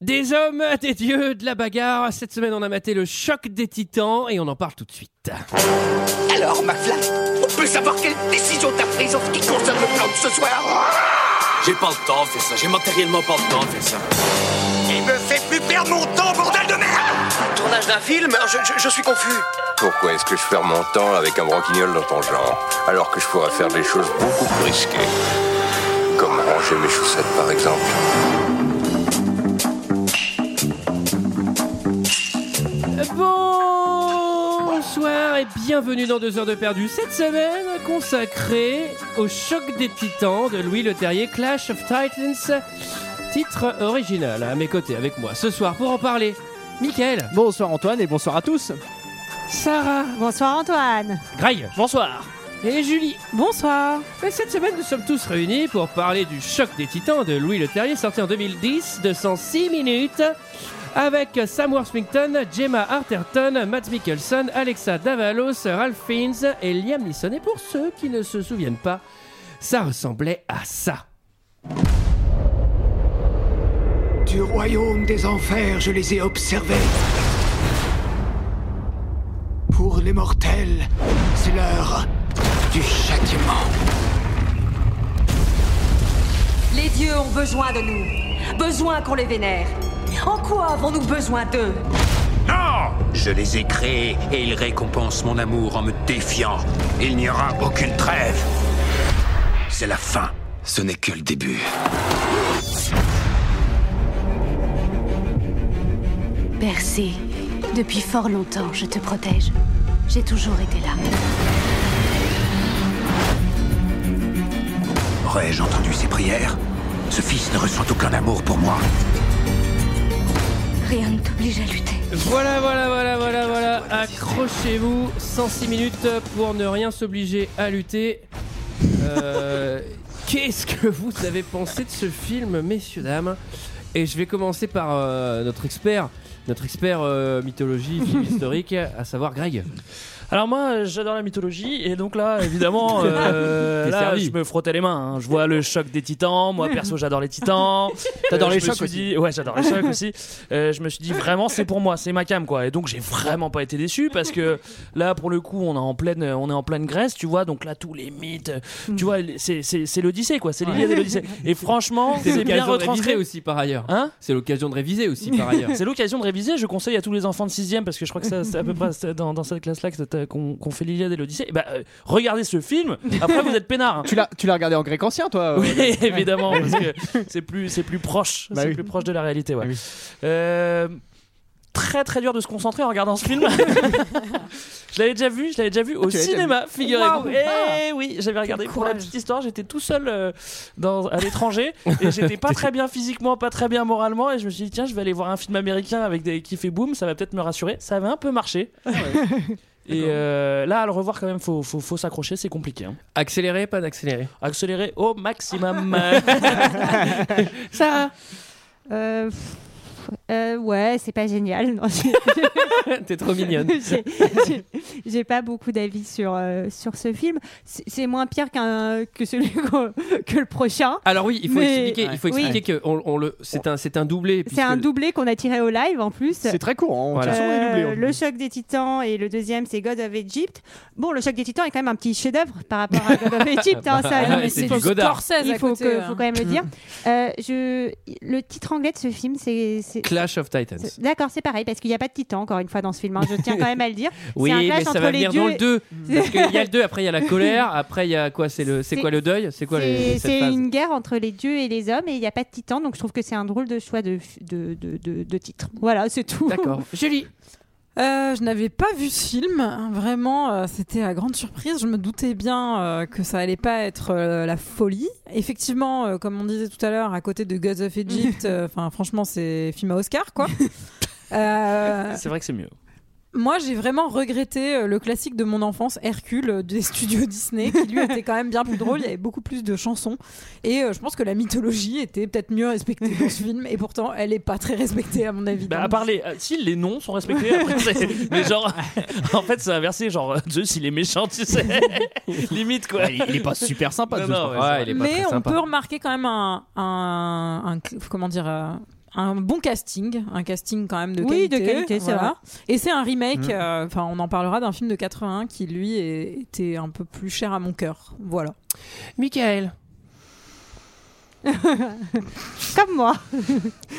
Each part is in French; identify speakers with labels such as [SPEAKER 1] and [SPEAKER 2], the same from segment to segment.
[SPEAKER 1] Des hommes, des dieux, de la bagarre. Cette semaine, on a maté le choc des titans et on en parle tout de suite.
[SPEAKER 2] Alors, McFly, on peut savoir quelle décision t'as prise en ce qui concerne le plan de ce soir
[SPEAKER 3] J'ai pas le temps de faire ça, j'ai matériellement pas le temps de faire ça.
[SPEAKER 2] Il me fait plus perdre mon temps, bordel de merde
[SPEAKER 4] Tournage d'un film je, je- je suis confus.
[SPEAKER 5] Pourquoi est-ce que je perds mon temps avec un broquignol dans ton genre, alors que je pourrais faire des choses beaucoup plus risquées Comme ranger mes chaussettes, par exemple.
[SPEAKER 1] Bonsoir et bienvenue dans 2 heures de perdu. Cette semaine consacrée au choc des titans de Louis Leterrier, Clash of Titans, titre original à mes côtés avec moi ce soir pour en parler. Michael,
[SPEAKER 6] Bonsoir Antoine et bonsoir à tous.
[SPEAKER 1] Sarah,
[SPEAKER 7] Bonsoir Antoine.
[SPEAKER 1] Graille
[SPEAKER 6] Bonsoir.
[SPEAKER 1] et Julie.
[SPEAKER 7] Bonsoir.
[SPEAKER 1] Et cette semaine, nous sommes tous réunis pour parler du choc des titans de Louis Leterrier, sorti en 2010 de 106 minutes, avec Sam Worthington, Gemma Arterton, Matt Mickelson, Alexa Davalos, Ralph Fiennes et Liam Neeson. Et pour ceux qui ne se souviennent pas, ça ressemblait à ça.
[SPEAKER 2] Du royaume des enfers, je les ai observés. Pour les mortels, c'est l'heure du châtiment.
[SPEAKER 8] Les dieux ont besoin de nous, besoin qu'on les vénère. En quoi avons-nous besoin d'eux
[SPEAKER 3] Je les ai créés et ils récompensent mon amour en me défiant. Il n'y aura aucune trêve. C'est la fin. Ce n'est que le début.
[SPEAKER 9] Percé, depuis fort longtemps, je te protège. J'ai toujours été là.
[SPEAKER 3] Aurais-je entendu ses prières Ce fils ne ressent aucun amour pour moi.
[SPEAKER 9] Rien ne t'oblige à lutter.
[SPEAKER 1] Voilà, voilà, voilà, voilà, voilà. Accrochez-vous. 106 minutes pour ne rien s'obliger à lutter. Euh, Qu'est-ce que vous avez pensé de ce film, messieurs, dames Et je vais commencer par euh, notre expert, notre expert euh, mythologie, film historique, à savoir Greg.
[SPEAKER 6] Alors moi euh, j'adore la mythologie et donc là évidemment euh,
[SPEAKER 1] T'es
[SPEAKER 6] là,
[SPEAKER 1] servi.
[SPEAKER 6] je me frottais les mains. hein. Je vois le choc des titans. Moi perso j'adore les titans. Euh,
[SPEAKER 1] T'adores les
[SPEAKER 6] je me
[SPEAKER 1] chocs
[SPEAKER 6] suis
[SPEAKER 1] aussi.
[SPEAKER 6] dit- Ouais j'adore les chocs aussi. Euh, je me suis dit vraiment c'est pour moi, c'est ma cam quoi. Et donc j'ai vraiment pas été déçu parce que là pour le coup on est en pleine on est en pleine Grèce tu vois donc là tous les mythes
[SPEAKER 1] Hmm.
[SPEAKER 6] tu vois c'est c'est c'est l'Odyssée quoi. C'est l'Iliade et l'Odyssée. Et franchement c'est
[SPEAKER 1] l'occasion
[SPEAKER 6] bien
[SPEAKER 1] de réviser
[SPEAKER 6] retranscrit.
[SPEAKER 1] aussi par ailleurs.
[SPEAKER 6] Hein
[SPEAKER 1] C'est l'occasion de réviser aussi par ailleurs.
[SPEAKER 6] C'est l'occasion de réviser. Je conseille à tous les enfants de 6 parce que je crois que ça, c'est à peu près c'est dans, dans cette classe-là que c'est, euh, qu'on qu'on fait l'Iliade et l'Odyssée. Eh ben, euh, regardez ce film. Après, vous êtes peinards. hein.
[SPEAKER 10] Tu l'as, tu l'as regardé en grec ancien, toi euh,
[SPEAKER 6] Oui, évidemment, parce que c'est plus, c'est plus proche,
[SPEAKER 10] Bah
[SPEAKER 6] c'est
[SPEAKER 10] oui.
[SPEAKER 6] plus proche de la réalité. Ouais.
[SPEAKER 10] Ah oui.
[SPEAKER 6] Euh, très très dur de se concentrer en regardant ce film. je l'avais déjà vu, je l'avais déjà vu au
[SPEAKER 10] Ah, Tu l'avais
[SPEAKER 6] cinéma, figurez-vous.
[SPEAKER 7] Waouh.
[SPEAKER 6] Eh oui, j'avais regardé pour la
[SPEAKER 7] courage.
[SPEAKER 6] petite histoire. J'étais tout seul euh, dans, à l'étranger et j'étais pas très bien physiquement, pas très bien moralement. Et je me suis dit tiens, je vais aller voir un film américain avec des qui fait boum, ça va peut-être me rassurer. Ça avait un peu marché. Et euh, là, à le revoir quand même, faut, faut, faut s'accrocher, c'est compliqué. hein.
[SPEAKER 1] Accéléré, pas d'accéléré.
[SPEAKER 6] Accélérer au maximum.
[SPEAKER 1] Sarah
[SPEAKER 7] Euh, pff, euh, ouais, c'est pas génial. Non, j'ai-
[SPEAKER 1] T'es trop mignonne.
[SPEAKER 7] j'ai- j'ai- J'ai pas beaucoup d'avis sur, euh, sur ce film. C'est c'est moins pire qu'un que celui qu'on- que le prochain.
[SPEAKER 1] Alors oui, il faut
[SPEAKER 7] Mais-
[SPEAKER 1] expliquer, il faut
[SPEAKER 7] Oui.
[SPEAKER 1] expliquer que on- on le, c'est un, c'est un doublé.
[SPEAKER 7] C'est un
[SPEAKER 1] puisque-
[SPEAKER 7] doublé qu'on a tiré au live en plus.
[SPEAKER 10] C'est très court. Hein.
[SPEAKER 1] Voilà.
[SPEAKER 10] De toute façon, on est doublé,
[SPEAKER 7] Euh,
[SPEAKER 10] on-
[SPEAKER 7] le choc des titans et le deuxième c'est God of Egypt. Bon, le choc des titans est quand même un petit chef-d'œuvre par rapport à God of Egypt. hein, ça,
[SPEAKER 1] Ah,
[SPEAKER 7] il-
[SPEAKER 1] mais c'est du Godard.
[SPEAKER 7] il faut, que- faut quand même le dire. Euh, je, le titre anglais de ce film, c'est. c'est-
[SPEAKER 1] Clash of Titans.
[SPEAKER 7] c'est- D'accord, c'est pareil, parce qu'il n'y a pas de titan, encore une fois, dans ce film. hein, Je tiens quand même à le dire.
[SPEAKER 1] Oui,
[SPEAKER 7] c'est un clash
[SPEAKER 1] mais ça
[SPEAKER 7] entre
[SPEAKER 1] va
[SPEAKER 7] les
[SPEAKER 1] venir
[SPEAKER 7] dieux
[SPEAKER 1] dans le
[SPEAKER 7] et-
[SPEAKER 1] 2. Parce qu'il y a le 2, après il y a la colère, après il y a quoi C'est le, c'est
[SPEAKER 7] C'est-
[SPEAKER 1] quoi le deuil C'est quoi les-
[SPEAKER 7] C'est
[SPEAKER 1] cette
[SPEAKER 7] c'est
[SPEAKER 1] phase
[SPEAKER 7] une guerre entre les dieux et les hommes, et il n'y a pas de titan, donc je trouve que c'est un drôle de choix de, de, de, de- de titre. Voilà, c'est tout.
[SPEAKER 1] D'accord. Julie.
[SPEAKER 11] Euh, je n'avais pas vu ce film, hein, vraiment, euh, c'était à grande surprise. Je me doutais bien euh, que ça allait pas être euh, la folie. Effectivement, euh, comme on disait tout à l'heure, à côté de Gods of Egypt, euh, enfin franchement, c'est film à Oscar, quoi. Euh,
[SPEAKER 6] c'est vrai que c'est mieux.
[SPEAKER 11] moi, j'ai vraiment regretté euh, le classique de mon enfance, Hercule, euh, des studios Disney, qui lui était quand même bien plus drôle. Il y avait beaucoup plus de chansons. Et euh, je pense que la mythologie était peut-être mieux respectée dans ce film. Et pourtant, elle n'est pas très respectée, à mon avis.
[SPEAKER 6] Bah,
[SPEAKER 11] dans
[SPEAKER 6] à part les. euh, si les noms sont respectés, après, c'est- mais genre. en fait, c'est inversé. Genre, euh, Zeus, il est méchant, tu sais. Limite, quoi.
[SPEAKER 10] Ouais, il, il est pas super sympa.
[SPEAKER 6] Non,
[SPEAKER 10] Zeus, par
[SPEAKER 6] non, ouais,
[SPEAKER 10] contre.
[SPEAKER 6] ça va.
[SPEAKER 1] il est pas
[SPEAKER 11] mais
[SPEAKER 1] très
[SPEAKER 11] on
[SPEAKER 1] sympa.
[SPEAKER 11] peut remarquer quand même un, un- un- comment dire euh, un bon casting, un casting quand même de
[SPEAKER 7] Oui, de
[SPEAKER 11] qualité.
[SPEAKER 7] qualité, c'est
[SPEAKER 11] voilà.
[SPEAKER 7] vrai.
[SPEAKER 11] Et c'est un remake,
[SPEAKER 7] Mhm.
[SPEAKER 10] Mm.
[SPEAKER 11] euh, enfin on en parlera d'un film de 81 qui lui est- était un peu plus cher à mon cœur. Voilà.
[SPEAKER 1] Michael.
[SPEAKER 7] Comme moi.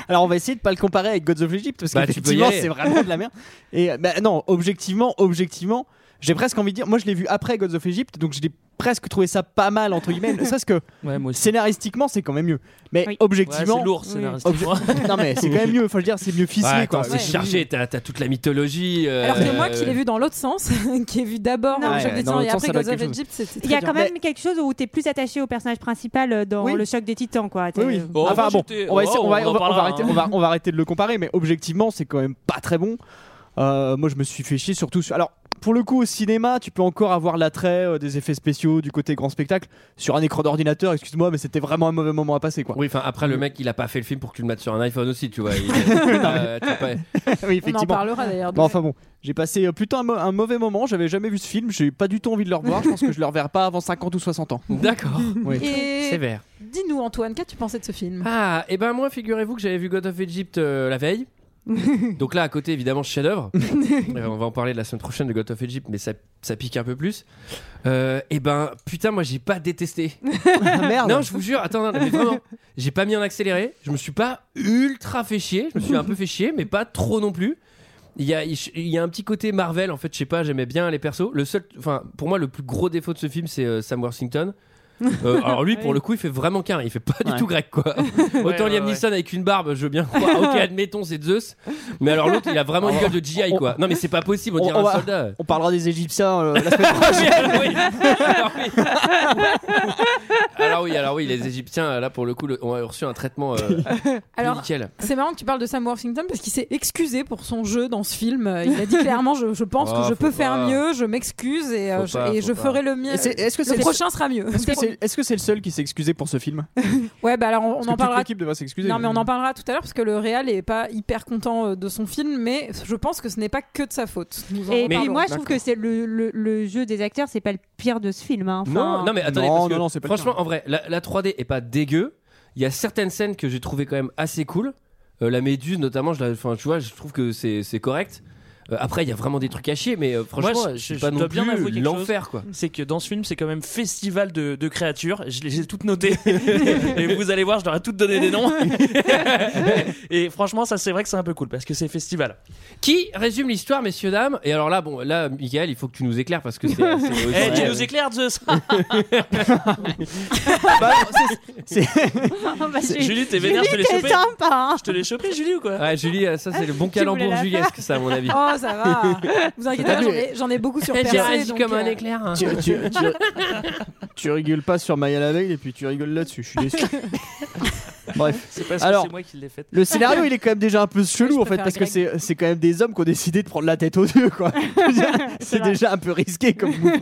[SPEAKER 10] Alors on va essayer de pas le comparer avec Gods of Egypt parce
[SPEAKER 1] Bah, tu peux y
[SPEAKER 10] qu'effectivement
[SPEAKER 1] aller.
[SPEAKER 10] c'est vraiment de la merde. Et euh, bah, non, objectivement, objectivement, j'ai presque envie de dire, moi je l'ai vu après Gods of Egypt, donc je l'ai presque trouvé ça pas mal entre guillemets. ne serait-ce que scénaristiquement c'est quand même mieux. Mais objectivement,
[SPEAKER 6] Ouais, c'est lourd, scénaristiquement.
[SPEAKER 10] obje- non mais c'est quand même mieux. Enfin je veux dire c'est mieux ficelé
[SPEAKER 1] Ouais, attends,
[SPEAKER 10] quoi.
[SPEAKER 1] c'est chargé, t'as t'as toute la mythologie.
[SPEAKER 11] Alors
[SPEAKER 1] euh,
[SPEAKER 11] que moi qui l'ai vu dans l'autre sens, qui ai vu d'abord
[SPEAKER 10] Non.
[SPEAKER 11] euh,
[SPEAKER 10] Ouais,
[SPEAKER 11] Jacques
[SPEAKER 10] dans
[SPEAKER 11] Dessin
[SPEAKER 10] l'autre
[SPEAKER 11] et
[SPEAKER 10] sens,
[SPEAKER 11] après
[SPEAKER 10] ça doit
[SPEAKER 11] Gods
[SPEAKER 10] être
[SPEAKER 11] of
[SPEAKER 10] quelque chose.
[SPEAKER 11] Egypt, c'était
[SPEAKER 7] Il y a
[SPEAKER 11] très
[SPEAKER 7] quand
[SPEAKER 11] dur.
[SPEAKER 7] même quelque chose où t'es plus attaché au personnage principal euh, dans
[SPEAKER 10] Oui.
[SPEAKER 7] le choc des titans, quoi. T'es- euh,
[SPEAKER 10] Oui, oui.
[SPEAKER 6] Oh,
[SPEAKER 10] enfin
[SPEAKER 6] moi,
[SPEAKER 10] bon,
[SPEAKER 6] j'étais-
[SPEAKER 10] on va, essayer-
[SPEAKER 6] oh,
[SPEAKER 10] on va-
[SPEAKER 6] on en
[SPEAKER 10] on va- on va
[SPEAKER 6] parlera,
[SPEAKER 10] arrêter,
[SPEAKER 6] hein.
[SPEAKER 10] on va- on va arrêter de le comparer, mais objectivement, c'est quand même pas très bon. Euh, moi, je me suis fait chier surtout sur. Alors, pour le coup, au cinéma, tu peux encore avoir l'attrait euh, des effets spéciaux, du côté grand spectacle. Sur un écran d'ordinateur, excuse-moi, mais c'était vraiment un mauvais moment à passer, quoi.
[SPEAKER 1] Oui, enfin après le mec il a pas fait le film pour que tu le mettes sur un iPhone aussi, tu vois. Il- euh, tu vois pas-
[SPEAKER 10] oui, effectivement.
[SPEAKER 11] parlera d'ailleurs de-
[SPEAKER 10] Bon, enfin bon, j'ai passé euh, plutôt un, mo- un mauvais moment. J'avais jamais vu ce film. J'ai pas du tout envie de le revoir. je pense que je le reverrai pas avant 50 ou 60 ans.
[SPEAKER 1] D'accord.
[SPEAKER 10] Oui.
[SPEAKER 11] Et-
[SPEAKER 1] Sévère.
[SPEAKER 11] Dis-nous Antoine, qu'as-tu pensé de ce film
[SPEAKER 1] Ah, et ben moi, figurez-vous que j'avais vu God of Egypt euh, la veille. Donc là, à côté, évidemment, chef-d'œuvre. Euh, on va en parler la semaine prochaine de God of Egypt, mais ça, ça pique un peu plus. Euh, et ben, putain, moi, j'ai pas détesté.
[SPEAKER 10] Ah, merde.
[SPEAKER 1] Non, je vous jure, attends, non, mais vraiment, j'ai pas mis en accéléré. Je me suis pas ultra fait chier. Je me suis un peu fait chier, mais pas trop non plus. Il y, a, il il y a un petit côté Marvel en fait, je sais pas, j'aimais bien les persos. Le seul, enfin, pour moi, le plus gros défaut de ce film, c'est euh, Sam Worthington. Euh, alors lui, pour le coup, il fait vraiment qu'un, il fait pas du tout grec quoi. Autant
[SPEAKER 6] ouais,
[SPEAKER 1] Liam
[SPEAKER 6] ouais.
[SPEAKER 1] Neeson avec une barbe, je veux bien croire. ok, admettons, c'est Zeus. Mais alors l'autre, il a vraiment une gueule de GI quoi. Non, mais c'est pas possible, on dirait un
[SPEAKER 10] va-
[SPEAKER 1] soldat.
[SPEAKER 10] on parlera des Égyptiens euh, la semaine prochaine.
[SPEAKER 6] Ah
[SPEAKER 1] Alors oui, alors oui, les Égyptiens, là pour le coup, le- ont reçu un traitement euh,
[SPEAKER 11] Alors,
[SPEAKER 1] nickel.
[SPEAKER 11] C'est marrant que tu parles de Sam Worthington parce qu'il s'est excusé pour son jeu dans ce film. Euh, Il a dit clairement je, je pense
[SPEAKER 10] Oh,
[SPEAKER 11] que je
[SPEAKER 10] faut
[SPEAKER 11] peux faire
[SPEAKER 10] pas.
[SPEAKER 11] mieux, je m'excuse et, euh,
[SPEAKER 10] Faut
[SPEAKER 11] je,
[SPEAKER 10] pas,
[SPEAKER 11] et
[SPEAKER 10] faut
[SPEAKER 11] je
[SPEAKER 10] pas.
[SPEAKER 11] ferai le mieux.
[SPEAKER 10] Et c'est- est-ce que c'est
[SPEAKER 11] le
[SPEAKER 10] le-
[SPEAKER 11] prochain sera mieux
[SPEAKER 10] Est-ce que c'est est-ce que c'est le seul qui s'est excusé pour ce film
[SPEAKER 11] Ouais, bah alors on, on
[SPEAKER 10] Parce que
[SPEAKER 11] en
[SPEAKER 10] toute
[SPEAKER 11] parlera.
[SPEAKER 10] l'équipe devrait s'excuser.
[SPEAKER 11] Non, mais on en parlera tout à l'heure parce que le réal est pas hyper content euh, de son film, mais je pense que ce n'est pas que de sa faute. Nous en
[SPEAKER 7] Et
[SPEAKER 11] reparlerons.
[SPEAKER 7] puis moi, je trouve que c'est le, le- le jeu des acteurs, c'est pas le pire de ce film. hein. Enfin,
[SPEAKER 1] non, non, mais attendez,
[SPEAKER 10] Non,
[SPEAKER 1] parce que
[SPEAKER 10] non, non, c'est pas le hein.
[SPEAKER 1] franchement, en vrai, la, la 3D est pas dégueu. Il y a certaines scènes que j'ai trouvé quand même assez cool. Euh, la méduse, notamment, je la, enfin, tu vois, je trouve que c'est c'est correct. Euh, après, il y a vraiment des trucs à chier, mais euh, franchement,
[SPEAKER 6] Moi,
[SPEAKER 1] je,
[SPEAKER 6] je,
[SPEAKER 1] suis
[SPEAKER 6] je
[SPEAKER 1] pas
[SPEAKER 6] dois
[SPEAKER 1] non
[SPEAKER 6] bien avouer
[SPEAKER 1] plus
[SPEAKER 6] quelque
[SPEAKER 1] l'enfer
[SPEAKER 6] chose,
[SPEAKER 1] quoi.
[SPEAKER 6] C'est que dans ce film, c'est quand même festival de, de créatures. Je les ai toutes notées. et vous allez voir, je leur ai toutes donné des noms. et franchement, ça, c'est vrai que c'est un peu cool parce que c'est festival.
[SPEAKER 1] Qui résume l'histoire, messieurs dames Et alors là, bon, là, Michael, il faut que tu nous éclaires parce que c'est. c'est aussi-
[SPEAKER 6] Eh, tu nous éclaires, Zeus Julie, t'es vénère, je te l'ai chopé.
[SPEAKER 7] sympa, hein.
[SPEAKER 6] Je te l'ai chopé, Julie, ou quoi
[SPEAKER 1] Ouais, Julie, euh, ça c'est le bon
[SPEAKER 6] Tu voulais la
[SPEAKER 1] calembour
[SPEAKER 6] faire.
[SPEAKER 1] juliesque, ça à mon avis.
[SPEAKER 11] Oh, ça va. Vous inquiétez pas, j'en ai- j'en ai, beaucoup sur
[SPEAKER 1] Eh, J'ai réagi comme
[SPEAKER 6] euh,
[SPEAKER 7] euh,
[SPEAKER 1] un éclair. hein.
[SPEAKER 10] Tu, tu- tu- tu rigoles pas sur Maya la veille et puis tu rigoles là-dessus, je suis déçu. Bref.
[SPEAKER 6] C'est parce
[SPEAKER 10] Alors,
[SPEAKER 6] que c'est moi qui l'ai faite.
[SPEAKER 10] Le scénario, il est quand même déjà un peu chelou en fait,
[SPEAKER 6] préfère
[SPEAKER 10] parce que c'est c'est quand même des hommes qui ont décidé de prendre la tête aux deux, quoi. Je veux dire, c'est déjà un peu risqué comme move.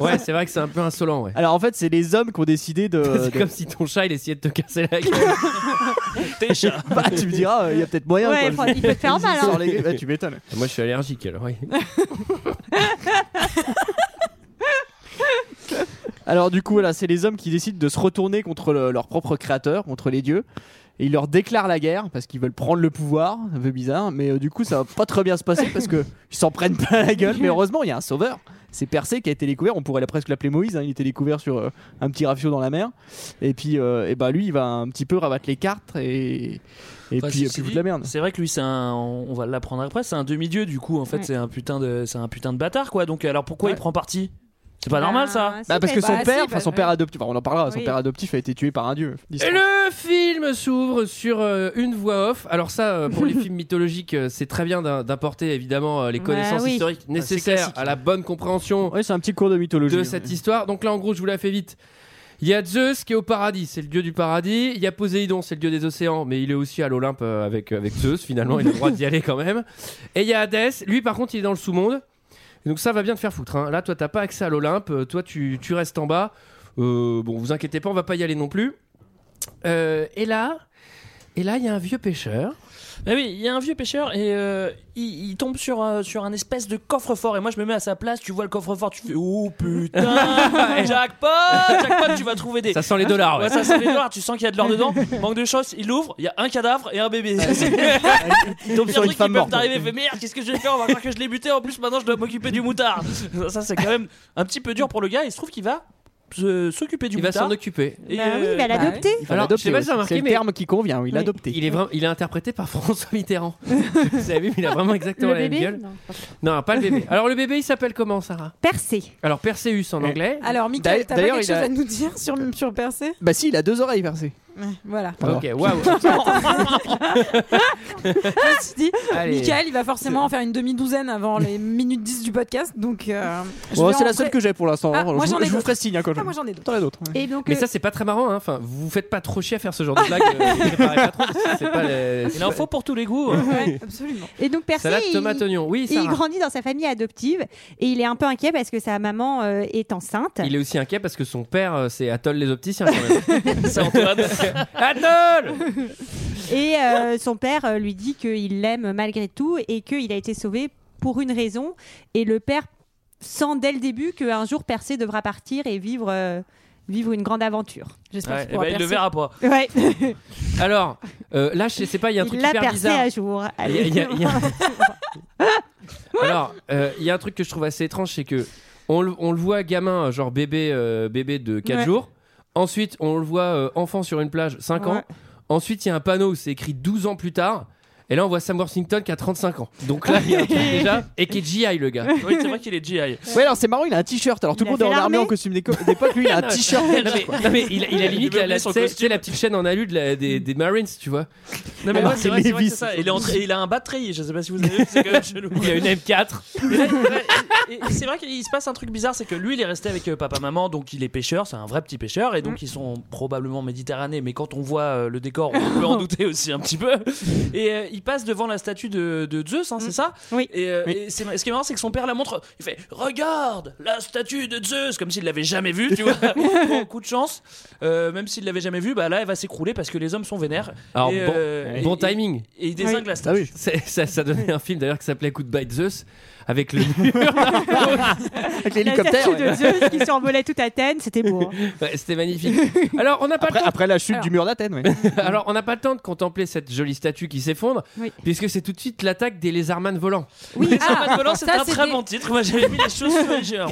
[SPEAKER 1] Ouais, c'est vrai que c'est un peu insolent, ouais.
[SPEAKER 10] Alors en fait, c'est les hommes qui ont décidé de.
[SPEAKER 1] C'est
[SPEAKER 10] de-
[SPEAKER 1] comme si ton chat il essayait de te casser la gueule.
[SPEAKER 6] Ah, T'es chat.
[SPEAKER 10] Bah, tu me diras, il y a peut-être moyen.
[SPEAKER 7] Ouais,
[SPEAKER 10] quoi.
[SPEAKER 7] il peut te faire mal, hein.
[SPEAKER 10] Sors les- Ouais, tu m'étonnes.
[SPEAKER 1] Moi je suis allergique alors, oui.
[SPEAKER 10] Alors du coup, là, c'est les hommes qui décident de se retourner contre le- leur propre créateur, contre les dieux. Et ils leur déclarent la guerre parce qu'ils veulent prendre le pouvoir, un peu bizarre, mais euh, du coup ça va pas très bien se passer parce que ils s'en prennent plein la gueule. Mais heureusement il y a un sauveur, c'est Persée qui a été découvert, on pourrait la- presque l'appeler Moïse, hein, il était découvert sur euh, un petit rafio dans la mer. Et puis euh, et bah, lui il va un petit peu rabattre les cartes et, et
[SPEAKER 6] Enfin,
[SPEAKER 10] puis,
[SPEAKER 6] ceci
[SPEAKER 10] puis
[SPEAKER 6] dit,
[SPEAKER 10] foutre la merde.
[SPEAKER 6] C'est vrai que lui, c'est un. On va l'apprendre après. C'est un demi-dieu, du coup. En fait,
[SPEAKER 7] Ouais.
[SPEAKER 6] c'est un putain de. C'est un putain de bâtard, quoi. Donc, alors pourquoi
[SPEAKER 10] Ouais.
[SPEAKER 6] il prend parti C'est pas
[SPEAKER 7] Bah,
[SPEAKER 6] normal, ça.
[SPEAKER 7] si,
[SPEAKER 10] Bah, parce que
[SPEAKER 7] bah,
[SPEAKER 10] son
[SPEAKER 7] si,
[SPEAKER 10] père,
[SPEAKER 7] bah,
[SPEAKER 10] enfin, son
[SPEAKER 7] ouais.
[SPEAKER 10] père adoptif, enfin, on en parlera, son
[SPEAKER 7] Oui.
[SPEAKER 10] père adoptif a été tué par un dieu.
[SPEAKER 1] Et le film s'ouvre sur euh, une voix off. Alors ça, euh, pour les films mythologiques, euh, c'est très bien d'im- d'importer évidemment euh, les
[SPEAKER 7] Ouais,
[SPEAKER 1] connaissances
[SPEAKER 7] oui.
[SPEAKER 1] historiques nécessaires
[SPEAKER 6] classique.
[SPEAKER 1] à la bonne compréhension
[SPEAKER 10] Ouais, c'est un petit cours de mythologie. hein.
[SPEAKER 1] de cette histoire. Donc là, en gros, je vous la fais vite. Il y a Zeus qui est au paradis, c'est le dieu du paradis. Il y a Poséidon, c'est le dieu des océans, mais il est aussi à l'Olympe euh, avec, avec Zeus. Finalement, il a le droit d'y aller quand même. Et il y a Hadès, lui par contre, il est dans le sous-monde. Et Donc ça va bien te faire foutre. hein. Là, toi, t'as pas accès à l'Olympe, Euh, toi, tu, tu restes en bas. Euh, bon, vous inquiétez pas, on va pas y aller non plus. Euh, et là, et là, il y a un vieux pêcheur
[SPEAKER 6] Mais Bah oui, il y a un vieux pêcheur et euh, il, il tombe sur, euh, sur un espèce de coffre-fort. Et moi, je me mets à sa place, tu vois le coffre-fort, tu fais Oh putain, jackpot, jackpot, tu vas trouver des.
[SPEAKER 1] Ça sent les dollars, ouais.
[SPEAKER 6] Ouais, ça sent les dollars, tu sens qu'il y a de l'or dedans. Manque de chance, il ouvre, il y a un cadavre et un bébé. il
[SPEAKER 10] tombe sur une femme morte.
[SPEAKER 6] d'arriver, fait merde, qu'est-ce que je vais faire On va croire que je l'ai buté. En plus, maintenant, je dois m'occuper du moutard. Ça, c'est quand même un petit peu dur pour le gars. Il se trouve qu'il va se- s'occuper du
[SPEAKER 1] Il va
[SPEAKER 6] moutard.
[SPEAKER 1] s'en occuper.
[SPEAKER 6] Et,
[SPEAKER 7] Bah oui, il va
[SPEAKER 6] euh,
[SPEAKER 7] l'adopter.
[SPEAKER 10] Il faut
[SPEAKER 1] Alors,
[SPEAKER 10] l'adopter,
[SPEAKER 1] je sais pas si
[SPEAKER 10] ouais.
[SPEAKER 1] vous avez remarqué,
[SPEAKER 10] C'est le
[SPEAKER 1] mais-
[SPEAKER 10] terme qui convient, oui, l'adopter.
[SPEAKER 1] Il est, vraiment, il est interprété par François Mitterrand. Vous savez, mais il a vraiment exactement
[SPEAKER 7] Le
[SPEAKER 1] la même
[SPEAKER 7] bébé
[SPEAKER 1] gueule. Non, pas le bébé. Alors, le bébé, il s'appelle comment, Sarah
[SPEAKER 7] Percé.
[SPEAKER 1] Alors, Perseus en anglais.
[SPEAKER 11] Alors, Michael,
[SPEAKER 10] D'ailleurs-
[SPEAKER 11] t'as pas
[SPEAKER 10] d'ailleurs,
[SPEAKER 11] quelque
[SPEAKER 10] il
[SPEAKER 11] chose
[SPEAKER 10] a-
[SPEAKER 11] à nous dire sur, sur Percé
[SPEAKER 10] Bah si, il a deux oreilles percées.
[SPEAKER 11] Ouais, Voilà.
[SPEAKER 10] Alors.
[SPEAKER 1] Ok, waouh.
[SPEAKER 11] Je me suis dit,
[SPEAKER 1] Allez.
[SPEAKER 11] Michael, il va forcément en faire une demi-douzaine avant les minutes 10 du podcast. Donc, euh, je
[SPEAKER 10] Bon,
[SPEAKER 11] vais
[SPEAKER 10] c'est la
[SPEAKER 11] rentrer-
[SPEAKER 10] seule que j'ai pour l'instant.
[SPEAKER 11] Ah,
[SPEAKER 10] hein.
[SPEAKER 11] moi,
[SPEAKER 10] je
[SPEAKER 11] j'en
[SPEAKER 10] vous-
[SPEAKER 11] ai
[SPEAKER 10] je vous
[SPEAKER 11] d'autres.
[SPEAKER 10] ferai signe hein, quand je.
[SPEAKER 11] Ah, moi, j'en ai d'autres.
[SPEAKER 10] T'en as d'autres. ouais.
[SPEAKER 7] Et donc,
[SPEAKER 1] Mais
[SPEAKER 7] euh,
[SPEAKER 1] ça, c'est pas très marrant. Hein. Enfin, vous vous faites pas trop chier à faire ce genre de blague. euh, vous préparez pas trop, parce que c'est pas les-
[SPEAKER 6] Il en faut pour tous les goûts. hein.
[SPEAKER 11] Ouais, absolument.
[SPEAKER 7] et donc Percé,
[SPEAKER 1] Salade,
[SPEAKER 7] il-
[SPEAKER 1] tomate, oignon. Oui,
[SPEAKER 7] il
[SPEAKER 1] Sarah.
[SPEAKER 7] grandit dans sa famille adoptive et il est un peu inquiet parce que sa maman euh, est enceinte.
[SPEAKER 1] Il est aussi inquiet parce que son père, euh, c'est Atoll les opticiens quand même.
[SPEAKER 6] C'est Antoine.
[SPEAKER 1] Atoll
[SPEAKER 7] Et euh, son père euh, lui dit qu'il l'aime malgré tout et qu'il a été sauvé pour une raison. Et le père sent dès le début qu'un jour Percé devra partir et vivre, euh, vivre une grande aventure.
[SPEAKER 11] J'espère
[SPEAKER 6] Ouais,
[SPEAKER 11] qu'il
[SPEAKER 6] eh
[SPEAKER 11] pourra
[SPEAKER 6] ben, il le
[SPEAKER 11] percer.
[SPEAKER 6] verra pas.
[SPEAKER 7] Ouais.
[SPEAKER 1] Alors, euh, là, je sais pas, il y a un
[SPEAKER 7] Il
[SPEAKER 1] truc
[SPEAKER 7] l'a
[SPEAKER 1] hyper
[SPEAKER 7] percé
[SPEAKER 1] bizarre.
[SPEAKER 7] à jour.
[SPEAKER 1] Il y a- il y a- il y a- Alors, euh, il y a un truc que je trouve assez étrange, c'est que on le, on le voit gamin, genre bébé, euh, bébé de 4
[SPEAKER 7] Ouais.
[SPEAKER 1] jours. Ensuite, on le voit euh, enfant sur une plage, 5 ans.
[SPEAKER 7] Ouais.
[SPEAKER 1] Ensuite, il y a un panneau où c'est écrit 12 ans plus tard. Et là, on voit Sam Worthington qui a 35 ans. Donc là, il y a un truc déjà. Et qui est GI, le gars.
[SPEAKER 6] Oui, c'est vrai qu'il est GI.
[SPEAKER 10] Ouais, alors c'est marrant, il a un t-shirt. Alors tout
[SPEAKER 7] Il a
[SPEAKER 10] le monde est en
[SPEAKER 7] fait
[SPEAKER 10] armée en
[SPEAKER 7] l'armée
[SPEAKER 10] costume des, co- des potes, lui il a un t-shirt.
[SPEAKER 1] Non mais, non, mais il, a- il a limite
[SPEAKER 6] Il
[SPEAKER 1] la,
[SPEAKER 6] veut oublier
[SPEAKER 1] la,
[SPEAKER 6] son
[SPEAKER 1] tu sais-
[SPEAKER 6] costume.
[SPEAKER 1] tu sais, la petite chaîne en alu de la- des, des Marines, tu vois.
[SPEAKER 6] Non mais
[SPEAKER 10] Ah,
[SPEAKER 6] ouais,
[SPEAKER 10] c'est
[SPEAKER 6] c'est vrai, c'est vrai que
[SPEAKER 10] Lévis.
[SPEAKER 6] c'est ça. Il est entré, il a un batterie. Je sais pas si vous avez vu, c'est quand même chelou.
[SPEAKER 1] Il y a une M4.
[SPEAKER 6] Et là, il- ouais, et- et C'est vrai qu'il se passe un truc bizarre, c'est que lui, il est resté avec euh, papa, maman, donc il est pêcheur, c'est un vrai petit pêcheur, et
[SPEAKER 7] Mmh.
[SPEAKER 6] donc ils sont probablement méditerranéens. Mais quand on voit euh, le décor, on peut en douter aussi un petit peu. Et euh, il passe devant la statue de, de Zeus, hein, c'est ça
[SPEAKER 7] Mmh. Oui.
[SPEAKER 6] Et, euh, et c'est- ce qui est marrant, c'est que son père la montre. Il fait "Regarde, la statue de Zeus", comme s'il l'avait jamais vue, tu vois. bon, coup de chance. Euh, même s'il l'avait jamais vue, bah là, elle va s'écrouler parce que les hommes sont vénères.
[SPEAKER 1] Alors,
[SPEAKER 6] Et,
[SPEAKER 1] bon,
[SPEAKER 6] euh,
[SPEAKER 1] bon
[SPEAKER 6] et-
[SPEAKER 1] timing.
[SPEAKER 6] Et il désingue la
[SPEAKER 10] Ah
[SPEAKER 6] statue.
[SPEAKER 10] oui.
[SPEAKER 1] C'est- Ça, ça donnait un film d'ailleurs qui s'appelait Goodbye Zeus avec le
[SPEAKER 10] Avec
[SPEAKER 7] La
[SPEAKER 10] l'hélicoptère.
[SPEAKER 7] statue
[SPEAKER 10] ouais.
[SPEAKER 7] de Zeus qui survolait toute Athènes, c'était beau. hein.
[SPEAKER 1] Ouais, C'était magnifique. Alors on n'a pas
[SPEAKER 10] Après,
[SPEAKER 1] le
[SPEAKER 10] après la chute
[SPEAKER 11] Alors.
[SPEAKER 10] du mur d'Athènes, ouais.
[SPEAKER 1] temps. Alors on n'a pas le temps de contempler cette jolie statue qui s'effondre,
[SPEAKER 7] Oui.
[SPEAKER 1] puisque c'est tout de suite l'attaque des lézardman volants.
[SPEAKER 11] Oui,
[SPEAKER 6] Ah, Matt Volant, c'est
[SPEAKER 11] ça,
[SPEAKER 6] un
[SPEAKER 11] c'est
[SPEAKER 6] très
[SPEAKER 11] des-
[SPEAKER 6] bon titre. Moi, j'avais mis les choses sur les géants.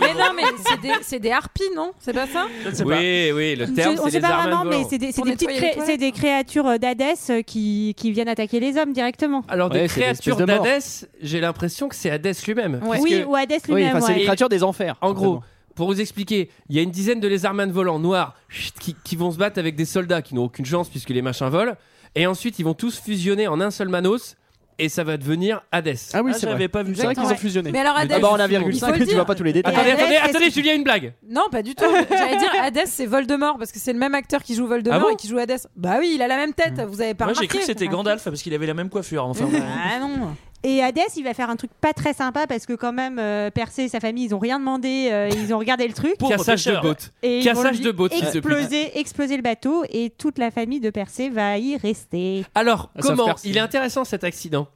[SPEAKER 11] Mais non, mais c'est des, c'est des harpies, non C'est pas ça
[SPEAKER 6] Je ne sais pas.
[SPEAKER 1] Oui, oui, le terme
[SPEAKER 7] Je- on
[SPEAKER 1] c'est
[SPEAKER 7] sait pas
[SPEAKER 1] lézardman
[SPEAKER 7] vraiment, mais
[SPEAKER 1] volants.
[SPEAKER 7] c'est des, c'est
[SPEAKER 11] Pour
[SPEAKER 7] des
[SPEAKER 11] nettoyer
[SPEAKER 7] petites
[SPEAKER 11] les
[SPEAKER 7] cré-
[SPEAKER 11] toilettes,
[SPEAKER 7] c'est des créatures euh, d'Hadès euh, qui, qui viennent attaquer les hommes directement.
[SPEAKER 1] Alors
[SPEAKER 10] Ouais,
[SPEAKER 1] des
[SPEAKER 10] c'est des espèces
[SPEAKER 1] créatures
[SPEAKER 10] de morts.
[SPEAKER 1] d'Hadès, j'ai l'impression que c'est Hadès lui-même.
[SPEAKER 11] Ouais.
[SPEAKER 1] Parce
[SPEAKER 7] Oui,
[SPEAKER 1] que,
[SPEAKER 7] ou Hadès
[SPEAKER 10] Oui,
[SPEAKER 7] lui-même.
[SPEAKER 10] enfin, c'est
[SPEAKER 7] ouais.
[SPEAKER 10] les créatures des enfers.
[SPEAKER 1] en gros,
[SPEAKER 10] vraiment.
[SPEAKER 1] pour vous expliquer, il y a une dizaine de lézardman volants noirs chut, qui, qui vont se battre avec des soldats qui n'ont aucune chance puisque les machins volent. Et ensuite, ils vont tous fusionner en un seul Manos et ça va devenir Hadès.
[SPEAKER 10] Ah oui,
[SPEAKER 6] Ah,
[SPEAKER 10] c'est vrai.
[SPEAKER 6] j'avais pas vu
[SPEAKER 10] C'est
[SPEAKER 6] ça.
[SPEAKER 10] vrai qu'ils
[SPEAKER 11] Ouais.
[SPEAKER 10] ont fusionné.
[SPEAKER 11] Mais alors, Hadès.
[SPEAKER 10] Ah bah on a
[SPEAKER 11] il faut le
[SPEAKER 10] 1,5, tu vas
[SPEAKER 11] dire.
[SPEAKER 10] pas tous les détails.
[SPEAKER 1] Attendez,
[SPEAKER 11] Hadès,
[SPEAKER 1] attendez,
[SPEAKER 11] qu'est-ce
[SPEAKER 1] attendez, Julien, une blague.
[SPEAKER 11] Non, pas du tout. J'allais dire Hadès, c'est Voldemort parce que c'est le même acteur qui joue Voldemort
[SPEAKER 1] Ah bon
[SPEAKER 11] et qui joue Hadès. Bah oui, il a la même tête.
[SPEAKER 10] Hmm.
[SPEAKER 11] Vous avez pas
[SPEAKER 6] Moi, j'ai
[SPEAKER 11] remarqué
[SPEAKER 6] cru que c'était Gandalf parce qu'il avait la même coiffure. Enfin,
[SPEAKER 11] Ah non.
[SPEAKER 7] Et Hadès, il va faire un truc pas très sympa parce que quand même, euh, Persée et sa famille, ils ont rien demandé, euh, ils ont regardé le truc.
[SPEAKER 6] Pauvre
[SPEAKER 1] Cassage de
[SPEAKER 6] pêcheur.
[SPEAKER 1] bottes.
[SPEAKER 7] Et ils
[SPEAKER 1] Cassage
[SPEAKER 7] vont lui
[SPEAKER 1] de bottes, fils de pute.
[SPEAKER 7] exploser, exploser le bateau et toute la famille de Persée va y rester.
[SPEAKER 1] Alors,
[SPEAKER 10] Ah, ça va
[SPEAKER 1] comment
[SPEAKER 10] faire, c'est-
[SPEAKER 1] Il est intéressant cet accident.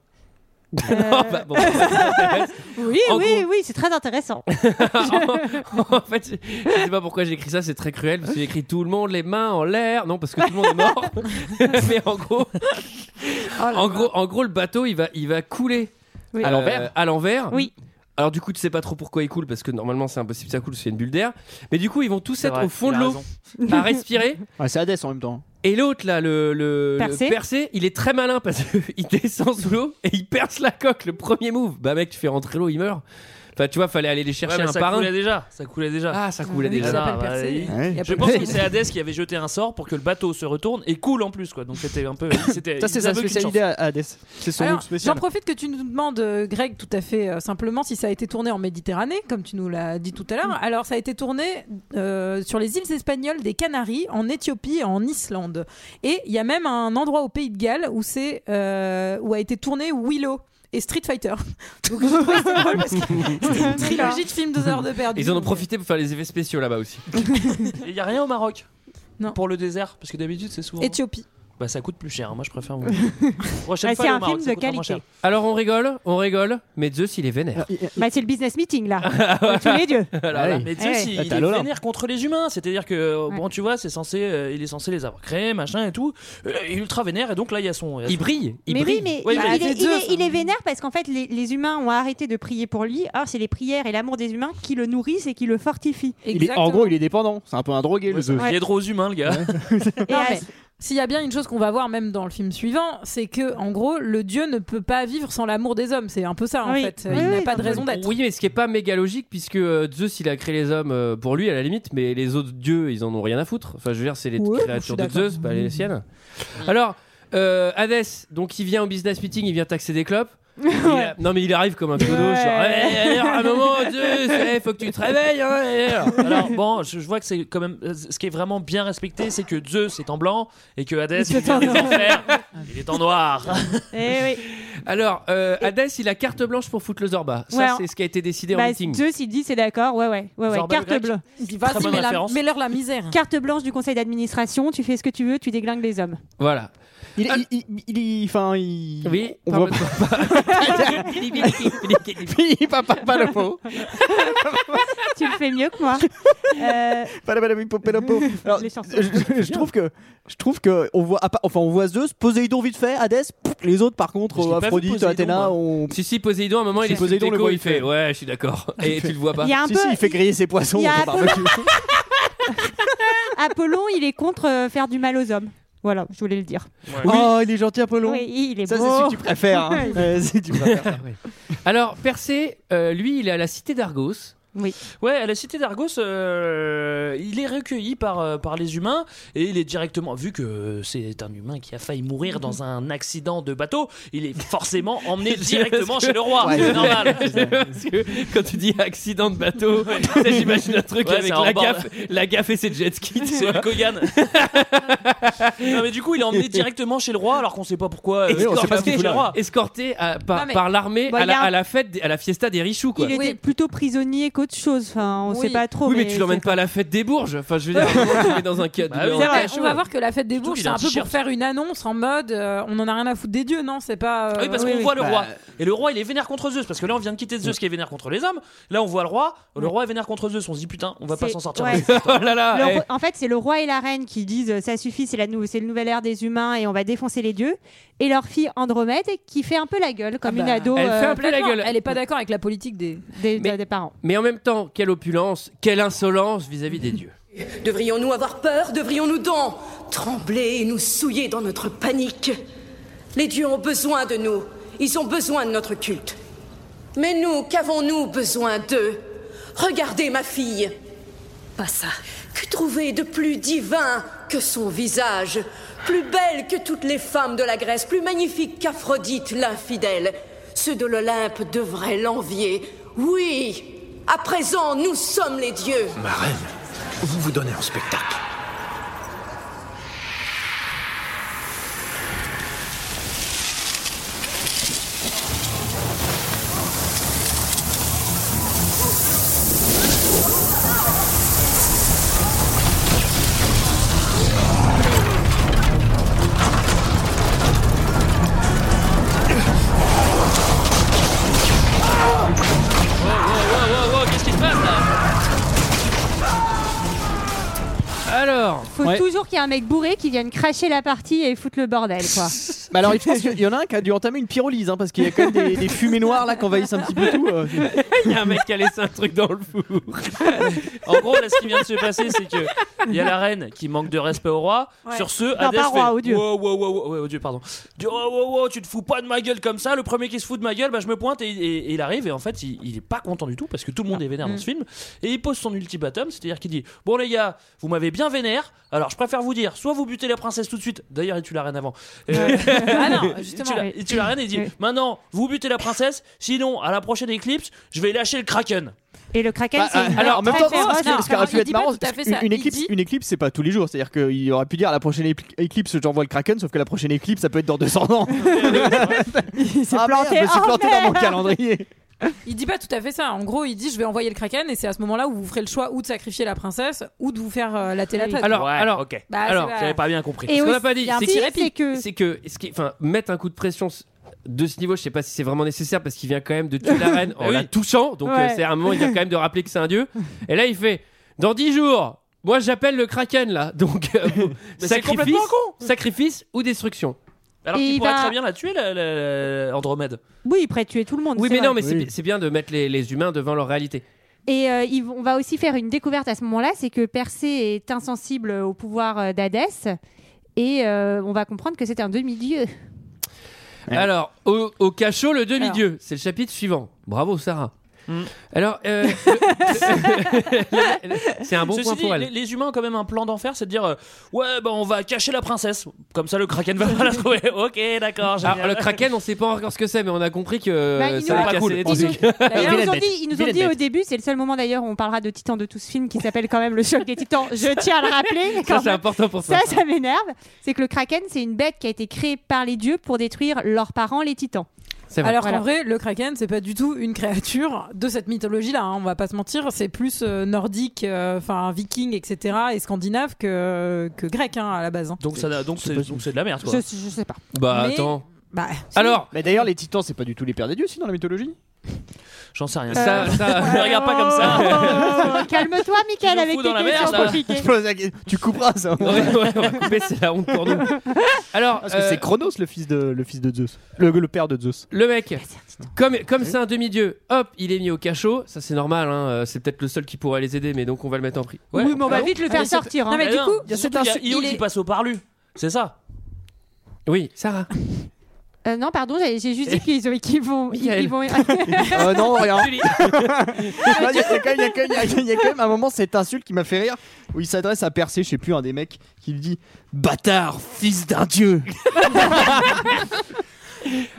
[SPEAKER 7] Euh,
[SPEAKER 1] Non, bah, bon, ça m'intéresse.
[SPEAKER 7] oui,
[SPEAKER 1] en
[SPEAKER 7] oui,
[SPEAKER 1] gros-
[SPEAKER 7] oui, c'est très intéressant.
[SPEAKER 1] en, en fait, je- je sais pas pourquoi j'ai écrit ça, c'est très cruel parce que j'ai écrit tout le monde les mains en l'air. Non, parce que tout le monde est mort. Mais en gros, en gros, en gros, le bateau il va, il va couler
[SPEAKER 7] Oh Oui.
[SPEAKER 1] Euh,
[SPEAKER 10] À l'envers.
[SPEAKER 1] À l'envers.
[SPEAKER 7] Oui.
[SPEAKER 1] Alors du coup, tu sais pas trop pourquoi il coule parce que normalement c'est impossible ça coule, c'est une bulle d'air. Mais du coup, ils vont tous être au fond de l'eau à respirer.
[SPEAKER 10] Ouais, c'est Hadès en même temps.
[SPEAKER 1] Et l'autre là, le, le, le
[SPEAKER 7] Percé.
[SPEAKER 1] percé, il est très malin parce qu'il descend sous l'eau et il perce la coque, le premier move. Bah mec, tu fais rentrer l'eau, il meurt. Enfin, tu vois, fallait aller les chercher un
[SPEAKER 6] bah, ça
[SPEAKER 1] par un.
[SPEAKER 6] coulait déjà. Ça coulait déjà.
[SPEAKER 1] Ah, ça coulait
[SPEAKER 6] oui,
[SPEAKER 1] déjà.
[SPEAKER 6] ça-
[SPEAKER 10] Ouais.
[SPEAKER 6] Je pense que c'est Hadès qui avait jeté un sort pour que le bateau se retourne et coule en plus quoi. Donc c'était un peu. C'était.
[SPEAKER 10] Ça, c'est
[SPEAKER 6] ils
[SPEAKER 10] sa
[SPEAKER 6] avaient aucune
[SPEAKER 10] spécialité à Hadès. C'est son
[SPEAKER 11] Alors,
[SPEAKER 10] look
[SPEAKER 11] j'en
[SPEAKER 10] spécial.
[SPEAKER 11] profite que tu nous demandes, euh, Greg, tout à fait euh, simplement, si ça a été tourné en Méditerranée, comme tu nous l'as dit tout à l'heure. Alors, ça a été tourné euh, sur les îles espagnoles des Canaries, en Éthiopie et en Islande. Et il y a même un endroit au Pays de Galles où, c'est, euh, où a été tourné Willow. Et Street Fighter.
[SPEAKER 10] Ah,
[SPEAKER 11] Donc j'ai trouvé ça drôle parce que c'était une trilogie de films deux heures de perdu.
[SPEAKER 1] Ils en ont
[SPEAKER 11] Donc,
[SPEAKER 1] profité pour faire les effets spéciaux là-bas aussi.
[SPEAKER 6] chance. Et Il y a rien au Maroc.
[SPEAKER 11] Non.
[SPEAKER 6] Pour le désert, parce que d'habitude c'est souvent.
[SPEAKER 11] Éthiopie.
[SPEAKER 6] Bah ça coûte plus cher, hein. moi je préfère. vous- Prochaine
[SPEAKER 7] Bah,
[SPEAKER 6] fois,
[SPEAKER 7] c'est
[SPEAKER 6] aller
[SPEAKER 7] un
[SPEAKER 6] au Maroc,
[SPEAKER 7] film
[SPEAKER 6] ça
[SPEAKER 7] de
[SPEAKER 6] coûtera moins
[SPEAKER 7] qualité.
[SPEAKER 1] Alors on rigole, on rigole, mais Zeus il est vénère.
[SPEAKER 7] Bah, c'est le business meeting là. Entre tous les dieux.
[SPEAKER 6] Alors là,
[SPEAKER 1] Ouais.
[SPEAKER 6] mais tu
[SPEAKER 1] Ouais.
[SPEAKER 6] sais, si,
[SPEAKER 1] Ah,
[SPEAKER 6] il
[SPEAKER 1] t'as
[SPEAKER 6] est
[SPEAKER 1] Lola.
[SPEAKER 6] vénère contre les humains, c'est-à-dire que bon, tu vois, c'est censé, euh, il est censé les avoir créés, machin et tout, Euh, il est ultra vénère et donc là il y a son.
[SPEAKER 1] Euh, Il brille, il
[SPEAKER 7] mais oui,
[SPEAKER 1] brille.
[SPEAKER 7] mais
[SPEAKER 6] Ouais,
[SPEAKER 7] il,
[SPEAKER 6] mais
[SPEAKER 7] il est, il
[SPEAKER 6] les deux,
[SPEAKER 1] hein.
[SPEAKER 7] est- il est vénère parce qu'en fait, les, les humains ont arrêté de prier pour lui. Or, c'est les prières et l'amour des humains qui le nourrissent et qui le fortifient.
[SPEAKER 10] Il est- en gros, il est dépendant. C'est un peu un drogué, le Zeus.
[SPEAKER 6] Il est drôle aux humains, le gars.
[SPEAKER 11] Non, mais S'il y a bien une chose qu'on va voir même dans le film suivant, c'est que en gros, le dieu ne peut pas vivre sans l'amour des hommes. C'est un peu ça en
[SPEAKER 1] Oui.
[SPEAKER 11] fait. il n'a pas de raison d'être.
[SPEAKER 1] Oui, mais ce qui est pas méga logique, puisque euh, Zeus il a créé les hommes euh, pour lui à la limite, mais les autres dieux ils en ont rien à foutre. Enfin, je veux dire, c'est les
[SPEAKER 11] Ouais,
[SPEAKER 1] créatures
[SPEAKER 11] je
[SPEAKER 1] de
[SPEAKER 11] suis d'accord. Mm.
[SPEAKER 1] Zeus, pas les siennes. Alors, euh, Hadès, donc il vient au business meeting, il vient taxer des clopes. Il a- Non, mais il arrive comme un pseudo, genre, Eh, alors, à un moment, Zeus, eh, faut que tu te réveilles. hein, eh, alors.
[SPEAKER 6] Alors bon, je, je vois que c'est quand même euh, ce qui est vraiment bien respecté, c'est que Zeus est en blanc et que Hadès il vient des enfers, il est en noir.
[SPEAKER 7] eh
[SPEAKER 1] Alors, euh, Hadès, il a carte blanche pour foutre le Zorba. Ça,
[SPEAKER 7] Ouais,
[SPEAKER 1] c'est ce qui a été décidé en
[SPEAKER 7] Bah,
[SPEAKER 1] meeting.
[SPEAKER 7] Zeus, il dit c'est d'accord, ouais, ouais, ouais, ouais.
[SPEAKER 1] Zorba le
[SPEAKER 7] carte
[SPEAKER 1] grec.
[SPEAKER 7] bleue.
[SPEAKER 11] Il dit, Vas-y,
[SPEAKER 1] Très bonne
[SPEAKER 11] mets la-
[SPEAKER 1] référence.
[SPEAKER 11] mets-leur la misère.
[SPEAKER 7] Carte blanche du conseil d'administration, tu fais ce que tu veux, tu déglingues les hommes.
[SPEAKER 1] Voilà.
[SPEAKER 10] Il, il, il, il- enfin, il.
[SPEAKER 1] Oui,
[SPEAKER 10] on voit
[SPEAKER 1] pas.
[SPEAKER 10] Papa, pas le mot.
[SPEAKER 7] tu le fais mieux que moi. Euh,
[SPEAKER 10] Palapalapipopelapo. Alors, je, je trouve que je trouve que on voit à pa- enfin on voit Zeus, Poséidon vite fait, Hadès, pff, les autres par contre,
[SPEAKER 1] l'ai pas vu
[SPEAKER 10] Aphrodite,
[SPEAKER 1] Poséidon,
[SPEAKER 10] Athéna,
[SPEAKER 1] moi.
[SPEAKER 10] on
[SPEAKER 1] Si, si, Poséidon, à un moment, il
[SPEAKER 10] Si,
[SPEAKER 1] est
[SPEAKER 10] Poséidon,
[SPEAKER 1] Poséidon,
[SPEAKER 10] le voit,
[SPEAKER 1] il
[SPEAKER 10] il
[SPEAKER 1] fait
[SPEAKER 10] fait.
[SPEAKER 1] Ouais, je suis d'accord. Et tu le vois pas.
[SPEAKER 7] Il y a un
[SPEAKER 10] si,
[SPEAKER 7] peu-
[SPEAKER 10] si, il fait griller ses poissons
[SPEAKER 7] il y a
[SPEAKER 10] au
[SPEAKER 7] un peu-
[SPEAKER 10] barbecue.
[SPEAKER 7] Apollon, il est contre euh, faire du mal aux hommes. Voilà, je voulais le dire.
[SPEAKER 10] Oh, il est gentil Apollon.
[SPEAKER 7] Oui, il est
[SPEAKER 10] Ça c'est
[SPEAKER 7] beau.
[SPEAKER 10] celui que tu préfères. hein. Euh, c'est- tu préfères.
[SPEAKER 1] Alors, Persée, euh, lui, il est à la cité d'Argos.
[SPEAKER 7] Oui.
[SPEAKER 6] Ouais, à la cité d'Argos, euh, il est recueilli par, euh, par les humains et il est directement. Vu que c'est un humain qui a failli mourir dans un accident de bateau, il est forcément emmené directement
[SPEAKER 1] Parce que-
[SPEAKER 6] chez le roi.
[SPEAKER 1] Ouais.
[SPEAKER 6] c'est normal.
[SPEAKER 1] Parce que quand tu dis accident de bateau, tu sais, j'imagine un truc
[SPEAKER 6] Ouais, Ah
[SPEAKER 1] avec
[SPEAKER 6] c'est en
[SPEAKER 1] la
[SPEAKER 6] bord.
[SPEAKER 1] gaffe, la gaffe et ses jet skis. tu
[SPEAKER 6] C'est
[SPEAKER 1] vois.
[SPEAKER 6] le Kogan. non, mais du coup, il est emmené directement chez le roi alors qu'on sait pas pourquoi.
[SPEAKER 1] Escorté-
[SPEAKER 6] euh, il est emmené chez le roi.
[SPEAKER 1] Escorté à- par,
[SPEAKER 7] Non, mais-
[SPEAKER 1] par l'armée
[SPEAKER 7] Bon,
[SPEAKER 1] à,
[SPEAKER 7] il y
[SPEAKER 1] la,
[SPEAKER 7] a un-
[SPEAKER 1] à la fête, des- à la fiesta des richoux. Quoi.
[SPEAKER 7] Il était plutôt prisonnier qu'autre chose. Enfin, on
[SPEAKER 11] Oui.
[SPEAKER 7] sait pas trop.
[SPEAKER 1] Oui, mais tu l'emmènes
[SPEAKER 7] c'est-
[SPEAKER 1] pas à la fête des Bourges. Enfin, je veux dire, comment tu le mets dans un cadre.
[SPEAKER 6] Bah oui,
[SPEAKER 1] dans
[SPEAKER 6] c'est
[SPEAKER 1] un
[SPEAKER 6] vrai.
[SPEAKER 1] cachot
[SPEAKER 11] On va voir que la fête des bourges,
[SPEAKER 6] il
[SPEAKER 11] c'est
[SPEAKER 6] a
[SPEAKER 11] un
[SPEAKER 6] un
[SPEAKER 11] peu pour
[SPEAKER 6] t-shirt.
[SPEAKER 11] faire une annonce en mode euh, on en a rien à foutre des dieux, non C'est pas. euh,
[SPEAKER 6] Ah oui, parce qu'on voit le roi. Et le roi, il est vénère contre Zeus. Parce que là, on vient de quitter Zeus qui est vénère contre les hommes. Là, on voit le roi. Le roi est vénère contre Zeus. On se dit, putain, on va pas
[SPEAKER 7] C'est-
[SPEAKER 6] s'en sortir.
[SPEAKER 7] ouais.
[SPEAKER 1] Oh là là,
[SPEAKER 7] Le
[SPEAKER 1] eh.
[SPEAKER 7] roi- En fait, c'est le roi et la reine qui disent euh, ça suffit, c'est la nou- c'est le nouvel ère des humains et on va défoncer les dieux. Et leur fille Andromède qui fait un peu la gueule comme
[SPEAKER 11] bah,
[SPEAKER 7] une ado
[SPEAKER 1] Ah elle fait
[SPEAKER 7] euh,
[SPEAKER 1] un peu la gueule.
[SPEAKER 11] Elle est pas d'accord avec la politique des.
[SPEAKER 7] des,
[SPEAKER 1] Mais-
[SPEAKER 7] des parents.
[SPEAKER 1] Mais en même temps, quelle opulence, quelle insolence vis-à-vis des dieux.
[SPEAKER 8] Devrions-nous avoir peur Devrions-nous donc trembler et nous souiller dans notre panique Les dieux ont besoin de nous. Ils ont besoin de notre culte. Mais nous, qu'avons-nous besoin d'eux Regardez ma fille. Pas ça. Que trouver de plus divin que son visage Plus belle que toutes les femmes de la Grèce, plus magnifique qu'Aphrodite l'infidèle Ceux de l'Olympe devraient l'envier. Oui À présent, nous sommes les dieux
[SPEAKER 3] Ma reine, vous vous donnez en spectacle.
[SPEAKER 6] Ah, Wow, wow, wow, qu'est-ce qui se passe là
[SPEAKER 1] Alors,
[SPEAKER 7] Faut
[SPEAKER 10] Ouais.
[SPEAKER 7] toujours qu'il y ait un mec bourré qui vienne cracher la partie et foutre le bordel, quoi.
[SPEAKER 10] Mais Bah, alors, je pense qu'il y en a un qui a dû entamer une pyrolyse, hein, parce qu'il y a quand même des, des fumées noires là qui envahissent un petit peu tout. euh.
[SPEAKER 1] il y a un mec qui a laissé un truc dans le four.
[SPEAKER 6] En gros, là, ce qui vient de se passer, c'est que il y a la reine qui manque de respect au roi.
[SPEAKER 11] Ouais.
[SPEAKER 6] Sur ce,
[SPEAKER 7] pas
[SPEAKER 6] Hadès
[SPEAKER 7] au roi,
[SPEAKER 6] fait,
[SPEAKER 7] au dieu.
[SPEAKER 6] Wow, wow, wow, wow, ouais, au dieu, pardon. Dit, Wow, wow, wow, tu te fous pas de ma gueule comme ça. Le premier qui se fout de ma gueule, bah, je me pointe et, et- et il arrive. Et en fait, il, il est pas content du tout parce que tout le
[SPEAKER 7] Ah.
[SPEAKER 6] monde est vénère
[SPEAKER 7] Mm.
[SPEAKER 6] dans ce film. Et il pose son ultimatum, c'est-à-dire qu'il dit Bon, les gars, vous m'avez bien vénère. Alors, je préfère vous dire soit vous butez la princesse tout de suite. D'ailleurs, il tue la reine avant. Euh,
[SPEAKER 11] Ah non,
[SPEAKER 6] Il
[SPEAKER 11] justement.
[SPEAKER 6] tue, la, il tue la reine et il dit
[SPEAKER 7] Oui.
[SPEAKER 6] Maintenant, vous butez la princesse, sinon, à la prochaine éclipse, je vais lâcher le kraken.
[SPEAKER 7] Et le kraken,
[SPEAKER 10] Bah,
[SPEAKER 7] c'est
[SPEAKER 6] euh,
[SPEAKER 7] une
[SPEAKER 10] alors, en même
[SPEAKER 7] bête
[SPEAKER 10] temps,
[SPEAKER 7] très
[SPEAKER 10] ce
[SPEAKER 7] féroce.
[SPEAKER 10] qui- ce qui aurait pu
[SPEAKER 11] il
[SPEAKER 10] être
[SPEAKER 11] dit pas
[SPEAKER 10] marrant,
[SPEAKER 11] tout à
[SPEAKER 10] c'est
[SPEAKER 11] fait
[SPEAKER 10] qu'une
[SPEAKER 11] ça.
[SPEAKER 10] une
[SPEAKER 11] Il
[SPEAKER 10] éclipse,
[SPEAKER 11] dit-
[SPEAKER 10] une éclipse, c'est pas tous les jours. C'est-à-dire qu'il aurait pu dire à la prochaine épli- éclipse, j'envoie le kraken, sauf que la prochaine éclipse, ça peut être dans 200 ans.
[SPEAKER 7] Il s'est
[SPEAKER 10] Ah merde,
[SPEAKER 7] planté.
[SPEAKER 10] je me suis
[SPEAKER 7] Oh,
[SPEAKER 10] planté dans mon
[SPEAKER 7] merde.
[SPEAKER 10] calendrier.
[SPEAKER 11] Il dit pas tout à fait ça. En gros, il dit je vais envoyer le kraken et c'est à ce moment-là où vous ferez le choix ou de sacrifier la princesse ou de vous faire euh, la tête la tête.
[SPEAKER 1] Alors, alors,
[SPEAKER 6] ok.
[SPEAKER 11] Bah, c'est
[SPEAKER 1] alors,
[SPEAKER 11] pas- J'avais
[SPEAKER 6] pas bien compris.
[SPEAKER 1] ce
[SPEAKER 11] Et
[SPEAKER 1] qu'on
[SPEAKER 11] aussi,
[SPEAKER 1] n'a pas dit,
[SPEAKER 11] il y a un
[SPEAKER 1] c'est
[SPEAKER 11] petit
[SPEAKER 1] que,
[SPEAKER 11] répit.
[SPEAKER 1] c'est que, ce qui- enfin, mettre un coup de pression s- de ce niveau, je sais pas si c'est vraiment nécessaire parce qu'il vient quand même de tuer la reine en
[SPEAKER 6] Bah oui.
[SPEAKER 1] la touchant, donc
[SPEAKER 11] Ouais.
[SPEAKER 1] euh, c'est à un moment il vient quand même de rappeler que c'est un dieu. Et là, il fait dans 10 jours. Moi, j'appelle le kraken là, donc euh, bon,
[SPEAKER 6] c'est
[SPEAKER 1] sacrifice,
[SPEAKER 6] complètement con.
[SPEAKER 1] sacrifice ou destruction.
[SPEAKER 6] Alors
[SPEAKER 7] Et
[SPEAKER 6] qu'il
[SPEAKER 7] il
[SPEAKER 6] pourrait
[SPEAKER 7] va-
[SPEAKER 6] très bien la tuer, la- la- la Andromède.
[SPEAKER 7] Oui, il pourrait tuer tout le monde.
[SPEAKER 1] Oui,
[SPEAKER 7] c'est
[SPEAKER 1] mais non,
[SPEAKER 7] vrai.
[SPEAKER 1] mais c'est bi- c'est bien de mettre les, les humains devant leur réalité.
[SPEAKER 7] Et euh, ils vont- on va aussi faire une découverte à ce moment-là, c'est que Persée est insensible au pouvoir euh, d'Hadès. Et euh, on va comprendre que c'est un demi-dieu.
[SPEAKER 1] Alors, au, au cachot, le demi-dieu, c'est le chapitre suivant. Bravo, Sarah. Alors, euh, le- le- c'est un bon
[SPEAKER 6] Ceci
[SPEAKER 1] point
[SPEAKER 6] dit,
[SPEAKER 1] pour elle.
[SPEAKER 6] Les, les humains ont quand même un plan d'enfer, c'est de dire euh, ouais, bah on va cacher la princesse, comme ça le kraken va pas la trouver. ok, d'accord.
[SPEAKER 1] Alors,
[SPEAKER 6] génial.
[SPEAKER 1] Ah, le kraken, on sait pas encore ce que c'est, mais on a compris que euh,
[SPEAKER 7] Bah, il
[SPEAKER 1] ça
[SPEAKER 7] nous-
[SPEAKER 1] allait
[SPEAKER 6] Pas
[SPEAKER 1] casser
[SPEAKER 6] cool.
[SPEAKER 1] les
[SPEAKER 6] Il
[SPEAKER 1] trucs.
[SPEAKER 7] Ils
[SPEAKER 6] Vilaine
[SPEAKER 7] nous ont
[SPEAKER 6] bête.
[SPEAKER 7] dit, ils nous ont
[SPEAKER 6] Vilaine
[SPEAKER 7] dit au
[SPEAKER 6] bête.
[SPEAKER 7] début, c'est le seul moment d'ailleurs où on parlera de Titan de tout ce film qui s'appelle quand même Le choc des titans. Je tiens à le rappeler.
[SPEAKER 1] Ça,
[SPEAKER 7] quand
[SPEAKER 1] c'est
[SPEAKER 7] même.
[SPEAKER 1] important pour toi.
[SPEAKER 7] Ça, ça m'énerve. C'est que le kraken, c'est une bête qui a été créée par les dieux pour détruire leurs parents, les titans.
[SPEAKER 1] C'est vrai.
[SPEAKER 11] Alors
[SPEAKER 7] Voilà.
[SPEAKER 11] qu'en vrai, le kraken, c'est pas du tout une créature de cette mythologie-là. hein, on va pas se mentir, c'est plus euh, nordique, euh, enfin viking, etc. et scandinave que, que grec hein, à la base. hein.
[SPEAKER 6] Donc ça, donc c'est donc c'est de la merde.
[SPEAKER 11] Je,
[SPEAKER 6] Quoi.
[SPEAKER 11] je sais pas.
[SPEAKER 1] Bah,
[SPEAKER 11] Mais-
[SPEAKER 1] attends.
[SPEAKER 11] Bah,
[SPEAKER 1] Alors,
[SPEAKER 10] Mais d'ailleurs, les titans, c'est pas du tout les pères des dieux, si, dans la mythologie
[SPEAKER 6] J'en sais
[SPEAKER 7] Euh.
[SPEAKER 6] rien.
[SPEAKER 1] ça, ça-
[SPEAKER 6] Ne regarde pas comme ça.
[SPEAKER 7] Oh, Calme-toi,
[SPEAKER 6] Je
[SPEAKER 7] Michael,
[SPEAKER 6] me
[SPEAKER 7] avec
[SPEAKER 6] fous
[SPEAKER 7] tes
[SPEAKER 6] dans la merde,
[SPEAKER 7] questions
[SPEAKER 6] là.
[SPEAKER 7] compliquées.
[SPEAKER 10] Tu couperas ça
[SPEAKER 1] Ouais, ouais, on va couper, c'est la honte pour nous. Alors,
[SPEAKER 10] Parce que
[SPEAKER 1] euh,
[SPEAKER 10] c'est Chronos, le fils de, le fils de Zeus. Le, le père de Zeus.
[SPEAKER 1] le mec, comme comme c'est un demi-dieu, hop, il est mis au cachot. Ça, c'est normal. hein, euh, C'est peut-être le seul qui pourrait les aider, mais donc on va le mettre en prix. Ouais.
[SPEAKER 7] Oui, mais on va
[SPEAKER 6] Ah bon
[SPEAKER 7] vite le
[SPEAKER 6] Ah,
[SPEAKER 7] faire
[SPEAKER 6] mais c'est-
[SPEAKER 7] sortir. hein.
[SPEAKER 11] Non, mais
[SPEAKER 6] Ah
[SPEAKER 11] du
[SPEAKER 6] non,
[SPEAKER 11] coup,
[SPEAKER 6] il y a
[SPEAKER 11] c'est
[SPEAKER 6] surtout,
[SPEAKER 11] un
[SPEAKER 6] il y a
[SPEAKER 11] su-
[SPEAKER 6] Io
[SPEAKER 11] il
[SPEAKER 6] qui
[SPEAKER 11] est-
[SPEAKER 6] passe au parlu. C'est ça.
[SPEAKER 1] Oui, Sarah.
[SPEAKER 7] Euh, non, pardon, j'ai j'ai juste dit qu'ils ont- qu'ils vont. Ils,
[SPEAKER 1] Michael.
[SPEAKER 7] ils vont...
[SPEAKER 10] Euh, non, rien. Non, Il y, a quand même- il y a quand même- il y a quand même un moment, cette insulte qui m'a fait rire, où il s'adresse à Persée, je sais plus, un des mecs, qui lui dit Bâtard, fils d'un dieu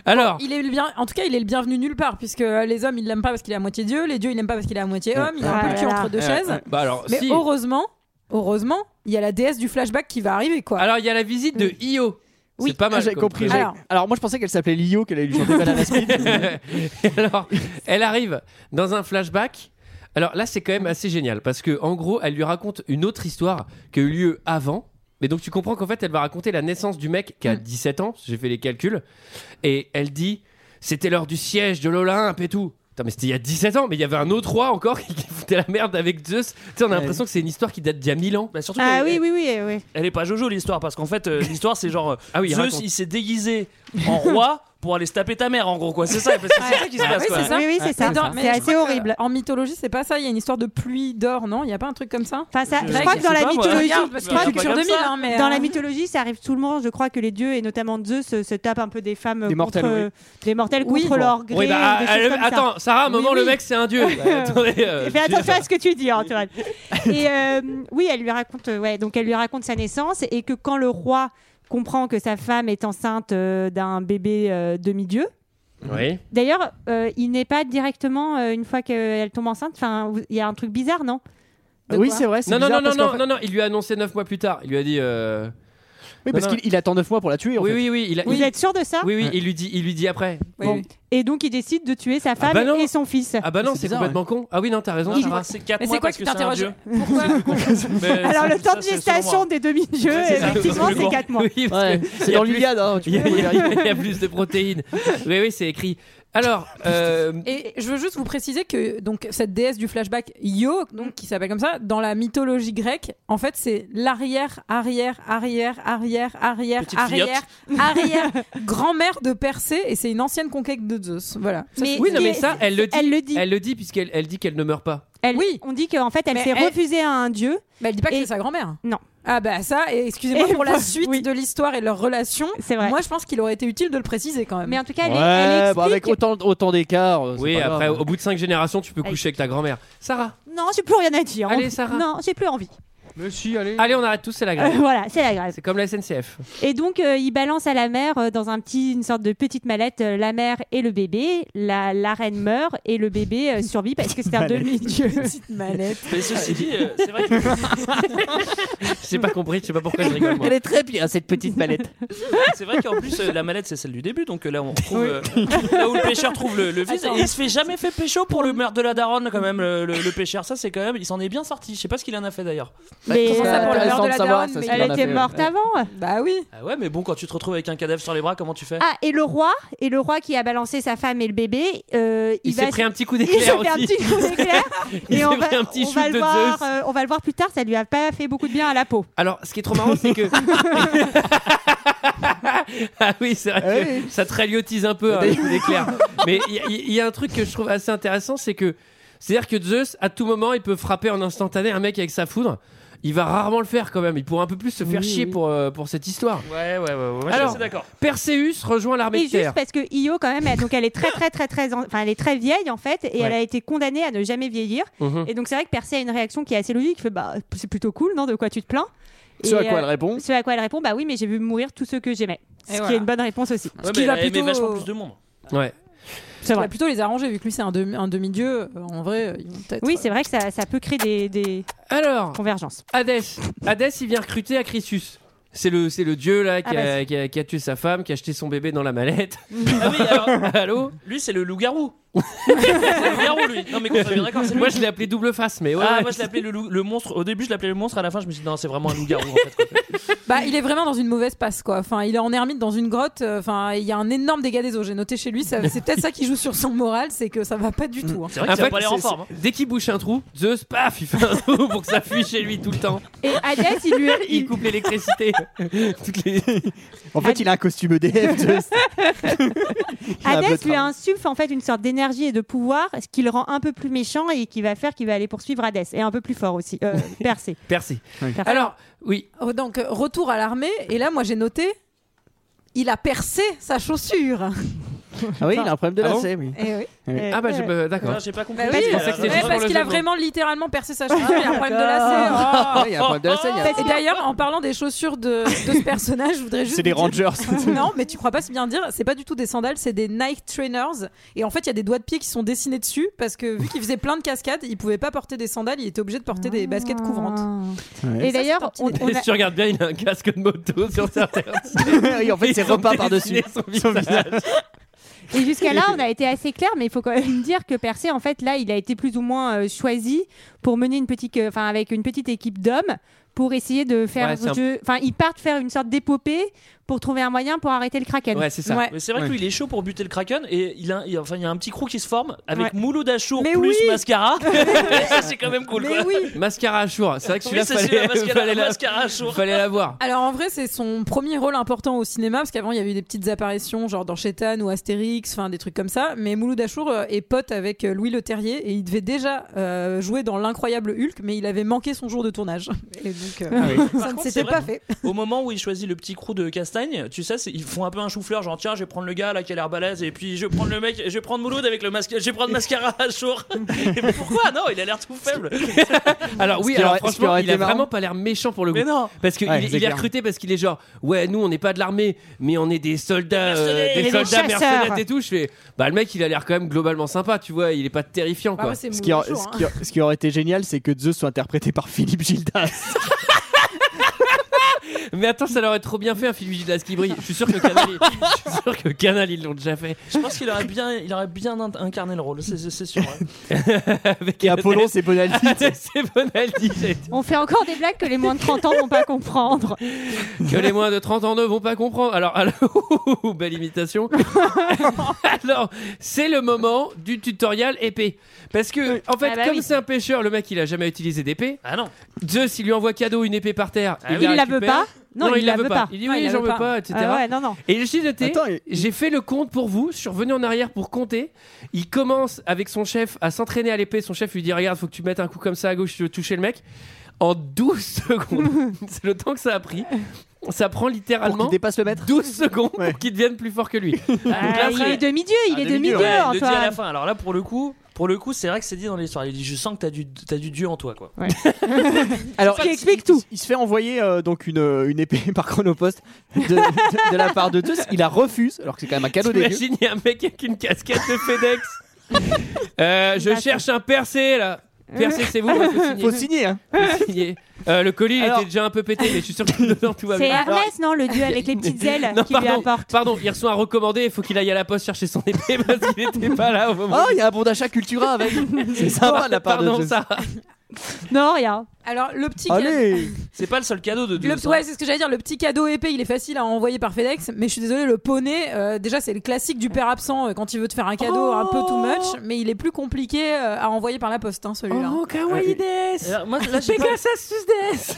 [SPEAKER 1] Alors,
[SPEAKER 7] Oh,
[SPEAKER 11] Il est le bien, en tout cas, il est le bienvenu nulle part, puisque euh, les hommes, ils l'aiment pas parce qu'il est à moitié dieu, les dieux, ils l'aiment pas parce qu'il est à moitié homme, il a un peu le cul
[SPEAKER 7] Ah là
[SPEAKER 11] entre
[SPEAKER 7] là.
[SPEAKER 11] deux chaises.
[SPEAKER 1] bah alors,
[SPEAKER 11] Mais
[SPEAKER 1] si.
[SPEAKER 11] heureusement, heureusement, il y a la déesse du flashback qui va arriver, quoi.
[SPEAKER 1] Alors, il y a la visite de Io.
[SPEAKER 10] Oui.
[SPEAKER 1] c'est pas
[SPEAKER 7] Ah,
[SPEAKER 1] mal.
[SPEAKER 10] J'ai
[SPEAKER 1] comme
[SPEAKER 10] compris.
[SPEAKER 1] truc.
[SPEAKER 10] j'ai-
[SPEAKER 11] Alors.
[SPEAKER 10] Alors. moi je pensais qu'elle s'appelait Lio, qu'elle allait lui chanter Banana Split.
[SPEAKER 1] Alors, elle arrive dans un flashback. Alors là, c'est quand même assez génial parce que en gros, elle lui raconte une autre histoire qui a eu lieu avant. Mais donc tu comprends qu'en fait, elle va raconter la naissance du mec qui a 17 ans. J'ai fait les calculs et elle dit c'était l'heure du siège de l'Olympe et tout. Putain, mais c'était il y a 17 ans, mais il y avait un autre roi encore qui foutait la merde avec Zeus. Tu sais, on a l'impression que c'est une histoire qui date d'il y a 1000 ans.
[SPEAKER 6] Bah, surtout,
[SPEAKER 7] Ah
[SPEAKER 6] elle,
[SPEAKER 7] oui, oui, oui, oui.
[SPEAKER 6] elle est pas Jojo l'histoire parce qu'en fait euh, l'histoire c'est genre euh,
[SPEAKER 1] Ah oui,
[SPEAKER 6] Zeus
[SPEAKER 1] raconte.
[SPEAKER 6] il s'est déguisé en roi pour aller se taper ta mère en gros quoi. C'est ça. parce que Ah C'est ça qui se passe.
[SPEAKER 11] oui,
[SPEAKER 6] quoi.
[SPEAKER 11] c'est ça.
[SPEAKER 7] Oui, oui, c'est ça.
[SPEAKER 11] Mais dans- mais
[SPEAKER 7] C'est
[SPEAKER 11] je
[SPEAKER 7] assez
[SPEAKER 11] crois que,
[SPEAKER 7] horrible.
[SPEAKER 11] En mythologie, c'est pas ça. Il y a une histoire de pluie d'or, non Il y a pas un truc comme ça
[SPEAKER 7] Enfin, ça,
[SPEAKER 6] Je-
[SPEAKER 7] je crois
[SPEAKER 6] je
[SPEAKER 7] que dans
[SPEAKER 6] sais
[SPEAKER 7] la
[SPEAKER 6] pas, moi.
[SPEAKER 7] mythologie,
[SPEAKER 6] Regarde,
[SPEAKER 11] Parce
[SPEAKER 7] je
[SPEAKER 11] que
[SPEAKER 7] crois
[SPEAKER 6] c'est
[SPEAKER 7] que
[SPEAKER 6] pas
[SPEAKER 11] culture
[SPEAKER 6] comme
[SPEAKER 11] 2000,
[SPEAKER 6] ça.
[SPEAKER 11] hein, mais
[SPEAKER 7] dans
[SPEAKER 11] euh,
[SPEAKER 7] la mythologie, ça arrive tout le monde. Je crois que les dieux et notamment Zeus euh, se, se tapent un peu des femmes
[SPEAKER 10] Des
[SPEAKER 7] contre
[SPEAKER 10] mortels,
[SPEAKER 7] des mortels
[SPEAKER 11] Oui.
[SPEAKER 7] contre leur gré.
[SPEAKER 1] Oui, bah,
[SPEAKER 7] ou des
[SPEAKER 1] ah,
[SPEAKER 7] choses
[SPEAKER 1] le-
[SPEAKER 7] comme ça.
[SPEAKER 1] attends, Sarah, à un
[SPEAKER 11] Oui,
[SPEAKER 1] moment,
[SPEAKER 11] oui.
[SPEAKER 1] le mec, c'est un dieu. Bah, attendez, euh,
[SPEAKER 7] Fais attention à ce que tu dis, Antoine. et euh, oui, elle lui raconte, euh, ouais, donc elle lui raconte sa naissance et que quand le roi comprend que sa femme est enceinte euh, d'un bébé euh, demi-dieu.
[SPEAKER 1] Oui.
[SPEAKER 7] D'ailleurs, euh, il n'est pas directement euh, une fois qu'elle tombe enceinte. Enfin, il y a un truc bizarre, non De
[SPEAKER 10] oui,
[SPEAKER 7] quoi
[SPEAKER 10] c'est vrai. c'est
[SPEAKER 1] Non, non,
[SPEAKER 10] bizarre
[SPEAKER 1] non,
[SPEAKER 10] parce
[SPEAKER 1] non,
[SPEAKER 10] qu'en
[SPEAKER 1] non,
[SPEAKER 10] fait-
[SPEAKER 1] non, non, il lui a annoncé 9 mois plus tard. Il lui a dit. euh,
[SPEAKER 10] Oui, parce
[SPEAKER 1] Non, non.
[SPEAKER 10] qu'il il attend 9 mois pour la tuer. En
[SPEAKER 1] Oui,
[SPEAKER 10] fait.
[SPEAKER 1] oui, oui, il a-
[SPEAKER 7] Vous
[SPEAKER 1] il-
[SPEAKER 7] êtes sûr de ça
[SPEAKER 1] oui, oui, il lui dit, il lui dit après.
[SPEAKER 11] oui,
[SPEAKER 7] Bon.
[SPEAKER 11] oui.
[SPEAKER 7] Et donc, il décide de tuer sa femme
[SPEAKER 1] bah non.
[SPEAKER 7] et son fils.
[SPEAKER 1] Ah bah non,
[SPEAKER 10] C'est
[SPEAKER 1] c'est
[SPEAKER 10] bizarre,
[SPEAKER 1] complètement con. Ah oui, non, t'as raison,
[SPEAKER 6] Non,
[SPEAKER 1] Sarah.
[SPEAKER 6] c'est quatre
[SPEAKER 11] Mais
[SPEAKER 6] mois
[SPEAKER 11] c'est quoi
[SPEAKER 6] parce
[SPEAKER 11] qui
[SPEAKER 6] que c'est un
[SPEAKER 11] t'interroge
[SPEAKER 6] dieu.
[SPEAKER 11] Pourquoi
[SPEAKER 6] Mais
[SPEAKER 7] Alors,
[SPEAKER 6] ça,
[SPEAKER 7] le temps de
[SPEAKER 6] ça, c'est selon
[SPEAKER 7] gestation
[SPEAKER 6] moi.
[SPEAKER 7] des demi-dieux, effectivement, c'est 4 mois.
[SPEAKER 1] Oui, parce
[SPEAKER 10] Ouais,
[SPEAKER 1] que il
[SPEAKER 10] c'est
[SPEAKER 1] y a
[SPEAKER 10] dans
[SPEAKER 1] plus-
[SPEAKER 10] l'Iliade. Hein, tu
[SPEAKER 1] Il y, a-
[SPEAKER 10] peux
[SPEAKER 1] il y
[SPEAKER 10] y
[SPEAKER 1] a-
[SPEAKER 10] arriver.
[SPEAKER 1] il y a plus de protéines. Oui, oui, c'est écrit. Alors, euh,
[SPEAKER 11] Et je veux juste vous préciser que donc cette déesse du flashback Io, donc qui s'appelle comme ça, dans la mythologie grecque, en fait c'est l'arrière, arrière, arrière, arrière, arrière,
[SPEAKER 6] Petite
[SPEAKER 11] arrière, arrière, grand-mère de Persée et c'est une ancienne conquête de Zeus. Voilà. Ça,
[SPEAKER 7] Mais-
[SPEAKER 11] c'est-
[SPEAKER 1] oui, non,
[SPEAKER 7] ce
[SPEAKER 1] mais
[SPEAKER 7] qui est-
[SPEAKER 1] ça, elle le dit.
[SPEAKER 7] Elle le dit.
[SPEAKER 1] Elle le dit puisqu'elle elle dit qu'elle ne meurt pas.
[SPEAKER 7] Elle-
[SPEAKER 11] Oui.
[SPEAKER 7] On dit qu'en fait, elle
[SPEAKER 11] Mais
[SPEAKER 7] s'est
[SPEAKER 11] elle-
[SPEAKER 7] refusée à un dieu.
[SPEAKER 11] Bah, elle dit pas que
[SPEAKER 7] Et-
[SPEAKER 11] c'est sa grand-mère.
[SPEAKER 7] Non.
[SPEAKER 11] Ah bah ça, et excusez-moi
[SPEAKER 7] Et
[SPEAKER 11] pour la
[SPEAKER 7] bah,
[SPEAKER 11] suite
[SPEAKER 7] oui.
[SPEAKER 11] de l'histoire et leur relation.
[SPEAKER 7] C'est vrai.
[SPEAKER 11] Moi, je pense qu'il aurait été utile de le préciser quand même.
[SPEAKER 7] mais en tout cas, elle, est- elle
[SPEAKER 10] Ouais, bah,
[SPEAKER 7] explique.
[SPEAKER 10] avec autant, autant d'écart. euh, c'est
[SPEAKER 1] Oui,
[SPEAKER 10] pas
[SPEAKER 1] après,
[SPEAKER 10] grave.
[SPEAKER 1] au bout de 5 générations, tu peux coucher avec ta grand-mère. Sarah,
[SPEAKER 7] Non, j'ai plus rien à dire.
[SPEAKER 1] Allez, Sarah.
[SPEAKER 7] Non, j'ai plus envie. Euh,
[SPEAKER 1] allez. on arrête tout, c'est la grève.
[SPEAKER 7] Voilà, c'est la grève.
[SPEAKER 1] C'est comme la SNCF.
[SPEAKER 7] Et donc, euh, il balance à la mer euh, dans un petit, une sorte de petite mallette euh, la mère et le bébé. La, la reine meurt et le bébé euh, survit parce que c'est un
[SPEAKER 11] Mallette.
[SPEAKER 7] demi-dieu.
[SPEAKER 11] Petite mallette.
[SPEAKER 6] Mais ceci dit, euh, c'est vrai que
[SPEAKER 1] J'ai pas compris, je sais pas pourquoi je rigole. moi.
[SPEAKER 10] est très bien cette petite mallette.
[SPEAKER 6] C'est vrai qu'en plus, euh, la mallette, c'est celle du début. Donc euh, là, on retrouve euh, là où le pêcheur trouve le, le vice.
[SPEAKER 11] Attends.
[SPEAKER 6] Et il se fait jamais fait pécho pour le meurtre de la daronne, quand même, le, le- le pêcheur. Ça, c'est quand même. Il s'en est bien sorti. Je sais pas ce qu'il en a fait d'ailleurs.
[SPEAKER 1] Bah,
[SPEAKER 7] Mais euh,
[SPEAKER 11] Comment ça, pour le meurtre de la daronne, mais-
[SPEAKER 7] elle était morte avant.
[SPEAKER 11] Bah oui.
[SPEAKER 6] Ah ouais, mais bon, quand tu te retrouves avec un cadavre sur les bras, comment tu fais
[SPEAKER 7] Ah, et le roi, et le roi qui a balancé sa femme et le bébé, euh, il,
[SPEAKER 1] Il
[SPEAKER 7] va.
[SPEAKER 1] s'est pris un petit coup
[SPEAKER 7] il s'est
[SPEAKER 1] d'éclair
[SPEAKER 7] pris un
[SPEAKER 1] aussi.
[SPEAKER 7] petit coup d'éclair.
[SPEAKER 1] Il
[SPEAKER 7] et
[SPEAKER 1] s'est
[SPEAKER 7] on
[SPEAKER 1] pris
[SPEAKER 7] va,
[SPEAKER 1] un petit
[SPEAKER 7] on va
[SPEAKER 1] shoot
[SPEAKER 7] le
[SPEAKER 1] de
[SPEAKER 7] voir,
[SPEAKER 1] Zeus.
[SPEAKER 7] euh, on va le voir plus tard. Ça lui a pas fait beaucoup de bien à la peau.
[SPEAKER 1] Alors, ce qui est trop marrant, c'est que. ah oui, c'est vrai que ça te ralliotise un peu hein, le coup d'éclair. Mais il y a- il y, a un truc que je trouve assez intéressant, c'est que. C'est-à-dire que Zeus, à tout moment, il peut frapper en instantané un mec avec sa foudre. Il va rarement le faire quand même. Il pourrait un peu plus se faire
[SPEAKER 11] Oui,
[SPEAKER 1] chier
[SPEAKER 11] oui.
[SPEAKER 1] pour, euh, pour cette histoire.
[SPEAKER 6] Ouais, ouais, ouais. ouais, ouais,
[SPEAKER 1] Alors-
[SPEAKER 6] je suis d'accord.
[SPEAKER 1] Perséus rejoint l'armée
[SPEAKER 7] Et
[SPEAKER 1] de terre.
[SPEAKER 7] juste parce que Io quand même, elle, donc elle est très très très très, en- enfin elle est très vieille en fait, et
[SPEAKER 1] Ouais.
[SPEAKER 7] elle a été condamnée à ne jamais vieillir.
[SPEAKER 1] Mhm.
[SPEAKER 7] Et donc c'est vrai que Percy a une réaction qui est assez logique. Il fait bah c'est plutôt cool, non De quoi tu te plains
[SPEAKER 10] Ce
[SPEAKER 7] Et,
[SPEAKER 10] à quoi elle
[SPEAKER 7] euh,
[SPEAKER 10] répond
[SPEAKER 7] ce à quoi elle répond bah oui, mais j'ai vu mourir tous ceux que j'aimais. Ce
[SPEAKER 11] Et
[SPEAKER 7] qui
[SPEAKER 11] voilà.
[SPEAKER 7] est une bonne réponse aussi.
[SPEAKER 6] Ouais,
[SPEAKER 11] qu'il
[SPEAKER 6] mais il
[SPEAKER 11] va
[SPEAKER 6] a aimé
[SPEAKER 11] plutôt-
[SPEAKER 6] vachement plus de monde.
[SPEAKER 1] Ouais.
[SPEAKER 7] C'est
[SPEAKER 11] Il
[SPEAKER 7] vrai.
[SPEAKER 11] va plutôt les arranger, vu que lui, c'est un, demi- un demi-dieu. Euh, En vrai, euh, ils vont peut-être.
[SPEAKER 7] Oui, c'est vrai que ça, ça peut créer des, des
[SPEAKER 1] Alors,
[SPEAKER 7] convergences.
[SPEAKER 1] Hadès. Hadès, il vient recruter Acrisius. C'est le, c'est le dieu là qui,
[SPEAKER 7] Ah,
[SPEAKER 1] a,
[SPEAKER 7] vas-y.
[SPEAKER 1] qui a- qui a tué sa femme, qui a acheté son bébé dans la mallette.
[SPEAKER 6] Ah oui, alors,
[SPEAKER 1] Allô
[SPEAKER 6] lui, c'est le loup-garou. c'est le loup-garou, lui. Non, mais qu'on soit bien d'accord, Ah, c'est lui.
[SPEAKER 1] Moi je l'ai appelé double face, mais ouais.
[SPEAKER 6] Ah, moi je l'appelais le, loup- le monstre. Au début je l'appelais le monstre, à la fin je me suis dit non c'est vraiment un loup-garou en fait.
[SPEAKER 11] Bah, il est vraiment dans une mauvaise passe, quoi. Enfin, il est en ermite dans une grotte. euh, Enfin, il y a un énorme dégât des eaux. J'ai noté chez lui, ça- c'est peut-être ça qui joue sur son moral, c'est que ça va pas du tout. hein.
[SPEAKER 6] C'est vrai
[SPEAKER 1] En
[SPEAKER 6] qu'il a
[SPEAKER 1] fait,
[SPEAKER 6] pas l'air
[SPEAKER 1] c'est-
[SPEAKER 6] en forme.
[SPEAKER 1] c'est- Dès qu'il bouche un trou, Zeus, paf, il fait un trou pour que ça fuit chez lui tout le temps.
[SPEAKER 7] Et Hadès, il lui,
[SPEAKER 1] Il
[SPEAKER 7] il,
[SPEAKER 1] coupe l'électricité. Toutes les-
[SPEAKER 10] En fait, il a un costume EDF. de- Il a un bleu
[SPEAKER 7] Hadès
[SPEAKER 10] de
[SPEAKER 7] lui
[SPEAKER 10] femme.
[SPEAKER 7] insuffle en fait une sorte d'énergie et de pouvoir, ce qui le rend un peu plus méchant et qui va faire qu'il va aller poursuivre Hadès et un peu plus fort aussi, euh, Percé.
[SPEAKER 1] Percé.
[SPEAKER 10] Oui.
[SPEAKER 1] Alors, oui,
[SPEAKER 11] Oh, Donc, euh, retour à l'armée. Et là, moi, j'ai noté. Il a percé sa chaussure.
[SPEAKER 10] Ah oui, il a un problème de
[SPEAKER 1] Ah bon
[SPEAKER 10] lacet. oui.
[SPEAKER 11] Eh oui.
[SPEAKER 7] Euh,
[SPEAKER 1] ah bah je- bah, d'accord.
[SPEAKER 6] Non, j'ai pas compris.
[SPEAKER 11] Bah oui,
[SPEAKER 1] Je
[SPEAKER 11] parce,
[SPEAKER 1] pensais que c'était
[SPEAKER 11] ouais,
[SPEAKER 1] juste pour
[SPEAKER 11] parce
[SPEAKER 1] le
[SPEAKER 11] qu'il a
[SPEAKER 1] jeu de mots.
[SPEAKER 11] vraiment littéralement percé sa chaussure. Il a un problème de lacet. Oh.
[SPEAKER 10] Ah, il y a un problème de lacet. il y a-
[SPEAKER 11] Et d'ailleurs, en parlant des chaussures de, de ce personnage, je voudrais juste.
[SPEAKER 10] C'est des
[SPEAKER 11] vous dire-
[SPEAKER 10] Rangers.
[SPEAKER 11] non, mais tu crois pas si bien dire, c'est pas du tout des sandales, c'est des Nike Trainers. Et en fait, il y a des doigts de pied qui sont dessinés dessus parce que vu qu'il faisait plein de cascades, il pouvait pas porter des sandales, il était obligé de porter des
[SPEAKER 7] Ah.
[SPEAKER 11] baskets couvrantes.
[SPEAKER 7] Et d'ailleurs,
[SPEAKER 11] c'est un
[SPEAKER 7] on,
[SPEAKER 11] petit
[SPEAKER 7] on a-
[SPEAKER 1] Si tu regardes bien, il a un casque de moto sur sa tête.
[SPEAKER 10] Oui, en fait, c'est
[SPEAKER 1] Ils ont
[SPEAKER 10] repas par-dessus.
[SPEAKER 1] dessiné Son visage.
[SPEAKER 7] Et jusqu'à là, on a été assez clair, mais il faut quand même dire que Percé, en fait, là, il a été plus ou moins euh, choisi pour mener une petite, euh, enfin, avec une petite équipe d'hommes pour essayer de faire
[SPEAKER 1] Ouais, c'est un-
[SPEAKER 7] jeu- Enfin, ils partent faire une sorte d'épopée pour trouver un moyen pour arrêter le Kraken.
[SPEAKER 1] Ouais, c'est ça.
[SPEAKER 11] Ouais.
[SPEAKER 6] Mais c'est vrai que lui il est chaud pour buter le Kraken et il a, il- enfin, il y a un petit crew qui se forme avec
[SPEAKER 7] Ouais.
[SPEAKER 6] Mouloud Achour
[SPEAKER 11] Mais
[SPEAKER 6] plus
[SPEAKER 11] oui.
[SPEAKER 6] Mascara. ça c'est quand même cool
[SPEAKER 11] Mais
[SPEAKER 6] quoi.
[SPEAKER 11] oui.
[SPEAKER 1] Mascara à jour. C'est vrai que
[SPEAKER 6] Oui,
[SPEAKER 1] celui-là,
[SPEAKER 6] c'est
[SPEAKER 1] fallait,
[SPEAKER 6] celui-là,
[SPEAKER 1] fallait
[SPEAKER 6] Mascara,
[SPEAKER 1] la...
[SPEAKER 6] Mascara Achour.
[SPEAKER 1] fallait la voir.
[SPEAKER 11] Alors en vrai, c'est son premier rôle important au cinéma parce qu'avant il y avait eu des petites apparitions genre dans Chétan ou Astérix, enfin des trucs comme ça. Mais Mouloud Achour euh, est pote avec euh, Louis Leterrier et il devait déjà euh, jouer dans l'incroyable Hulk, mais il avait manqué son jour de tournage. Et donc euh,
[SPEAKER 6] Par
[SPEAKER 11] ça ne
[SPEAKER 6] contre, c'est
[SPEAKER 11] s'était
[SPEAKER 6] vrai
[SPEAKER 11] pas fait.
[SPEAKER 6] Au moment où il choisit le petit crew de Castagne, tu sais, c'est- ils font un peu un chou-fleur, genre tiens, je vais prendre le gars là qui a l'air balèze, et puis je vais prendre le mec, je vais prendre Mouloud avec le masque, je vais prendre Mascara à jour. Et pourquoi Non, il a l'air tout faible.
[SPEAKER 1] Alors oui,
[SPEAKER 10] Ce qui
[SPEAKER 1] alors
[SPEAKER 10] aurait- ce qui
[SPEAKER 1] franchement,
[SPEAKER 10] aurait
[SPEAKER 1] il
[SPEAKER 10] été
[SPEAKER 1] a
[SPEAKER 10] marrant.
[SPEAKER 1] vraiment pas l'air méchant pour le coup.
[SPEAKER 6] Mais non
[SPEAKER 1] Parce qu'il
[SPEAKER 10] Ouais,
[SPEAKER 1] il,
[SPEAKER 10] c'est
[SPEAKER 1] il est
[SPEAKER 10] clair.
[SPEAKER 1] recruté parce qu'il est genre ouais nous on n'est pas de l'armée mais on est des soldats euh,
[SPEAKER 6] Mercenaires.
[SPEAKER 1] des
[SPEAKER 6] Et des
[SPEAKER 1] soldats
[SPEAKER 7] chasseurs.
[SPEAKER 1] mercenaires et tout je fais bah le mec il a l'air quand même globalement sympa tu vois il est pas terrifiant
[SPEAKER 11] Bah
[SPEAKER 1] quoi
[SPEAKER 11] ouais, c'est
[SPEAKER 10] Ce
[SPEAKER 11] Mouloud
[SPEAKER 10] qui, a-
[SPEAKER 11] Achour,
[SPEAKER 10] ce
[SPEAKER 11] hein.
[SPEAKER 10] qui a- ce qui aurait été génial, c'est que Zeus soit interprété par Philippe Gildas.
[SPEAKER 1] mais attends ça leur aurait trop bien fait un film Gildas qui brille je suis sûr que Canal ils- je suis sûr que Canal ils l'ont déjà fait
[SPEAKER 6] Je pense qu'il aurait bien, il aurait bien in- incarné le rôle, c'est- c'est c'est sûr. hein. ouais.
[SPEAKER 1] avec
[SPEAKER 10] Et Apollon, c'est Bonaldi.
[SPEAKER 1] c'est Bonaldi j'ai dit.
[SPEAKER 7] On fait encore des blagues que les moins de 30 ans vont pas comprendre.
[SPEAKER 1] que les moins de 30 ans ne vont pas comprendre alors, alors belle imitation alors c'est le moment du tutoriel épée parce que en fait
[SPEAKER 7] Ah bah
[SPEAKER 1] comme
[SPEAKER 7] oui.
[SPEAKER 1] c'est un pêcheur le mec il a jamais utilisé d'épée
[SPEAKER 6] Ah non
[SPEAKER 1] Zeus, il lui envoie cadeau une épée par terre.
[SPEAKER 6] Ah oui.
[SPEAKER 7] Il la
[SPEAKER 1] récupère.
[SPEAKER 7] veut pas
[SPEAKER 1] Non, il la veut pas. Il dit
[SPEAKER 11] Non,
[SPEAKER 1] oui,
[SPEAKER 11] il la
[SPEAKER 1] j'en
[SPEAKER 11] veut
[SPEAKER 1] veux
[SPEAKER 11] pas.
[SPEAKER 1] pas, etc.
[SPEAKER 7] Ah ouais, non, non.
[SPEAKER 1] Et j'ai noté,
[SPEAKER 10] Attends, il-
[SPEAKER 1] j'ai fait le compte pour vous. Je suis revenu en arrière pour compter. Il commence avec son chef à s'entraîner à l'épée. Son chef lui dit Regarde, faut que tu mettes un coup comme ça à gauche, tu veux toucher le mec. En 12 secondes, c'est le temps que ça a pris. Ça prend
[SPEAKER 10] pour qu'il
[SPEAKER 1] littéralement
[SPEAKER 10] dépasse le maître.
[SPEAKER 1] 12 secondes
[SPEAKER 10] Ouais.
[SPEAKER 1] pour qu'il devienne plus fort que lui.
[SPEAKER 7] Ah, il est demi-dieu, il
[SPEAKER 6] Ah,
[SPEAKER 7] est
[SPEAKER 6] demi-dieu,
[SPEAKER 7] demi-dieu,
[SPEAKER 6] ouais, il le dit à la
[SPEAKER 7] Antoine.
[SPEAKER 6] fin. Alors là, pour le coup, Pour le coup, c'est vrai que c'est dit dans l'histoire. Il dit Je sens que t'as du, t'as du dieu en toi, quoi.
[SPEAKER 10] Alors, il explique tout. Il se fait envoyer euh, donc une, une épée par Chronopost de, de- de la part de Zeus. Il la refuse, alors que c'est quand même un cadeau des dieux.
[SPEAKER 1] T'imagines, il y a un mec avec une casquette de FedEx. Euh, je cherche un percé là. Percé, c'est vous. ouais,
[SPEAKER 10] Bah, Faut signer, hein.
[SPEAKER 1] Faut signer. Euh, le colis il était déjà un peu pété, mais je suis sûr que dedans tout va
[SPEAKER 7] C'est
[SPEAKER 1] bien.
[SPEAKER 7] Hermès, non, le dieu avec les petites ailes
[SPEAKER 1] Non,
[SPEAKER 7] qui lui
[SPEAKER 1] pardon,
[SPEAKER 7] apporte.
[SPEAKER 1] pardon, il reçoit un recommandé, il faut qu'il aille à la poste chercher son épée parce qu'il n'était pas là au moment.
[SPEAKER 10] Oh, il y a un bon d'achat Cultura avec. C'est sympa de la part
[SPEAKER 1] Pardon,
[SPEAKER 10] de Zeus.
[SPEAKER 1] ça.
[SPEAKER 7] Non, rien.
[SPEAKER 11] Alors, le petit
[SPEAKER 10] Allez
[SPEAKER 6] C'est pas le seul cadeau de Dieu.
[SPEAKER 11] Le, ouais, c'est ce que j'allais dire. Le petit cadeau épais, il est facile à envoyer par FedEx, mais je suis désolée, le poney, euh, déjà, c'est le classique du père absent euh, quand il veut te faire un cadeau un peu too
[SPEAKER 10] Oh.
[SPEAKER 11] much, mais il est plus compliqué euh, à envoyer par la poste, hein, celui-là.
[SPEAKER 10] Oh,
[SPEAKER 1] kawaii
[SPEAKER 6] Alors, Euh, moi, là, j'ai pas-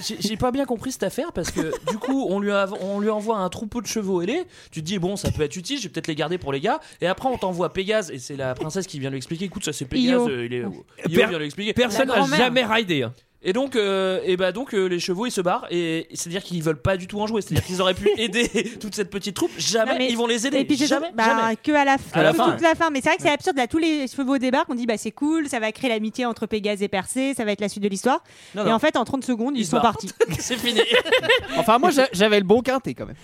[SPEAKER 6] J'ai j'ai pas bien compris cette affaire parce que du coup, on lui, av- on lui envoie un troupeau de chevaux ailés. Tu te dis, bon, ça peut être utile, je vais peut-être les garder pour les gars. Et après, on t'envoie Pégase et c'est la princesse qui vient lui expliquer. Écoute, ça c'est Pégase,
[SPEAKER 7] Io.
[SPEAKER 6] euh, il est. Io
[SPEAKER 1] Per-
[SPEAKER 6] vient lui expliquer.
[SPEAKER 1] Personne
[SPEAKER 11] La
[SPEAKER 1] n'a
[SPEAKER 11] grand-mère.
[SPEAKER 1] jamais raidé. hein.
[SPEAKER 6] Et donc, euh, et bah donc euh, les chevaux ils se barrent et c'est-à-dire qu'ils veulent pas du tout en jouer. C'est-à-dire qu'ils auraient pu aider toute cette petite troupe. Jamais
[SPEAKER 7] Non, mais-
[SPEAKER 6] ils vont les aider.
[SPEAKER 7] Et puis j'ai
[SPEAKER 6] jamais,
[SPEAKER 7] bah,
[SPEAKER 6] jamais.
[SPEAKER 7] que à la fin,
[SPEAKER 6] À la
[SPEAKER 7] que
[SPEAKER 6] fin,
[SPEAKER 7] toute la fin. Mais c'est vrai que c'est absurde. Là, tous les chevaux débarquent, on dit bah c'est cool, ça va créer l'amitié entre Pégase et Persée, ça va être la suite de l'histoire.
[SPEAKER 6] Non,
[SPEAKER 7] Et
[SPEAKER 6] non.
[SPEAKER 7] en fait, en 30 secondes, ils,
[SPEAKER 6] se
[SPEAKER 7] sont
[SPEAKER 6] barrent.
[SPEAKER 7] partis.
[SPEAKER 6] c'est fini.
[SPEAKER 10] Enfin, moi, j'a- j'avais le bon quintet quand même.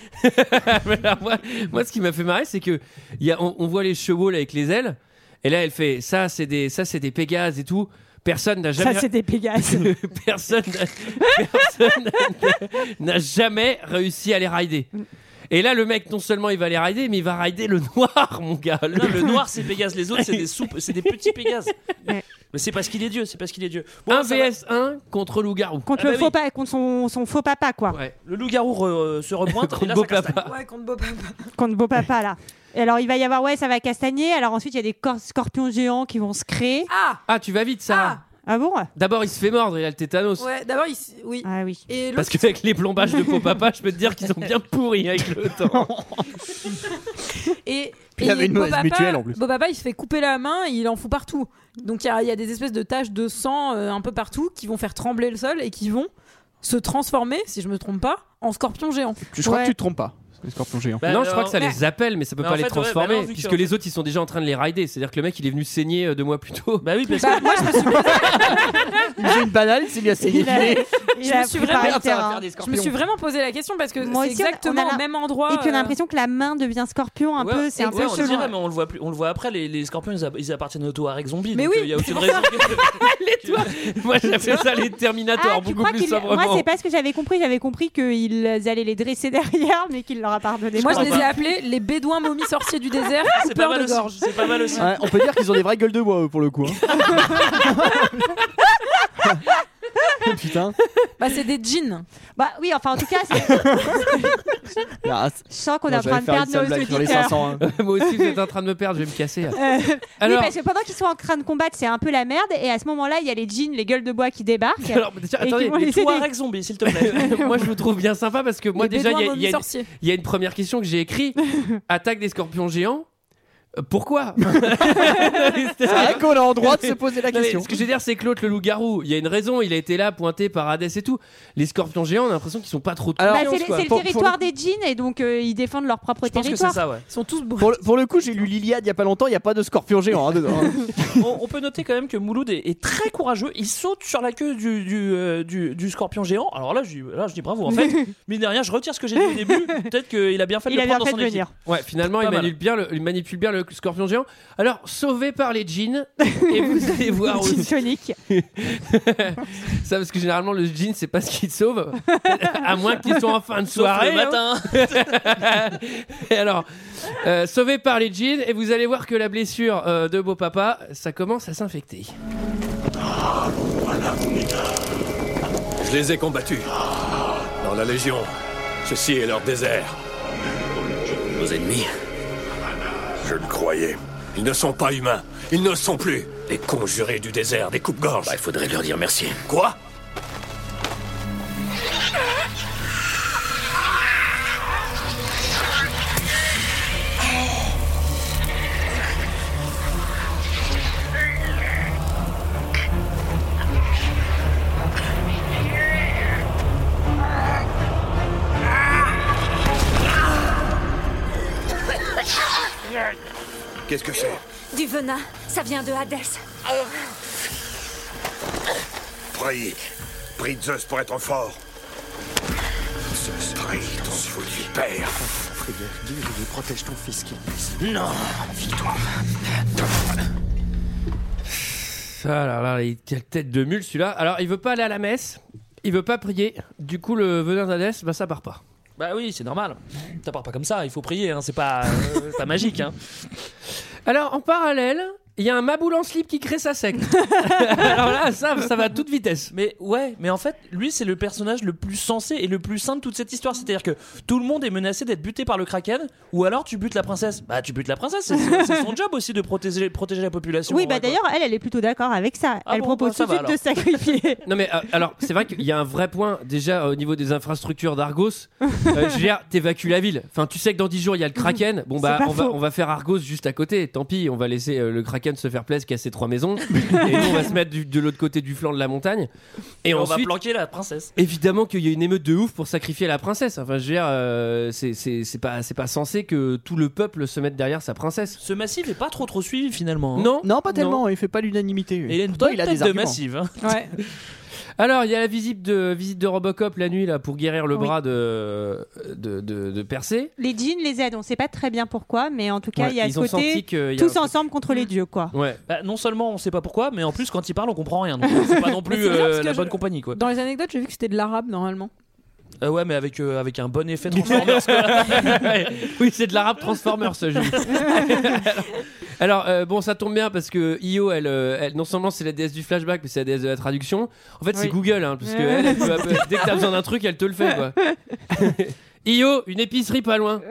[SPEAKER 1] Mais alors, moi, moi, ce qui m'a fait marrer, c'est que il y a, on, on voit les chevaux là, avec les ailes, et là, elle fait ça, c'est des, ça, c'est des Pégases et tout. Personne n'a jamais,
[SPEAKER 7] Ça, c'était Pégase.
[SPEAKER 6] Ah, bah
[SPEAKER 1] personne, n'a- personne n'a- n'a jamais réussi à les rider. Et là, le mec, non seulement il va les rider, mais il va rider le noir, mon gars. Le-
[SPEAKER 6] Non, le noir c'est Pégase, les autres c'est des soupes, c'est des petits Pégases. Mais c'est parce qu'il est Dieu, c'est parce qu'il est Dieu. Bon,
[SPEAKER 1] un
[SPEAKER 6] ça va.
[SPEAKER 1] VS1 contre loup-garou.
[SPEAKER 7] Contre,
[SPEAKER 6] Ah
[SPEAKER 7] le
[SPEAKER 6] bah
[SPEAKER 7] faux
[SPEAKER 6] oui.
[SPEAKER 7] pa- contre son, son faux papa, quoi.
[SPEAKER 1] Ouais.
[SPEAKER 6] Le loup-garou re- euh, se repointe et
[SPEAKER 1] Contre
[SPEAKER 6] là
[SPEAKER 1] beau
[SPEAKER 6] ça castagne.
[SPEAKER 1] papa.
[SPEAKER 11] Ouais, contre Bob.
[SPEAKER 7] Contre beau papa, là. Et alors, il va y avoir, ouais, ça va castagner. Alors ensuite, il y a des cor- scorpions géants qui vont se créer.
[SPEAKER 11] Ah
[SPEAKER 1] Ah, tu vas vite, Sarah.
[SPEAKER 11] Ah
[SPEAKER 7] Ah bon
[SPEAKER 1] D'abord, il se fait mordre, il a le tétanos.
[SPEAKER 11] Ouais, d'abord, il... s- oui.
[SPEAKER 7] Ah oui.
[SPEAKER 11] Et
[SPEAKER 1] Parce
[SPEAKER 11] l'autre,
[SPEAKER 1] que avec les plombages de faux papa, je peux te dire qu'ils sont bien pourris avec le temps.
[SPEAKER 11] et,
[SPEAKER 10] Puis il y avait une mauvaise
[SPEAKER 11] Bobapa-
[SPEAKER 10] mutuelle, en plus.
[SPEAKER 11] Bobapa, il se fait couper la main et il en fout partout. Donc il y, a- il y a des espèces de taches de sang euh, un peu partout qui vont faire trembler le sol et qui vont se transformer, si je me trompe pas, en scorpion géant.
[SPEAKER 10] Je crois
[SPEAKER 7] Ouais.
[SPEAKER 10] que tu te trompes pas. Les scorpions géants.
[SPEAKER 1] non, je
[SPEAKER 6] Bah, alors,
[SPEAKER 1] crois que ça
[SPEAKER 11] ouais.
[SPEAKER 1] les appelle, mais ça peut
[SPEAKER 6] Mais en
[SPEAKER 1] pas les
[SPEAKER 6] fait, ouais,
[SPEAKER 1] transformer,
[SPEAKER 6] bah non, vu que-
[SPEAKER 1] puisque les autres ils sont déjà en train de les rider. C'est-à-dire que le mec il est venu saigner euh, deux mois plus tôt.
[SPEAKER 6] Bah oui, parce que
[SPEAKER 11] Bah, moi, je me suis,
[SPEAKER 10] Il a une banale, il s'est mis à saigner.
[SPEAKER 7] Il a-
[SPEAKER 10] le nez.
[SPEAKER 7] Il a
[SPEAKER 11] me suis
[SPEAKER 7] préparé
[SPEAKER 11] vraiment-
[SPEAKER 7] le terrain.
[SPEAKER 11] je me suis vraiment posé la question parce que
[SPEAKER 7] Moi
[SPEAKER 11] c'est
[SPEAKER 7] aussi, on a-
[SPEAKER 11] exactement
[SPEAKER 7] on a la-
[SPEAKER 11] au même endroit.
[SPEAKER 7] Et qu'on a
[SPEAKER 11] euh,
[SPEAKER 7] l'impression que la main devient scorpion un
[SPEAKER 6] Ouais,
[SPEAKER 7] peu. C'est un
[SPEAKER 6] ouais,
[SPEAKER 7] peu
[SPEAKER 6] on
[SPEAKER 7] chelou.
[SPEAKER 6] dirait, mais on le voit plus, on le voit après. Les, les scorpions, ils, a- ils appartiennent aux Touaregs zombies.
[SPEAKER 11] Mais
[SPEAKER 6] donc,
[SPEAKER 11] oui,
[SPEAKER 6] euh, il y a
[SPEAKER 11] c'est
[SPEAKER 6] aucune
[SPEAKER 11] pour
[SPEAKER 6] raison. que-
[SPEAKER 1] Moi j'appelle ça les Terminators,
[SPEAKER 7] Ah, tu
[SPEAKER 1] beaucoup
[SPEAKER 7] crois
[SPEAKER 1] plus
[SPEAKER 7] qu'il... Moi,
[SPEAKER 1] sobrement.
[SPEAKER 7] c'est pas ce que j'avais compris. J'avais compris qu'ils allaient les dresser derrière, mais qu'il leur a pardonné.
[SPEAKER 11] Moi, je
[SPEAKER 7] pas.
[SPEAKER 11] les ai appelés les bédouins momies sorciers du désert,
[SPEAKER 6] C'est pas
[SPEAKER 11] coupeurs
[SPEAKER 6] mal
[SPEAKER 11] de gorge.
[SPEAKER 6] aussi. C'est pas mal aussi.
[SPEAKER 10] Ouais, on peut dire qu'ils ont des vraies gueules de bois eux, pour le coup. hein. Putain,
[SPEAKER 11] Bah, c'est des jeans.
[SPEAKER 7] Bah oui, enfin, en tout cas, c'est-
[SPEAKER 10] Ah,
[SPEAKER 7] je sens qu'on
[SPEAKER 10] non,
[SPEAKER 7] est en train de
[SPEAKER 10] j'allais faire une
[SPEAKER 7] perdre
[SPEAKER 10] sale
[SPEAKER 7] nos
[SPEAKER 10] blague sur les
[SPEAKER 7] auditeurs.
[SPEAKER 10] 500, hein.
[SPEAKER 1] Moi aussi vous êtes en train de me perdre, je vais me casser. là.
[SPEAKER 7] Euh,
[SPEAKER 1] Alors,
[SPEAKER 7] Oui, parce que pendant qu'ils sont en train de combattre, c'est un peu la merde. Et à ce moment-là, il y a les jeans, les gueules de bois qui débarquent.
[SPEAKER 1] alors, déjà,
[SPEAKER 7] Et qui
[SPEAKER 1] attendez,
[SPEAKER 7] vont
[SPEAKER 6] Les
[SPEAKER 7] les aider.
[SPEAKER 6] Touaregs zombies, s'il te plaît.
[SPEAKER 1] moi je vous trouve bien sympa parce que moi
[SPEAKER 11] les
[SPEAKER 1] déjà il y a-
[SPEAKER 11] bédouins
[SPEAKER 1] il y,
[SPEAKER 11] momies
[SPEAKER 1] a une-
[SPEAKER 11] sorciers.
[SPEAKER 1] il y a une première question que j'ai écrite attaque des scorpions géants. Euh, Pourquoi
[SPEAKER 10] C'est vrai qu'on a en droit de se poser la
[SPEAKER 1] Non, mais
[SPEAKER 10] question.
[SPEAKER 1] ce que je veux dire, c'est que l'autre, le loup-garou, il y a une raison, il a été là, pointé par Hadès et tout. Les scorpions géants, on a l'impression qu'ils sont pas trop.
[SPEAKER 10] Alors,
[SPEAKER 7] Bah, c'est le,
[SPEAKER 10] quoi,
[SPEAKER 7] c'est le
[SPEAKER 10] pour- pour
[SPEAKER 7] territoire des jeans et donc euh, ils défendent leur propre
[SPEAKER 6] Je pense que c'est
[SPEAKER 7] territoire.
[SPEAKER 6] ça, ouais.
[SPEAKER 11] Ils sont tous
[SPEAKER 10] le-
[SPEAKER 11] bruns.
[SPEAKER 10] Pour le, pour le coup, j'ai lu l'Iliade il y a pas longtemps, il n'y a pas de scorpion géant hein, dedans. hein.
[SPEAKER 6] On, on peut noter quand même que Mouloud est, est très courageux. Il saute sur la queue du, du, euh, du, du scorpion géant. Alors là je, dis- là, je dis bravo en fait. Mais derrière, je retire ce que j'ai dit au début. Peut-être qu'il a bien fait de
[SPEAKER 7] Il
[SPEAKER 6] le
[SPEAKER 7] a bien fait
[SPEAKER 6] prendre dans
[SPEAKER 7] de
[SPEAKER 6] son équipe.
[SPEAKER 7] venir.
[SPEAKER 1] Ouais, finalement,
[SPEAKER 6] Pas
[SPEAKER 1] il
[SPEAKER 6] mal.
[SPEAKER 1] manipule, bien le, il manipule bien le scorpion géant. Alors, sauvé par les jeans, et vous allez voir
[SPEAKER 7] Jean
[SPEAKER 1] aussi
[SPEAKER 7] tonic.
[SPEAKER 1] ça, parce que généralement, le jean, c'est pas ce qui te sauve, à moins qu'ils soient en fin de
[SPEAKER 6] Sauf
[SPEAKER 1] soirée.
[SPEAKER 6] le
[SPEAKER 1] hein.
[SPEAKER 6] matin.
[SPEAKER 1] et alors, euh, sauvé par les jeans, et vous allez voir que la blessure euh, de beau papa, ça commence à s'infecter.
[SPEAKER 3] Je les ai combattus. Dans la Légion. Ceci est leur désert. Nos ennemis Je le croyais. Ils ne sont pas humains. Ils ne sont plus. Des conjurés du désert, des coupes-gorges. il faudrait leur dire merci. Quoi
[SPEAKER 12] Qu'est-ce que c'est
[SPEAKER 9] Du venin, ça vient de Hadès.
[SPEAKER 12] Prie. Prie de Zeus pour être fort. Zeus, prie ton fou du père.
[SPEAKER 13] Prière, dis et protège ton fils qui
[SPEAKER 12] Non
[SPEAKER 1] Ah là là, il- quelle tête de mule celui-là. Alors, il veut pas aller à la messe, il veut pas prier. Du coup, le venin d'Hadès, bah ça part pas.
[SPEAKER 6] Bah oui, c'est normal. Ça part pas comme ça, il faut prier, hein, c'est pas, euh, c'est pas magique. Hein.
[SPEAKER 1] Alors, en parallèle, il y a un maboule en slip qui crée sa secte. Alors là, ça, ça va à toute vitesse.
[SPEAKER 6] Mais ouais, mais en fait, lui, c'est le personnage le plus sensé et le plus sain de toute cette histoire. C'est-à-dire que tout le monde est menacé d'être buté par le Kraken, ou alors tu butes la princesse. Bah, tu butes la princesse, c'est- c'est c'est son job aussi de protéger, protéger la population.
[SPEAKER 7] Oui,
[SPEAKER 6] en
[SPEAKER 7] bah
[SPEAKER 6] vrai, quoi.
[SPEAKER 7] d'ailleurs, elle, elle est plutôt d'accord avec ça. elle
[SPEAKER 6] bon,
[SPEAKER 7] propose
[SPEAKER 6] bah, ça
[SPEAKER 7] tout de
[SPEAKER 6] va,
[SPEAKER 7] suite de sacrifier.
[SPEAKER 1] Non mais euh, alors c'est vrai qu'il y a un vrai point déjà euh, au niveau des infrastructures d'Argos. Euh, je veux dire, t'évacues la ville. Enfin, tu sais que dans 10 jours il y a le Kraken. Bon bah
[SPEAKER 3] C'est pas
[SPEAKER 1] on va,
[SPEAKER 3] faux.
[SPEAKER 1] on va faire Argos juste à côté. Tant pis, on va laisser euh, le Kraken se faire plaisir, casser trois maisons. et nous on va se mettre du- de l'autre côté du flanc de la montagne. Et,
[SPEAKER 6] Et on va
[SPEAKER 1] ensuite,
[SPEAKER 6] planquer la princesse.
[SPEAKER 1] évidemment qu'il y a une émeute de ouf pour sacrifier la princesse. Enfin, je veux dire, euh, c'est- c'est c'est pas c'est pas censé que tout le peuple se mette derrière sa princesse.
[SPEAKER 6] Ce massif est pas trop trop suivi finalement. hein.
[SPEAKER 1] Non,
[SPEAKER 10] non pas tellement. Il fait pas l'unanimité.
[SPEAKER 6] Et il a une
[SPEAKER 10] Pourtant,
[SPEAKER 6] bonne
[SPEAKER 10] il a
[SPEAKER 6] tête
[SPEAKER 10] des
[SPEAKER 6] de
[SPEAKER 10] arguments.
[SPEAKER 6] massif. hein.
[SPEAKER 1] Alors, il y a la visite de, visite de Robocop la nuit là, pour guérir le bras de, de, de, de Persée.
[SPEAKER 7] Les djinns les aident, on sait pas très bien pourquoi, mais en tout cas,
[SPEAKER 1] Ouais,
[SPEAKER 7] il y a
[SPEAKER 1] ils
[SPEAKER 7] ce
[SPEAKER 1] ont senti
[SPEAKER 7] côté
[SPEAKER 1] qu'il y a un
[SPEAKER 7] tous
[SPEAKER 1] truc.
[SPEAKER 7] ensemble contre les dieux, quoi.
[SPEAKER 1] Ouais.
[SPEAKER 6] Bah, non seulement on sait pas pourquoi, mais en plus quand il parle on comprend rien. Donc c'est pas non
[SPEAKER 11] Mais
[SPEAKER 6] plus
[SPEAKER 11] c'est bien
[SPEAKER 6] euh,
[SPEAKER 11] parce que
[SPEAKER 6] la
[SPEAKER 11] je-
[SPEAKER 6] bonne compagnie quoi.
[SPEAKER 11] Dans les anecdotes, j'ai vu que c'était de l'arabe normalement.
[SPEAKER 6] Euh, ouais, mais avec, euh, avec un bon effet Transformers. quoi.
[SPEAKER 1] oui, c'est de l'arabe Transformers, ce jeu. Alors, euh, bon, ça tombe bien parce que Io, elle, euh, elle- non seulement c'est la déesse du flashback, mais c'est la déesse de la traduction. En fait, c'est
[SPEAKER 3] Oui.
[SPEAKER 1] Google, hein, parce que
[SPEAKER 3] Ouais.
[SPEAKER 1] elle, elle peut- elle peut- dès que t'as besoin d'un truc, elle te le fait, quoi. Io, une épicerie pas loin.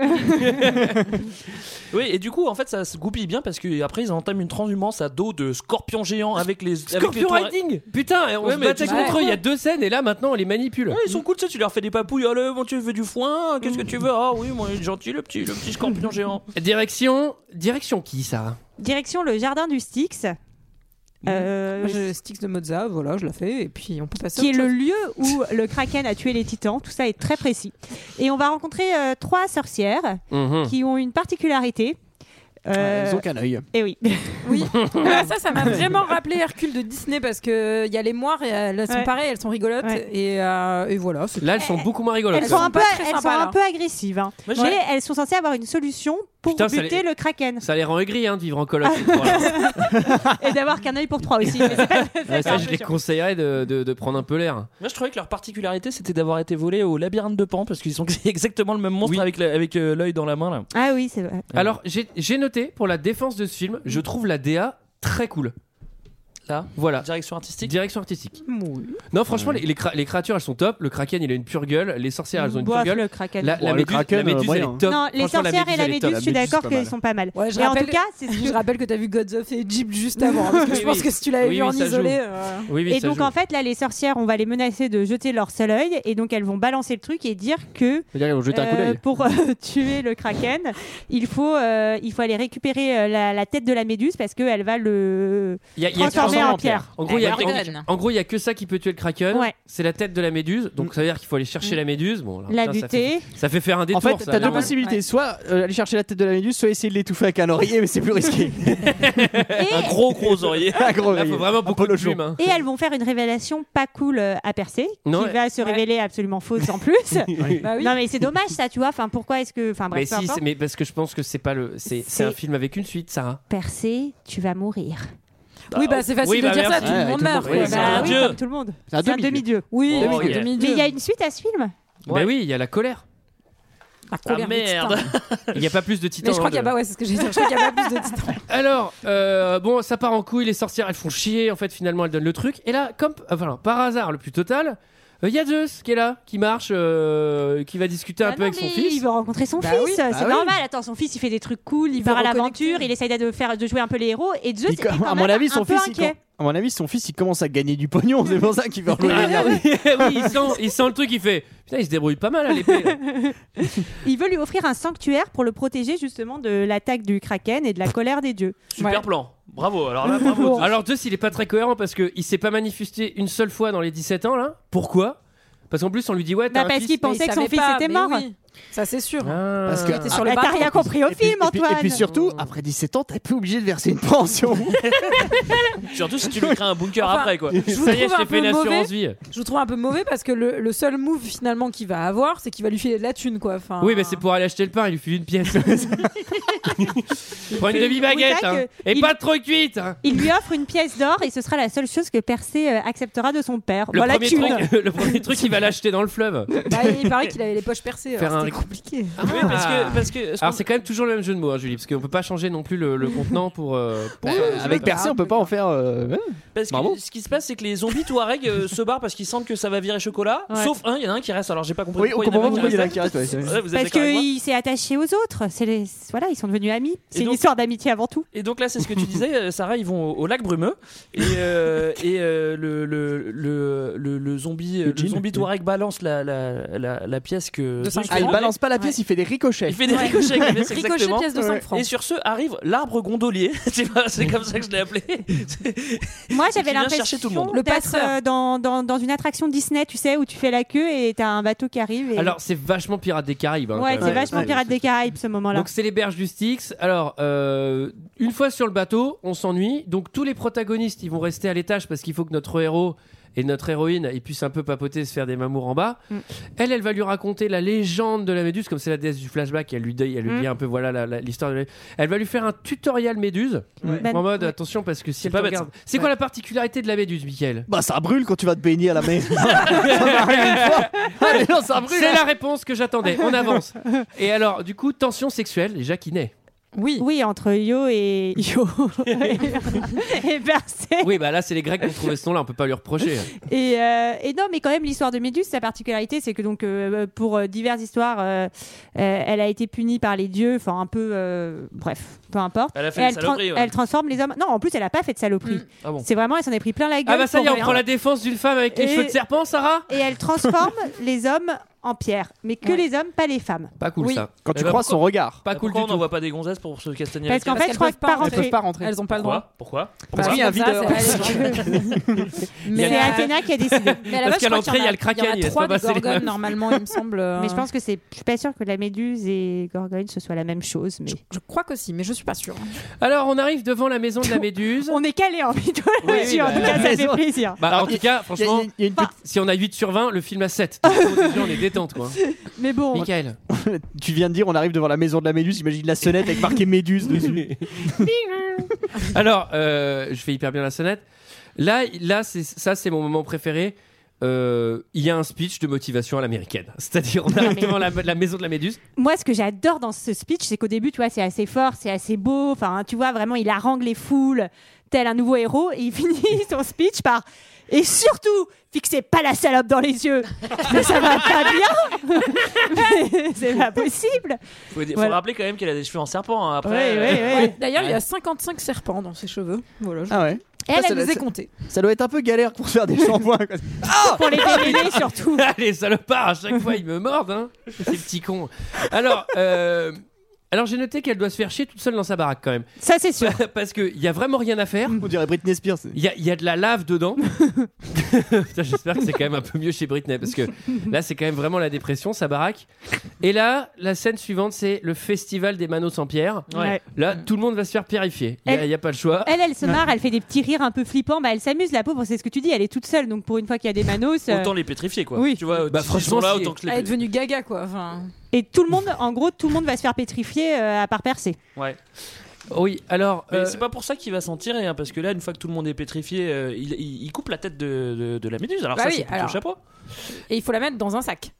[SPEAKER 6] oui, et du coup, en fait, ça se goupille bien parce que après ils entament une transhumance à dos de scorpion géant avec les. avec les
[SPEAKER 1] Scorpion
[SPEAKER 6] toiles-
[SPEAKER 1] Riding Putain, et on
[SPEAKER 6] Ouais,
[SPEAKER 1] se
[SPEAKER 6] mais
[SPEAKER 1] battait
[SPEAKER 6] tu-
[SPEAKER 1] contre eux
[SPEAKER 6] ouais.
[SPEAKER 1] il y a deux scènes et là maintenant on les manipule.
[SPEAKER 6] Ouais, ils sont cool, tu sais, tu leur fais des papouilles. Allez, bon, tu veux du foin Qu'est-ce que tu veux Ah oui, moi, il est gentil, le petit, le petit scorpion géant.
[SPEAKER 1] Direction. Direction qui, Sarah
[SPEAKER 7] Direction le jardin du Styx. Euh,
[SPEAKER 11] Moi, j'ai le Styx de Mozza, voilà, je la fais, et puis on peut passer à
[SPEAKER 7] qui est
[SPEAKER 11] autre
[SPEAKER 7] le
[SPEAKER 11] chose.
[SPEAKER 7] lieu où le kraken a tué les titans. Tout ça est très précis. Et on va rencontrer euh, trois sorcières
[SPEAKER 11] Mhm.
[SPEAKER 7] qui ont une particularité. Euh,
[SPEAKER 10] Elles ont qu'un œil.
[SPEAKER 7] Eh oui.
[SPEAKER 11] Oui. Ah, ça, ça m'a vraiment rappelé Hercule de Disney parce que il y a les moires, et euh, elles sont
[SPEAKER 7] Ouais.
[SPEAKER 11] pareilles, elles sont rigolotes et, euh, et voilà. c'est
[SPEAKER 1] Là,
[SPEAKER 11] tout.
[SPEAKER 1] elles sont beaucoup moins rigolotes.
[SPEAKER 7] Elles sont un peu,
[SPEAKER 11] Pas très
[SPEAKER 7] elles
[SPEAKER 11] sympa,
[SPEAKER 7] sont un
[SPEAKER 11] là.
[SPEAKER 7] peu agressives, hein.
[SPEAKER 1] Moi, j'ai-
[SPEAKER 7] mais elles sont censées avoir une solution pour
[SPEAKER 1] Putain, ça les-
[SPEAKER 7] buter le kraken
[SPEAKER 1] Ça les rend aigris hein, de vivre en coloc. ces trois-là.
[SPEAKER 7] et d'avoir qu'un œil pour trois aussi. Mais ça-
[SPEAKER 1] Ouais,
[SPEAKER 6] un
[SPEAKER 1] ça, je
[SPEAKER 6] peu
[SPEAKER 1] les
[SPEAKER 6] chiant.
[SPEAKER 1] conseillerais de, de- de prendre un peu l'air.
[SPEAKER 6] Moi, je trouvais que leur particularité, c'était d'avoir été volés au labyrinthe de Pan parce qu'ils sont exactement le même monstre avec la- avec euh, l'œil dans la main là.
[SPEAKER 7] ah oui, c'est vrai.
[SPEAKER 1] Alors, j'ai j'ai noté pour la défense de ce film, je trouve la DA très cool.
[SPEAKER 6] Là,
[SPEAKER 10] Ah.
[SPEAKER 1] voilà.
[SPEAKER 6] Direction artistique.
[SPEAKER 1] Direction artistique. Non, franchement, les, les cra- les créatures, elles sont top. Le kraken, il a une pure gueule. Les sorcières, elles ont une
[SPEAKER 7] Bof,
[SPEAKER 1] pure gueule.
[SPEAKER 7] le kraken.
[SPEAKER 1] La, la
[SPEAKER 10] Ouais, le
[SPEAKER 1] méduse,
[SPEAKER 10] kraken,
[SPEAKER 1] la méduse,
[SPEAKER 10] euh,
[SPEAKER 1] elle
[SPEAKER 10] moyen, hein.
[SPEAKER 1] est top.
[SPEAKER 7] Non, les
[SPEAKER 1] Franchement, la
[SPEAKER 7] sorcières et la
[SPEAKER 1] elle est
[SPEAKER 7] méduse,
[SPEAKER 1] top.
[SPEAKER 7] je suis d'accord qu'elles sont pas mal.
[SPEAKER 11] Ouais, je
[SPEAKER 7] et en
[SPEAKER 11] rappelle-
[SPEAKER 7] tout cas, c'est ce que
[SPEAKER 11] Je rappelle que t'as vu Gods of Egypt juste avant, hein, parce que
[SPEAKER 1] Oui,
[SPEAKER 11] je pense
[SPEAKER 1] oui.
[SPEAKER 11] que si tu l'avais
[SPEAKER 1] Oui,
[SPEAKER 11] vu
[SPEAKER 1] oui,
[SPEAKER 11] en
[SPEAKER 1] ça joue. Eh,
[SPEAKER 11] isolé. euh,
[SPEAKER 1] Oui, oui,
[SPEAKER 7] et
[SPEAKER 1] ça
[SPEAKER 7] donc
[SPEAKER 1] joue.
[SPEAKER 7] en fait là les sorcières on va les menacer de jeter leur seul œil et donc elles vont balancer le truc et dire que
[SPEAKER 10] C'est-à-dire qu'ils vont jeter un coup
[SPEAKER 7] euh,
[SPEAKER 10] d'œil.
[SPEAKER 7] pour euh, tuer le kraken il faut euh, il faut aller récupérer euh, la, la tête de la méduse parce qu'elle va le
[SPEAKER 1] Il y a- il y a-
[SPEAKER 7] transformer en pierre.
[SPEAKER 1] En gros, il y a-
[SPEAKER 7] Elle
[SPEAKER 1] en-
[SPEAKER 7] déconne.
[SPEAKER 1] en gros, il y a que ça qui peut tuer le kraken.
[SPEAKER 7] Ouais. Mm.
[SPEAKER 1] C'est la tête de la méduse. Donc, ça veut dire qu'il faut aller chercher la méduse. Bon, alors,
[SPEAKER 7] La
[SPEAKER 1] putain, ça
[SPEAKER 7] buter.
[SPEAKER 1] fait- Ça fait faire un détour.
[SPEAKER 10] En fait,
[SPEAKER 1] ça,
[SPEAKER 10] t'as deux
[SPEAKER 1] normal.
[SPEAKER 10] possibilités. Soit euh, aller chercher la tête de la méduse, soit essayer de l'étouffer avec un oreiller, mais c'est plus risqué.
[SPEAKER 6] Un gros gros oreiller.
[SPEAKER 10] Un gros
[SPEAKER 1] Là, faut vraiment beaucoup de plumes. hein.
[SPEAKER 7] et elles vont faire une révélation pas cool euh, à Percé
[SPEAKER 1] Non,
[SPEAKER 7] qui
[SPEAKER 1] ouais.
[SPEAKER 7] va se révéler absolument fausse en plus
[SPEAKER 1] Oui. Bah oui.
[SPEAKER 7] non mais c'est dommage ça tu vois enfin pourquoi est-ce que enfin bref
[SPEAKER 1] Mais
[SPEAKER 7] peu
[SPEAKER 1] si,
[SPEAKER 7] importe.
[SPEAKER 1] c'est- mais parce que je pense que c'est pas le, c'est c'est
[SPEAKER 7] Bah, C'est-
[SPEAKER 1] un film avec une suite, Sarah.
[SPEAKER 7] Percé tu vas mourir Ah
[SPEAKER 11] Oui, bah c'est facile
[SPEAKER 1] Oui, bah,
[SPEAKER 11] de dire
[SPEAKER 1] merci.
[SPEAKER 11] ça, tout
[SPEAKER 1] Ouais,
[SPEAKER 11] le monde
[SPEAKER 1] tout le
[SPEAKER 11] meurt.
[SPEAKER 1] monde meurt.
[SPEAKER 11] quoi.
[SPEAKER 1] Oui,
[SPEAKER 11] Bah
[SPEAKER 1] c'est un
[SPEAKER 11] oui,
[SPEAKER 1] dieu.
[SPEAKER 11] comme
[SPEAKER 7] tout le monde.
[SPEAKER 1] C'est un
[SPEAKER 11] C'est un
[SPEAKER 1] demi-dieu.
[SPEAKER 11] demi-dieu. Oui,
[SPEAKER 1] Oh,
[SPEAKER 11] oui,
[SPEAKER 1] yeah.
[SPEAKER 11] demi-dieu.
[SPEAKER 7] mais il y a une suite à ce film
[SPEAKER 1] Ben oui, il y a la colère.
[SPEAKER 11] Ah, colère des titans.
[SPEAKER 1] Il n'y a pas plus de titans.
[SPEAKER 11] Mais je crois
[SPEAKER 1] hein,
[SPEAKER 11] qu'il y a
[SPEAKER 1] de-
[SPEAKER 11] pas, ouais, c'est ce que j'ai dit. Je crois qu'il y a pas plus de titans.
[SPEAKER 1] Alors, euh, bon, ça part en couille, les sorcières, elles font chier, en fait, finalement, elles donnent le truc. Et là, comme enfin, par hasard, le plus total, il y a Zeus qui est là, qui marche, euh, qui va discuter un peu avec son fils.
[SPEAKER 7] Ah Il veut rencontrer son
[SPEAKER 1] Bah
[SPEAKER 7] fils,
[SPEAKER 1] oui.
[SPEAKER 7] c'est
[SPEAKER 1] Bah oui.
[SPEAKER 7] normal. Attends, son fils, il fait des trucs cool, il,
[SPEAKER 11] Il
[SPEAKER 7] part
[SPEAKER 11] veut
[SPEAKER 7] à
[SPEAKER 11] reconnecter.
[SPEAKER 7] l'aventure, il essaye de faire, de jouer un peu les héros. Et Zeus,
[SPEAKER 10] Il
[SPEAKER 7] est
[SPEAKER 10] co-
[SPEAKER 7] quand
[SPEAKER 10] à mon
[SPEAKER 7] même
[SPEAKER 10] avis,
[SPEAKER 7] un
[SPEAKER 10] son
[SPEAKER 7] peu
[SPEAKER 10] fils, il
[SPEAKER 7] inquiet.
[SPEAKER 10] com- à mon avis, son fils, il commence à gagner du pognon. C'est pour ça qu'il
[SPEAKER 11] Ah
[SPEAKER 10] veut revenir.
[SPEAKER 1] Ah, oui, il sent, il sent le truc, il fait Putain, il se débrouille pas mal à l'épée. là.
[SPEAKER 7] Il veut lui offrir un sanctuaire pour le protéger justement de l'attaque du kraken et de la colère des dieux.
[SPEAKER 6] Super plan. Bravo. Alors là, bravo.
[SPEAKER 1] Bon. Alors, Zeus, il est pas très cohérent parce qu'il s'est pas manifesté une seule fois dans les 17 ans, là. Pourquoi Parce qu'en plus, on lui dit Ouais, t'as
[SPEAKER 7] Bah,
[SPEAKER 1] un
[SPEAKER 7] parce
[SPEAKER 1] fils. Ah.
[SPEAKER 7] qu'il pensait
[SPEAKER 11] Mais il
[SPEAKER 7] que son
[SPEAKER 11] savait
[SPEAKER 7] fils
[SPEAKER 11] pas,
[SPEAKER 7] était
[SPEAKER 11] mais
[SPEAKER 7] mort. Bah,
[SPEAKER 11] oui. Ça, c'est sûr.
[SPEAKER 10] Parce que
[SPEAKER 11] T'es sur le bateau.
[SPEAKER 10] Et puis- et puis- Et puis surtout, après 17 ans, t'es plus obligé de verser une pension.
[SPEAKER 6] Surtout si tu lui crées un bunker
[SPEAKER 11] Enfin,
[SPEAKER 6] après, quoi.
[SPEAKER 11] Je vous trouve un peu mauvais. Je vous trouve un peu mauvais parce que le, le seul move finalement qu'il va avoir, c'est qu'il va lui filer de la thune, quoi. Enfin,
[SPEAKER 1] Oui, mais c'est pour aller acheter le pain, il lui file une pièce. Prends une demi-baguette,
[SPEAKER 7] Oui, c'est vrai
[SPEAKER 1] hein.
[SPEAKER 7] que
[SPEAKER 1] et
[SPEAKER 7] il-
[SPEAKER 1] pas trop cuite. hein.
[SPEAKER 7] Il lui offre une pièce d'or et ce sera la seule chose que Persée euh, acceptera de son père.
[SPEAKER 1] Le,
[SPEAKER 7] Voilà
[SPEAKER 1] premier
[SPEAKER 7] thune.
[SPEAKER 1] truc, le premier truc, il va l'acheter dans le fleuve.
[SPEAKER 11] Bah, il paraît qu'il avait les poches percées.
[SPEAKER 1] Faire
[SPEAKER 11] alors
[SPEAKER 1] un-
[SPEAKER 11] C'était compliqué.
[SPEAKER 6] parce que- parce que-
[SPEAKER 10] Ah,
[SPEAKER 1] Alors c'est quand même toujours le même jeu de mots, hein, Julie, parce qu'on peut pas changer non plus le, le contenant pour. euh, pour-
[SPEAKER 10] Euh, Avec Percy, on peut pas en faire. euh, ouais.
[SPEAKER 6] Parce que
[SPEAKER 10] Bravo.
[SPEAKER 6] ce qui se passe, c'est que les zombies Touareg euh, se barrent parce qu'ils sentent que ça va virer chocolat.
[SPEAKER 7] Ouais.
[SPEAKER 6] Sauf un, il y en a un qui reste. Alors j'ai pas compris
[SPEAKER 10] Oui, on
[SPEAKER 6] pourquoi
[SPEAKER 10] comprend pas
[SPEAKER 6] un
[SPEAKER 10] pourquoi il y en a un qui reste, ouais, c'est-
[SPEAKER 6] Ouais, vous êtes
[SPEAKER 7] Parce
[SPEAKER 6] d'accord avec moi
[SPEAKER 7] qu'il s'est attaché aux autres. C'est les... Voilà, ils sont devenus amis. C'est une
[SPEAKER 6] donc-
[SPEAKER 7] histoire d'amitié avant tout.
[SPEAKER 6] Et donc là, c'est ce que tu disais, euh, Sarah, ils vont au, au lac brumeux et, euh, et euh, le, le, le, le, le zombie, euh, le
[SPEAKER 10] Eugene.
[SPEAKER 6] zombie Touareg balance la, la, la, la pièce que. Zeus
[SPEAKER 10] Ah, il
[SPEAKER 6] commandait.
[SPEAKER 10] balance pas la pièce, il fait des ricochets.
[SPEAKER 6] Il fait des ricochets, avec la pièce,
[SPEAKER 11] Ricochet,
[SPEAKER 6] exactement.
[SPEAKER 11] pièce de cinq francs.
[SPEAKER 6] Et sur ce arrive l'arbre gondolier. Tu vois, c'est comme ça que je l'ai appelé.
[SPEAKER 7] Moi,
[SPEAKER 6] Qui
[SPEAKER 7] j'avais
[SPEAKER 6] vient
[SPEAKER 7] l'impression
[SPEAKER 6] chercher tout le monde.
[SPEAKER 7] d'être
[SPEAKER 6] Le
[SPEAKER 11] passeur.
[SPEAKER 7] euh, dans, dans, dans une attraction Disney, tu sais, où tu fais la queue et t'as un bateau qui arrive. Et...
[SPEAKER 1] Alors c'est vachement Pirates des Caraïbes. hein,
[SPEAKER 7] ouais,
[SPEAKER 1] quand même.
[SPEAKER 7] c'est vachement Pirates des Caraïbes ce moment-là.
[SPEAKER 1] Donc c'est les berges du Styx. Alors euh, une fois sur le bateau, on s'ennuie. Donc tous les protagonistes, ils vont rester à l'étage parce qu'il faut que notre héros et notre héroïne, ils puissent un peu papoter, se faire des mamours en bas. Elle, elle va lui raconter la légende de la Méduse, comme c'est la déesse du flashback. Elle lui dit, elle lui dit un peu voilà la- la- l'histoire. de la- Elle va lui faire un tutoriel Méduse
[SPEAKER 7] Ouais.
[SPEAKER 1] en mode attention parce que si elle
[SPEAKER 6] pas
[SPEAKER 1] te
[SPEAKER 6] bête,
[SPEAKER 1] regarde,
[SPEAKER 6] ça.
[SPEAKER 1] c'est quoi la particularité de la Méduse, Michael
[SPEAKER 10] Bah, ça brûle quand tu vas te baigner à la mer. Ça m'arrive Bah, une fois. Ah, mais non, ça brûle.
[SPEAKER 1] C'est la réponse que j'attendais. On avance. Et alors, du coup, tension sexuelle, déjà qui naît.
[SPEAKER 11] Oui.
[SPEAKER 7] Oui, entre Yo et Yo et Persée.
[SPEAKER 1] Oui, bah là, c'est les Grecs qui ont trouvé ce nom-là, on peut pas lui reprocher.
[SPEAKER 7] Et, euh, et non, mais quand même, l'histoire de Méduse, sa particularité, c'est que donc euh, pour euh, diverses histoires, euh, euh, elle a été punie par les dieux, enfin un peu, euh, bref, peu importe.
[SPEAKER 6] Elle a fait
[SPEAKER 7] Et
[SPEAKER 6] une
[SPEAKER 7] elle,
[SPEAKER 6] saloperie, ouais.
[SPEAKER 7] elle transforme les hommes. Non, en plus, elle a pas fait de saloperie.
[SPEAKER 6] Ah bon.
[SPEAKER 7] C'est vraiment, elle s'en est pris plein la gueule.
[SPEAKER 1] Ah bah ça y est,
[SPEAKER 7] pour
[SPEAKER 1] on
[SPEAKER 7] rien.
[SPEAKER 1] prend la défense d'une femme avec les
[SPEAKER 7] Et-
[SPEAKER 1] cheveux de serpent, Sarah
[SPEAKER 7] Et elle transforme les hommes en pierre, mais que les hommes, pas les femmes.
[SPEAKER 1] Pas cool
[SPEAKER 7] Oui.
[SPEAKER 1] ça.
[SPEAKER 10] Quand tu
[SPEAKER 1] Eh ben,
[SPEAKER 10] croises son
[SPEAKER 1] pourquoi-
[SPEAKER 10] regard.
[SPEAKER 1] Pas cool
[SPEAKER 6] Pourquoi
[SPEAKER 1] du
[SPEAKER 6] on
[SPEAKER 1] tout.
[SPEAKER 6] n'envoie pas des gonzesses pour se castagner
[SPEAKER 7] Parce
[SPEAKER 6] avec
[SPEAKER 7] qu'en fait,
[SPEAKER 6] elle
[SPEAKER 7] je crois que pas rentrer.
[SPEAKER 10] peuvent pas rentrer.
[SPEAKER 11] Elles ont pas le droit.
[SPEAKER 6] Pourquoi Pourquoi
[SPEAKER 10] Parce qu'il y a un
[SPEAKER 11] Comme Bah ça,
[SPEAKER 10] videur.
[SPEAKER 11] c'est- elle est- Mais
[SPEAKER 7] C'est
[SPEAKER 11] euh,
[SPEAKER 7] Athéna qui a décidé.
[SPEAKER 11] mais à
[SPEAKER 1] Parce qu'à
[SPEAKER 11] la base, je crois qu'il
[SPEAKER 1] l'entrée, il y a le
[SPEAKER 11] en
[SPEAKER 1] Kraken, il
[SPEAKER 11] Il y en
[SPEAKER 1] laisse
[SPEAKER 11] a trois
[SPEAKER 1] pas
[SPEAKER 11] des
[SPEAKER 1] passer les
[SPEAKER 11] gorgones,
[SPEAKER 1] meufs.
[SPEAKER 11] normalement, il me semble. euh,
[SPEAKER 7] Mais je pense que c'est, je suis pas sûre que la Méduse et Gorgone ce soit la même chose, mais.
[SPEAKER 11] Je crois que si, mais je suis pas sûre.
[SPEAKER 1] Alors on arrive devant la maison de la Méduse.
[SPEAKER 7] On est calé en mythologie,
[SPEAKER 1] Oui,
[SPEAKER 7] en
[SPEAKER 1] bah,
[SPEAKER 7] tout cas, ça
[SPEAKER 10] la
[SPEAKER 7] fait
[SPEAKER 10] maison.
[SPEAKER 7] plaisir.
[SPEAKER 1] Bah,
[SPEAKER 10] Alors,
[SPEAKER 1] en tout
[SPEAKER 10] il-
[SPEAKER 1] cas,
[SPEAKER 10] Il y a-
[SPEAKER 1] franchement,
[SPEAKER 10] il y a une petite-
[SPEAKER 1] si on a 8 sur 20, le film a 7. Donc, déjà, on est détente quoi.
[SPEAKER 7] Mais bon,
[SPEAKER 1] Michael.
[SPEAKER 10] Tu viens de dire, on arrive devant la maison de la Méduse. J'imagine la sonnette avec marqué Méduse dessus.
[SPEAKER 1] Alors, euh, je fais hyper bien la sonnette. Là, là c'est- ça c'est mon moment préféré. Euh, Il y a un speech de motivation à l'américaine. C'est-à-dire, on arrive devant la, la maison de la Méduse.
[SPEAKER 7] moi, ce que j'adore dans ce speech, c'est qu'au début, tu vois, c'est assez fort, c'est assez beau. Enfin, tu vois, vraiment, il harangue les foules, tel un nouveau héros. Et il finit son speech par Et surtout, fixez pas la salope dans les yeux. Mais ça va pas bien. Mais c'est pas possible.
[SPEAKER 6] Faut, dire- faut
[SPEAKER 7] Voilà.
[SPEAKER 6] rappeler quand même qu'elle a des cheveux en serpent. hein,
[SPEAKER 7] Oui,
[SPEAKER 6] après,
[SPEAKER 7] oui,
[SPEAKER 6] euh,
[SPEAKER 7] oui.
[SPEAKER 11] D'ailleurs, il y a 55 serpents dans ses cheveux. Voilà, je-
[SPEAKER 10] Ah ouais.
[SPEAKER 7] Elle,
[SPEAKER 10] Ça,
[SPEAKER 7] elle
[SPEAKER 10] ça-
[SPEAKER 7] nous
[SPEAKER 11] je
[SPEAKER 7] est
[SPEAKER 11] les ai comptés.
[SPEAKER 10] Ça doit être un peu galère pour faire des shampoings. quoi.
[SPEAKER 7] pour les démêler, surtout.
[SPEAKER 1] Ah, les salopards, à chaque fois, ils me mordent, hein. Ces petits cons. Alors, euh, alors j'ai noté qu'elle doit se faire chier toute seule dans sa baraque quand même.
[SPEAKER 7] Ça, c'est sûr.
[SPEAKER 1] Parce qu'il y a vraiment rien à faire.
[SPEAKER 10] On dirait Britney Spears.
[SPEAKER 1] Il y a, il y a de la lave dedans. Putain, J'espère que c'est quand même un peu mieux chez Britney parce que là, c'est quand même vraiment la dépression, sa baraque. Et là, la scène suivante, c'est le festival des manos sans pierre.
[SPEAKER 6] euh,
[SPEAKER 7] Ouais.
[SPEAKER 1] Là, tout le monde va se faire pierrifier. Il n'y a,
[SPEAKER 7] Elle-
[SPEAKER 1] il y a pas le choix.
[SPEAKER 7] Elle, elle se marre, elle fait des petits rires un peu flippants. Bah, elle s'amuse, la pauvre, c'est ce que tu dis. Elle est toute seule, donc pour une fois qu'il y a des manos. euh,
[SPEAKER 6] Autant les pétrifier quoi.
[SPEAKER 7] Oui.
[SPEAKER 6] Tu vois,
[SPEAKER 1] Bah,
[SPEAKER 6] ils sont
[SPEAKER 1] franchement,
[SPEAKER 6] là
[SPEAKER 1] si-
[SPEAKER 6] autant que
[SPEAKER 11] Ah, Elle est
[SPEAKER 6] les.
[SPEAKER 11] devenue gaga, quoi. Enfin,
[SPEAKER 7] Et tout le monde, en gros, tout le monde va se faire pétrifier euh, à part percer.
[SPEAKER 6] Ouais.
[SPEAKER 1] Oui, alors.
[SPEAKER 6] Mais
[SPEAKER 1] euh,
[SPEAKER 6] c'est pas pour ça qu'il va s'en tirer, hein, parce que là, une fois que tout le monde est pétrifié, euh, il, il- il coupe la tête de, de- de la méduse. Alors
[SPEAKER 11] Bah
[SPEAKER 6] ça,
[SPEAKER 11] oui,
[SPEAKER 6] c'est plutôt
[SPEAKER 11] alors.
[SPEAKER 6] chapeau.
[SPEAKER 11] et il faut la mettre dans un sac.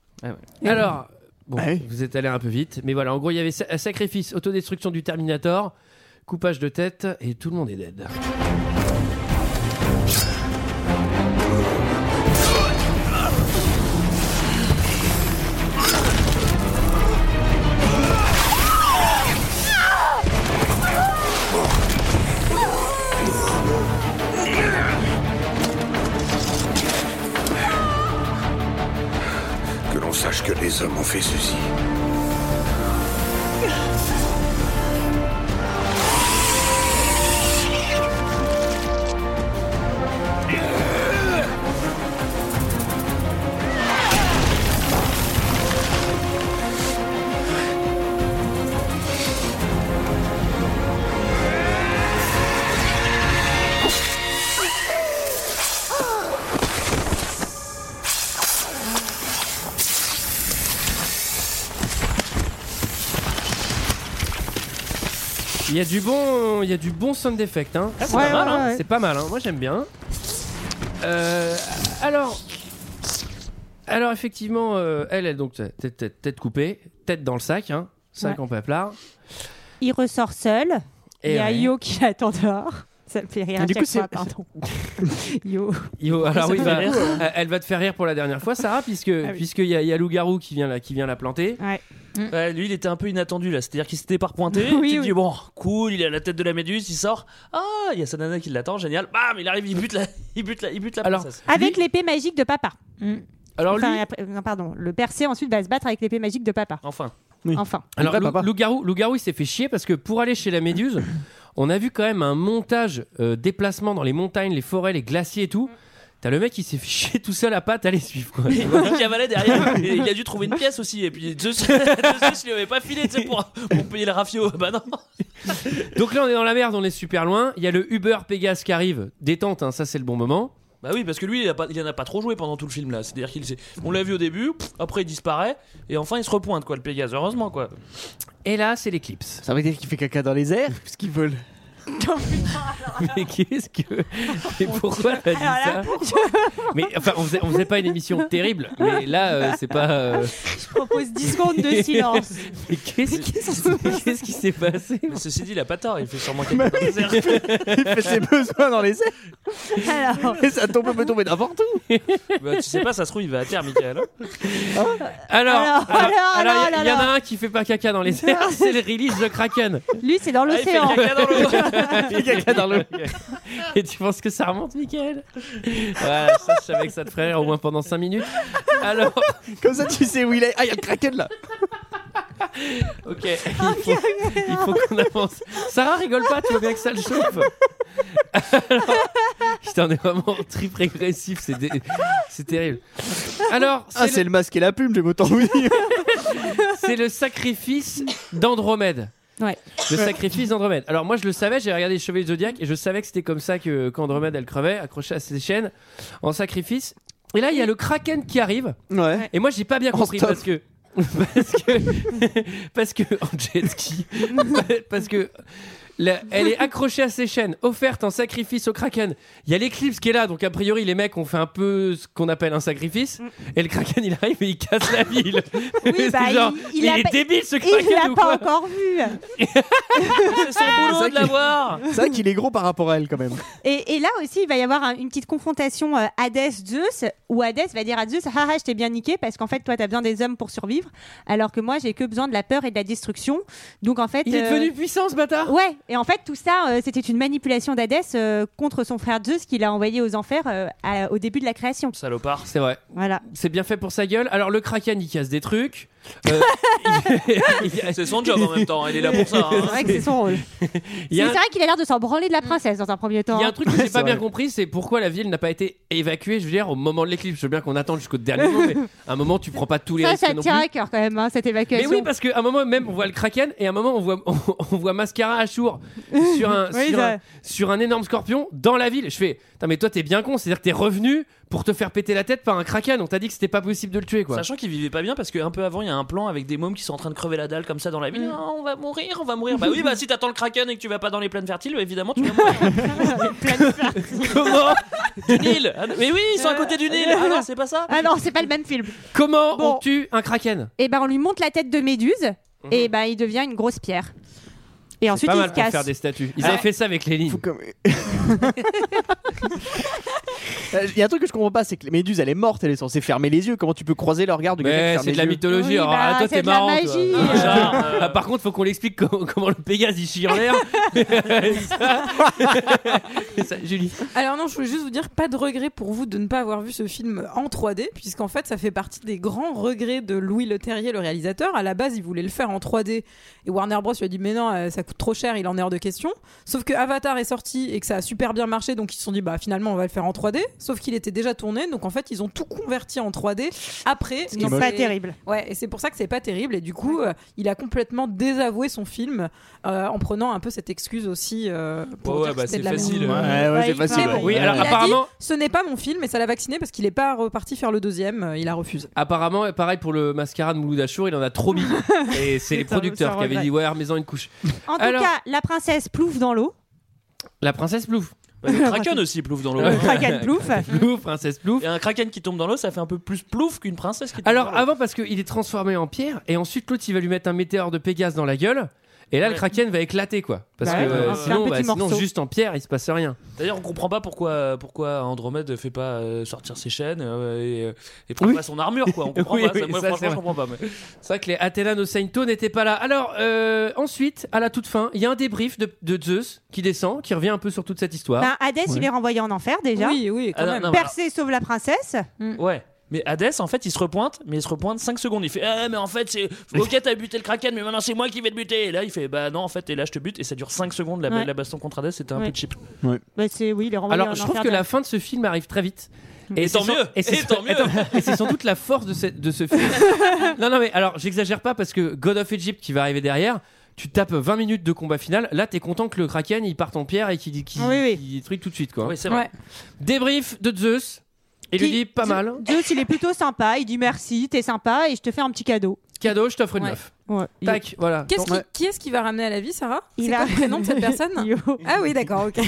[SPEAKER 1] Alors, bon,
[SPEAKER 7] Ah
[SPEAKER 10] Ouais.
[SPEAKER 1] vous êtes allé un peu vite, mais voilà, en gros, il y avait sa- sacrifice, autodestruction du Terminator, coupage de tête, et tout le monde est dead.
[SPEAKER 12] Que l'on sache que les hommes ont fait ceci.
[SPEAKER 1] Il y a du bon, il y a du bon sound effect. Hein.
[SPEAKER 6] Ah, c'est Ouais, pas mal, ouais, hein. ouais.
[SPEAKER 1] C'est pas mal. hein. Moi, j'aime bien. Euh, alors, alors effectivement, euh, elle, elle donc tête, tête- tête coupée, tête dans le sac, hein, sac
[SPEAKER 7] Ouais.
[SPEAKER 1] en paplard.
[SPEAKER 7] Il ressort seul.
[SPEAKER 1] Et euh,
[SPEAKER 7] Il y a
[SPEAKER 1] ouais.
[SPEAKER 7] Yo qui l'attend dehors. Ça me fait rire.
[SPEAKER 1] Et
[SPEAKER 7] à
[SPEAKER 1] du
[SPEAKER 7] chaque
[SPEAKER 1] coup, c'est-
[SPEAKER 7] fois, pardon. Yo.
[SPEAKER 1] Yo, alors
[SPEAKER 7] Ça
[SPEAKER 1] oui,
[SPEAKER 7] fait hein. Ah
[SPEAKER 1] bah,
[SPEAKER 7] rire.
[SPEAKER 1] euh, elle va te faire rire pour la dernière fois, Sarah, puisque
[SPEAKER 6] oui.
[SPEAKER 1] puisqu'il y a, il y a Loup-Garou qui vient la qui vient la planter.
[SPEAKER 6] Ouais, lui, il était un peu inattendu là, c'est-à-dire qu'il s'était pas repointé.
[SPEAKER 1] Oui,
[SPEAKER 6] tu
[SPEAKER 1] oui.
[SPEAKER 6] te dis, bon, cool, il est à la tête de la méduse, il sort. Ah, il y a sa nana qui l'attend, génial. Bam, il arrive, il bute la, il bute la, il bute la princesse.
[SPEAKER 7] Avec l'épée magique de papa.
[SPEAKER 1] Alors
[SPEAKER 7] Enfin,
[SPEAKER 1] lui-
[SPEAKER 7] après- non, pardon. Le percé ensuite va se battre avec l'épée magique de papa.
[SPEAKER 6] Enfin.
[SPEAKER 7] Enfin.
[SPEAKER 1] Alors, loup- loup-garou, loup-garou, il s'est fait chier parce que pour aller chez la méduse, on a vu quand même un montage euh, déplacement dans les montagnes, les forêts, les glaciers et tout. T'as le mec qui s'est fait chier tout seul à patte à les suivre. quoi.
[SPEAKER 6] Et il cavalait derrière, et il a dû trouver une pièce aussi. Et puis Zeus, Zeus, il lui avait pas filé tu sais, pour, pour payer le rafio. Bah non.
[SPEAKER 1] Donc là, on est dans la merde, on est super loin. Il y a le Uber Pégase qui arrive. Détente, hein, ça c'est le bon moment.
[SPEAKER 6] Bah oui, parce que lui, il, a pas- il en a pas trop joué pendant tout le film là. C'est-à-dire qu'il s'est- on l'a vu au début, pff, après il disparaît, et enfin il se repointe quoi, le Pégase. Heureusement quoi.
[SPEAKER 1] Et là, c'est l'éclipse.
[SPEAKER 10] Ça veut dire qu'il fait caca dans les airs, parce qu'ils veulent.
[SPEAKER 1] Mais qu'est-ce que. Et pourquoi elle a dit ça Mais enfin, on faisait, on faisait pas une émission terrible, mais là, euh, c'est pas. euh,
[SPEAKER 7] Je propose 10 secondes de silence.
[SPEAKER 1] Mais qu'est-ce qu'est-ce qui s'est passé
[SPEAKER 6] Mais ceci dit, il a pas tort, il fait sûrement quelque chose.
[SPEAKER 10] Il fait ses besoins dans les airs.
[SPEAKER 7] Alors.
[SPEAKER 10] Et ça tombe, peut tomber n'importe où.
[SPEAKER 6] Bah, tu sais pas, ça se trouve, il va à terre, Michael. hein.
[SPEAKER 1] Alors, alors,
[SPEAKER 6] alors,
[SPEAKER 1] alors,
[SPEAKER 6] alors,
[SPEAKER 1] il y, a- il y en a un qui fait pas caca dans les airs, c'est le release de Kraken.
[SPEAKER 7] Lui, c'est dans
[SPEAKER 1] Ah,
[SPEAKER 6] Ah,
[SPEAKER 7] l'océan.
[SPEAKER 1] Il fait caca dans l'eau. Et tu penses que ça remonte, Michael Voilà, ça, je savais que ça te ferait rire au moins pendant 5 minutes. Alors.
[SPEAKER 10] Comme ça, tu sais où il est. Ah, il y a le Kraken là.
[SPEAKER 1] Ok, il faut, il faut qu'on avance. Sarah rigole pas, tu vois bien que ça le chauffe. Alors, putain, on est vraiment en trip régressif, c'est dé- c'est terrible. Alors,
[SPEAKER 10] Ah, c'est le... masque et la plume, j'aime autant vous dire.
[SPEAKER 1] c'est le sacrifice d'Andromède.
[SPEAKER 7] Ouais.
[SPEAKER 1] Le sacrifice d'Andromède. Alors moi je le savais, j'avais regardé les Chevaliers du Zodiac et je savais que c'était comme ça que qu'Andromède elle crevait, accrochée à ses chaînes en sacrifice. Et là il y a le Kraken qui arrive.
[SPEAKER 10] Ouais.
[SPEAKER 1] Et moi j'ai pas bien
[SPEAKER 10] En
[SPEAKER 1] compris
[SPEAKER 10] stop.
[SPEAKER 1] parce que parce que parce que en jet ski parce que la- elle est accrochée à ses chaînes, offerte en sacrifice au Kraken. Il y a l'éclipse qui est là, donc a priori les mecs ont fait un peu ce qu'on appelle un sacrifice. Et le Kraken il arrive et il casse la ville.
[SPEAKER 7] Mm. Oui,
[SPEAKER 1] C'est
[SPEAKER 7] bah,
[SPEAKER 1] genre,
[SPEAKER 7] il,
[SPEAKER 1] il
[SPEAKER 7] a
[SPEAKER 1] est
[SPEAKER 7] pas-
[SPEAKER 1] débile ce
[SPEAKER 7] Il
[SPEAKER 1] Kraken
[SPEAKER 7] l'a
[SPEAKER 1] ou
[SPEAKER 7] pas
[SPEAKER 1] quoi
[SPEAKER 7] encore vu.
[SPEAKER 6] C'est son boulot de l'avoir.
[SPEAKER 10] C'est vrai qu'il est gros par rapport à elle quand même.
[SPEAKER 7] Et, et là aussi, il va y avoir un- une petite confrontation euh, Hadès-Zeus, où Hadès va dire à Zeus Ah ah, je t'ai bien niqué parce qu'en fait, toi, t'as besoin des hommes pour survivre, alors que moi, j'ai que besoin de la peur et de la destruction. Donc en fait. euh,
[SPEAKER 1] Il est devenu puissant, ce bâtard
[SPEAKER 7] Ouais, et en fait, tout ça, euh, c'était une manipulation d'Hadès euh, contre son frère Zeus qu'il a envoyé aux enfers euh, à- au début de la création.
[SPEAKER 6] Salopard.
[SPEAKER 1] C'est vrai.
[SPEAKER 7] Voilà.
[SPEAKER 1] C'est bien fait pour sa gueule. Alors le Kraken il casse des trucs. euh,
[SPEAKER 6] C'est son job en même temps, il est là pour ça. hein.
[SPEAKER 7] C'est vrai que c'est son rôle.
[SPEAKER 1] Il y
[SPEAKER 7] C'est
[SPEAKER 1] a un-
[SPEAKER 7] vrai qu'il a l'air de s'en branler de la princesse dans un premier temps.
[SPEAKER 1] Il y a un truc que j'ai
[SPEAKER 7] C'est
[SPEAKER 1] pas bien
[SPEAKER 7] vrai.
[SPEAKER 1] compris, c'est pourquoi la ville n'a pas été évacuée, je veux dire, au moment de l'éclipse. Je veux bien qu'on attende jusqu'au dernier moment, mais à un moment, tu prends pas tous les
[SPEAKER 7] Ça,
[SPEAKER 1] risques
[SPEAKER 7] ça
[SPEAKER 1] non
[SPEAKER 7] tient
[SPEAKER 1] plus.
[SPEAKER 7] à cœur quand même, hein, cette
[SPEAKER 1] Mais
[SPEAKER 7] évacuation.
[SPEAKER 1] oui, parce qu'à un moment même, on voit le Kraken et à un moment, on voit, on, on voit Mascara Achour sur un,
[SPEAKER 7] Oui,
[SPEAKER 1] sur,
[SPEAKER 7] ça-
[SPEAKER 1] un, sur un énorme scorpion dans la ville. Je fais, Putain, mais toi, t'es bien con, c'est-à-dire que t'es revenu pour te faire péter la tête par un Kraken. On t'a dit que c'était pas possible de le tuer, quoi.
[SPEAKER 6] Sachant qu'il vivait pas bien parce qu'un peu avant il y a un plan avec des mômes qui sont en train de crever la dalle comme ça dans la
[SPEAKER 1] Mm.
[SPEAKER 6] ville. Non, on va mourir, on va mourir. Bah oui, bah si t'attends le kraken et que tu vas pas dans les plaines fertiles, bah, évidemment tu vas mourir.
[SPEAKER 1] Comment
[SPEAKER 6] Du Nil Ah non, Mais oui, ils sont à côté du Nil Ah non, c'est pas ça
[SPEAKER 7] Ah non, c'est pas le même film.
[SPEAKER 1] Comment
[SPEAKER 7] Bon.
[SPEAKER 1] on tue un Kraken
[SPEAKER 7] Et ben on lui monte la tête de Méduse et ben il devient une grosse pierre. Et ensuite
[SPEAKER 1] pas
[SPEAKER 7] il
[SPEAKER 1] mal
[SPEAKER 7] se
[SPEAKER 1] pour
[SPEAKER 7] casse.
[SPEAKER 1] faire des statues. Ils
[SPEAKER 10] Ah.
[SPEAKER 1] avaient fait ça avec les lignes.
[SPEAKER 10] Il y a un truc que je comprends pas, c'est que la méduse elle est morte, elle est censée fermer les yeux. Comment tu peux croiser le regard de
[SPEAKER 1] Mais
[SPEAKER 10] quelqu'un
[SPEAKER 1] c'est de la mythologie. alors
[SPEAKER 10] bah,
[SPEAKER 1] ah, toi,
[SPEAKER 10] c'est
[SPEAKER 1] t'es
[SPEAKER 10] de la
[SPEAKER 1] marrant. toi.
[SPEAKER 10] magie.
[SPEAKER 1] Ah,
[SPEAKER 10] Genre,
[SPEAKER 1] ah, par contre, faut qu'on l'explique comment, comment le Pégase il chie en l'air. Ça- ça, Julie.
[SPEAKER 11] Alors non, je voulais juste vous dire, pas de regret pour vous de ne pas avoir vu ce film en 3D, puisqu'en fait, ça fait partie des grands regrets de Louis Leterrier, le réalisateur. À la base, il voulait le faire en 3D, et Warner Bros lui a dit, mais non, euh, ça coûte trop cher, il en est hors de question. Sauf que Avatar est sorti et que ça a super bien marché, donc ils se sont dit, bah finalement on va le faire en 3D, sauf qu'il était déjà tourné, donc en fait ils ont tout converti en 3D après.
[SPEAKER 7] Ce qui est
[SPEAKER 11] Donc,
[SPEAKER 7] pas
[SPEAKER 11] c'est-
[SPEAKER 7] terrible.
[SPEAKER 11] Ouais, et c'est pour ça que c'est pas terrible, et du coup euh, il a complètement désavoué son film euh, en prenant un peu cette excuse aussi. euh, pour dire
[SPEAKER 6] Ouais, ouais,
[SPEAKER 11] que
[SPEAKER 6] bah,
[SPEAKER 11] c'était
[SPEAKER 6] c'est
[SPEAKER 11] de la
[SPEAKER 6] facile,
[SPEAKER 1] euh,
[SPEAKER 11] merde.
[SPEAKER 6] ouais. Ouais, ouais, c'est
[SPEAKER 11] il- mais
[SPEAKER 6] facile,
[SPEAKER 11] bon,
[SPEAKER 6] ouais. Oui, alors,
[SPEAKER 11] il a dit,
[SPEAKER 1] apparemment-
[SPEAKER 11] ce n'est pas mon film, et ça l'a vacciné parce qu'il n'est pas reparti faire le deuxième, euh, il a refusé.
[SPEAKER 1] Apparemment, pareil pour le mascara de Mouloud Achour, il en a trop mis. Et c'est les
[SPEAKER 11] Putain,
[SPEAKER 1] producteurs
[SPEAKER 11] ça
[SPEAKER 1] qui avaient
[SPEAKER 11] regrette.
[SPEAKER 1] dit Ouais, remets-en une couche.
[SPEAKER 7] En tout
[SPEAKER 1] Alors-
[SPEAKER 7] cas, la princesse plouffe dans l'eau.
[SPEAKER 1] La princesse Plouf.
[SPEAKER 6] Bah, le kraken aussi plouf dans l'eau.
[SPEAKER 1] Le kraken plouf. Plouf, princesse plouf.
[SPEAKER 6] Et un kraken qui tombe dans l'eau, ça fait un peu plus plouf qu'une princesse qui tombe
[SPEAKER 1] Alors
[SPEAKER 6] dans l'eau.
[SPEAKER 1] avant parce qu'il est transformé en pierre et ensuite l'autre il va lui mettre un météore de Pégase dans la gueule et là le
[SPEAKER 6] Ouais.
[SPEAKER 1] kraken va éclater quoi parce
[SPEAKER 6] Bah
[SPEAKER 1] que
[SPEAKER 6] ouais,
[SPEAKER 1] euh,
[SPEAKER 6] ouais, ouais.
[SPEAKER 1] sinon,
[SPEAKER 6] C'est un petit
[SPEAKER 1] bah, sinon,
[SPEAKER 6] morceau.
[SPEAKER 1] juste en pierre il se passe rien.
[SPEAKER 6] D'ailleurs, on comprend pas pourquoi, pourquoi Andromède ne fait pas euh, sortir ses chaînes euh, et, euh, et prend pas son armure, quoi. On comprend
[SPEAKER 1] Oui,
[SPEAKER 6] pas.
[SPEAKER 1] oui,
[SPEAKER 6] ça, moi,
[SPEAKER 1] ça,
[SPEAKER 6] franchement,
[SPEAKER 1] c'est vrai.
[SPEAKER 6] je comprends pas. mais-
[SPEAKER 1] C'est vrai que les Athéna no Sainto n'étaient pas là. Alors euh, ensuite à la toute fin il y a un débrief de, de Zeus qui descend qui revient un peu sur toute cette histoire.
[SPEAKER 7] Ben, Hadès, il est renvoyé en enfer déjà.
[SPEAKER 11] Oui, oui,
[SPEAKER 6] quand Ah, non, même. non, mais
[SPEAKER 7] Persée sauve la princesse.
[SPEAKER 1] Mm.
[SPEAKER 6] Ouais. Mais Hadès, en fait, il se repointe, mais il se repointe 5 secondes. Il fait Ah, mais en fait, c'est. Ok, t'as buté le kraken, mais maintenant c'est moi qui vais te buter. Et là, il fait Bah non, en fait, et là, je te bute. Et ça dure 5 secondes. La,
[SPEAKER 7] Ouais.
[SPEAKER 6] la baston contre Hadès, c'était un
[SPEAKER 7] Ouais.
[SPEAKER 6] peu cheap.
[SPEAKER 7] Ben, c'est oui, il est renvoyé en
[SPEAKER 1] Alors je trouve
[SPEAKER 7] enfer
[SPEAKER 1] que
[SPEAKER 7] direct.
[SPEAKER 1] la fin de ce film arrive très vite.
[SPEAKER 6] Et
[SPEAKER 1] c'est
[SPEAKER 6] tant
[SPEAKER 1] sans-
[SPEAKER 6] mieux.
[SPEAKER 1] Et c'est
[SPEAKER 6] Et tant mieux.
[SPEAKER 1] Attends, et c'est sans doute la force de ce, de ce film. non, non, mais alors, j'exagère pas parce que God of Egypt qui va arriver derrière, tu tapes 20 minutes de combat final. Là, t'es content que le Kraken il parte en pierre et qu'il qu'il- qu'il détruit tout de suite. Quoi.
[SPEAKER 6] Oui, c'est vrai. Ouais.
[SPEAKER 1] Débrief de Zeus. Il lui
[SPEAKER 7] Qui-
[SPEAKER 1] dit pas
[SPEAKER 7] Ze-
[SPEAKER 1] mal.
[SPEAKER 7] Zeus, il est plutôt sympa. Il dit merci, t'es sympa et je te fais un petit cadeau.
[SPEAKER 1] Cadeau, je t'offre une
[SPEAKER 7] Ouais.
[SPEAKER 1] meuf.
[SPEAKER 7] Ouais.
[SPEAKER 1] Tac, voilà.
[SPEAKER 11] Qu'est-ce qui,
[SPEAKER 1] Ouais.
[SPEAKER 11] qui est-ce qui va ramener à la vie, Sarah
[SPEAKER 7] Il
[SPEAKER 11] C'est
[SPEAKER 7] va-
[SPEAKER 11] quoi le prénom de cette personne Ah oui, d'accord, ok.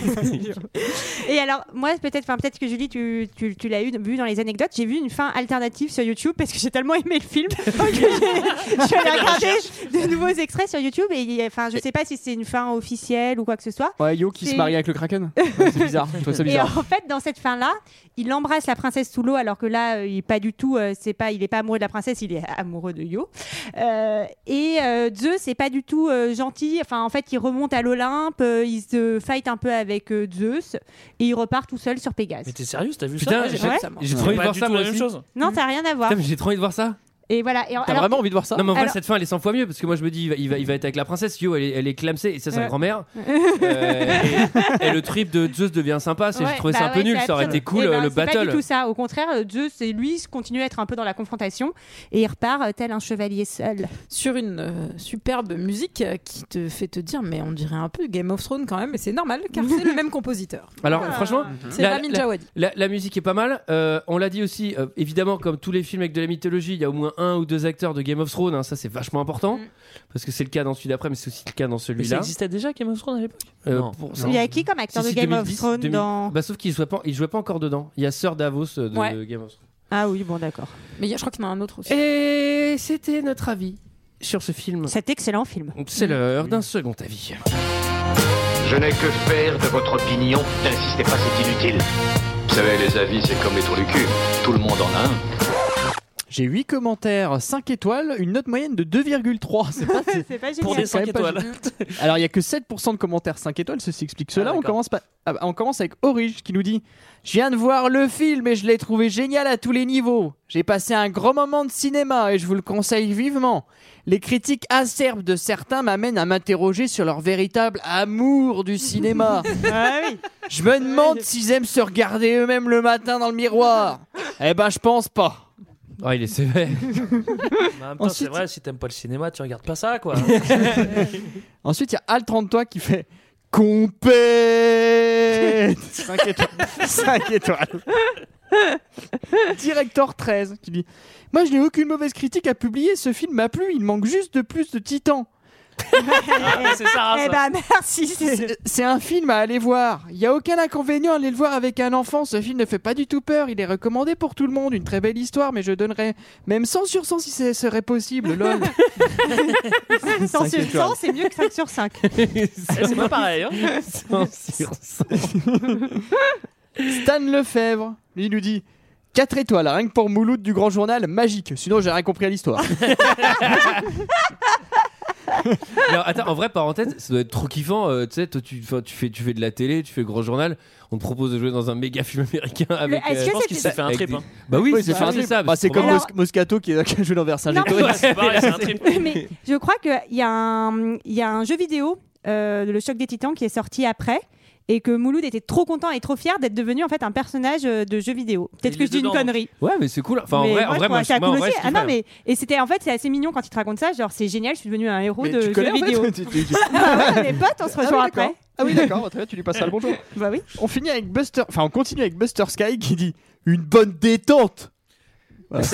[SPEAKER 7] Et alors, moi, peut-être, enfin, peut-être que Julie, tu, tu- tu l'as eu, vu dans les anecdotes. J'ai vu une fin alternative sur YouTube parce que j'ai tellement aimé le film que j'ai- je suis allée regarder de nouveaux extraits sur YouTube. Et il y a- enfin, je sais pas si c'est une fin officielle ou quoi que ce soit.
[SPEAKER 10] Ouais, Yo qui se
[SPEAKER 7] C'est-
[SPEAKER 10] marie avec le Kraken. Ouais, c'est bizarre. Je trouve ça
[SPEAKER 7] Et en
[SPEAKER 10] bizarre.
[SPEAKER 7] fait, dans cette fin-là, il embrasse la princesse sous l'eau, alors que là, euh, il est pas du tout. euh, c'est pas, il est pas amoureux de la princesse, il est amoureux de Yo. Euh, et euh, Zeus, c'est pas du tout euh, gentil. Enfin, en fait, il remonte à l'Olympe, euh, il se fight un peu avec euh, Zeus, et il repart tout seul sur Pégase.
[SPEAKER 6] Mais t'es sérieux T'as vu
[SPEAKER 1] Putain,
[SPEAKER 6] ça
[SPEAKER 1] j'ai- Ouais. j'ai trop
[SPEAKER 6] C'est
[SPEAKER 1] envie de
[SPEAKER 6] pas
[SPEAKER 1] voir
[SPEAKER 6] du
[SPEAKER 1] ça,
[SPEAKER 6] tout
[SPEAKER 1] moi
[SPEAKER 6] la même
[SPEAKER 1] aussi.
[SPEAKER 6] chose.
[SPEAKER 7] Non, t'as rien à voir.
[SPEAKER 1] Putain, mais j'ai trop envie de voir ça.
[SPEAKER 7] Et voilà. Et en-
[SPEAKER 10] T'as
[SPEAKER 7] alors-
[SPEAKER 10] vraiment envie de voir ça
[SPEAKER 1] Non, mais en vrai,
[SPEAKER 7] Alors-
[SPEAKER 1] cette fin elle est 100 fois mieux parce que moi je me dis, il va, il va- il va être avec la princesse. Yo, elle est, elle est clamsée et ça, sa
[SPEAKER 7] Ouais.
[SPEAKER 1] grand-mère. Euh, et, et le trip de Zeus devient sympa. c'est-
[SPEAKER 7] Ouais,
[SPEAKER 1] J'ai trouvé ça
[SPEAKER 7] bah
[SPEAKER 1] un peu
[SPEAKER 7] ouais,
[SPEAKER 1] nul.
[SPEAKER 7] c'est
[SPEAKER 1] Ça aurait
[SPEAKER 7] absurde.
[SPEAKER 1] été cool
[SPEAKER 7] Eh
[SPEAKER 1] euh,
[SPEAKER 7] ben,
[SPEAKER 1] le
[SPEAKER 7] c'est Pas du
[SPEAKER 1] battle.
[SPEAKER 7] tout ça. Au contraire, euh, Zeus, c'est lui, il continue à être un peu dans la confrontation et il repart euh, tel un chevalier seul.
[SPEAKER 11] sur une euh, superbe musique euh, qui te fait te dire mais on dirait un peu Game of Thrones quand même mais c'est normal car c'est le même compositeur.
[SPEAKER 1] Alors franchement,
[SPEAKER 7] hein.
[SPEAKER 6] Mhm.
[SPEAKER 11] C'est
[SPEAKER 1] la,
[SPEAKER 11] Ramin
[SPEAKER 1] la-
[SPEAKER 11] Djawadi.
[SPEAKER 1] la- la musique est pas mal. Euh, on l'a dit aussi, euh, évidemment, comme tous les films avec de la mythologie, il y a au moins un ou deux acteurs de Game of Thrones. hein, ça, c'est vachement important
[SPEAKER 7] Mm.
[SPEAKER 1] parce que c'est le cas dans celui d'après, mais c'est aussi le cas dans
[SPEAKER 6] Mais ça
[SPEAKER 1] celui-là.
[SPEAKER 6] existait déjà, Game of Thrones à l'époque
[SPEAKER 1] Euh,
[SPEAKER 6] Non.
[SPEAKER 1] pour-
[SPEAKER 7] Il y a qui comme acteur
[SPEAKER 1] Si, si,
[SPEAKER 7] de Game
[SPEAKER 1] 2010,
[SPEAKER 7] of Thrones
[SPEAKER 1] 2000.
[SPEAKER 7] dans
[SPEAKER 1] Bah, sauf qu'il jouait pas, il jouait pas encore dedans. Il y a Sir Davos euh, de
[SPEAKER 11] Ouais.
[SPEAKER 1] Game of Thrones.
[SPEAKER 7] Ah oui, bon d'accord.
[SPEAKER 11] Mais il y a- je crois qu'il y en a un autre aussi.
[SPEAKER 1] Et c'était notre avis sur ce film.
[SPEAKER 7] Cet excellent film.
[SPEAKER 1] C'est l'heure d'un second avis.
[SPEAKER 14] Je n'ai que faire de votre opinion. N'insistez pas, c'est inutile. Vous savez, les avis, c'est comme les trous du cul. Tout le monde en a un.
[SPEAKER 10] J'ai 8 commentaires, 5 étoiles, une note moyenne de 2,3. C'est pas- c'est-
[SPEAKER 7] C'est pas
[SPEAKER 6] Pour
[SPEAKER 10] génial.
[SPEAKER 6] des 5
[SPEAKER 10] C'est quand même pas
[SPEAKER 6] étoiles.
[SPEAKER 10] Alors, il y a que 7% de commentaires 5 étoiles, ceci explique cela. on, commence pas- ah, bah, on commence avec Orige qui nous dit Je viens de voir le film et je l'ai trouvé génial à tous les niveaux. J'ai passé un grand moment de cinéma et je vous le conseille vivement. Les critiques acerbes de certains m'amènent à m'interroger sur leur véritable amour du cinéma. Je me demande s'ils aiment se regarder eux-mêmes le matin dans le miroir. Eh ben, je pense pas.
[SPEAKER 1] Ah, il est sévère.
[SPEAKER 6] Mais en même temps, c'est vrai, si t'aimes pas le cinéma, tu regardes pas ça, quoi.
[SPEAKER 10] Ensuite, il y a Al 33 qui fait Compète 5 étoiles. 5 étoiles. Director 13 qui dit Moi, je n'ai aucune mauvaise critique à publier. Ce film m'a plu. Il manque juste de plus de titans.
[SPEAKER 6] Ah, c'est Sarah, ça.
[SPEAKER 7] Eh ben merci.
[SPEAKER 10] C'est- C'est un film à aller voir. Il n'y a aucun inconvénient à aller le voir avec un enfant. Ce film ne fait pas du tout peur. Il est recommandé pour tout le monde. Une très belle histoire, mais je donnerais même 100 sur 100 si ce serait possible. Lol.
[SPEAKER 7] 100
[SPEAKER 10] Cinq
[SPEAKER 7] sur
[SPEAKER 10] étoiles.
[SPEAKER 7] 100, c'est mieux que 5 sur 5.
[SPEAKER 6] Eh, c'est pas pareil, hein.
[SPEAKER 10] Stan Lefebvre, lui, il nous dit 4 étoiles, rien que pour Mouloud du Grand Journal, magique. Sinon, j'ai rien compris à l'histoire.
[SPEAKER 1] Alors, attends, en vrai, parenthèse, ça doit être trop kiffant. euh, tu sais, toi, tu, enfin, tu, fais, tu fais de la télé, tu fais le grand journal. On te propose de jouer dans un méga film américain avec.
[SPEAKER 6] Euh,
[SPEAKER 1] euh,
[SPEAKER 7] est-ce que Je pense c'est- qu'il s'est
[SPEAKER 1] avec
[SPEAKER 6] fait un trip,
[SPEAKER 1] des-
[SPEAKER 6] hein.
[SPEAKER 1] Bah oui, c'est
[SPEAKER 10] c'est
[SPEAKER 1] ça. ça,
[SPEAKER 10] Bah,
[SPEAKER 1] parce
[SPEAKER 10] c'est
[SPEAKER 1] que
[SPEAKER 10] comme
[SPEAKER 1] probablement-
[SPEAKER 10] Mos- Moscato qui est joué dans Versailles.
[SPEAKER 6] C'est pareil, c'est un trip.
[SPEAKER 7] Mais je crois qu'il y, a un- il y a un jeu vidéo, euh, le choc des titans, qui est sorti après. et que Mouloud était trop content et trop fier d'être devenu en fait un personnage euh, de jeu vidéo. Peut-être
[SPEAKER 1] Il
[SPEAKER 7] que
[SPEAKER 1] est
[SPEAKER 7] je dis une
[SPEAKER 1] dedans.
[SPEAKER 7] connerie.
[SPEAKER 1] Ouais, mais c'est cool. Enfin, en
[SPEAKER 7] Mais
[SPEAKER 1] vrai,
[SPEAKER 7] moi,
[SPEAKER 1] en
[SPEAKER 7] je
[SPEAKER 1] vrai,
[SPEAKER 7] trouve
[SPEAKER 1] moi,
[SPEAKER 7] ça
[SPEAKER 1] je- moi,
[SPEAKER 7] cool
[SPEAKER 1] en vrai,
[SPEAKER 7] aussi.
[SPEAKER 1] je
[SPEAKER 7] Ah
[SPEAKER 1] kiffe,
[SPEAKER 7] non,
[SPEAKER 1] ouais.
[SPEAKER 7] mais et c'était en fait c'est assez mignon quand il te raconte ça. Genre c'est génial, je suis devenu un héros
[SPEAKER 10] Mais
[SPEAKER 7] de
[SPEAKER 10] tu
[SPEAKER 7] jeu
[SPEAKER 10] connais, en fait
[SPEAKER 7] vidéo.
[SPEAKER 10] Tu- tu- tu-
[SPEAKER 7] Bah ouais, on est potes, on se
[SPEAKER 10] Ah oui,
[SPEAKER 7] rejoint
[SPEAKER 10] Ah d'accord.
[SPEAKER 7] après.
[SPEAKER 10] Ah oui, d'accord, très bien, tu lui passes ça le bonjour.
[SPEAKER 7] Bah oui.
[SPEAKER 10] On finit avec Buster, enfin on continue avec Buster Sky qui dit une bonne détente. Voilà.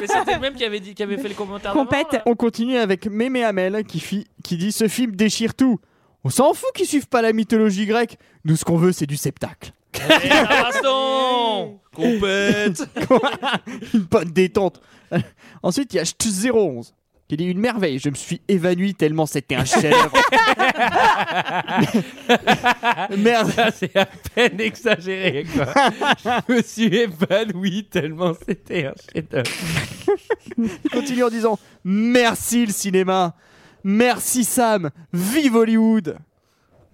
[SPEAKER 6] Mais c'était le même qui avait, dit, qui avait fait le commentaire.
[SPEAKER 10] Compète. On continue avec Mémé Hamel qui, fi- qui dit ce film déchire tout. On s'en fout qu'ils suivent pas la mythologie grecque. Nous ce qu'on veut c'est du septacle.
[SPEAKER 6] Raston
[SPEAKER 10] Compète. une bonne détente. Ensuite il y a 011 qui dit une merveille. Je me suis évanoui tellement c'était un chef. Merde.
[SPEAKER 1] Ça, Ah, c'est à peine exagéré, quoi. Je me suis évanoui tellement c'était un chef-d'œuvre.
[SPEAKER 10] Il continue en disant Merci le cinéma, merci Sam, vive Hollywood.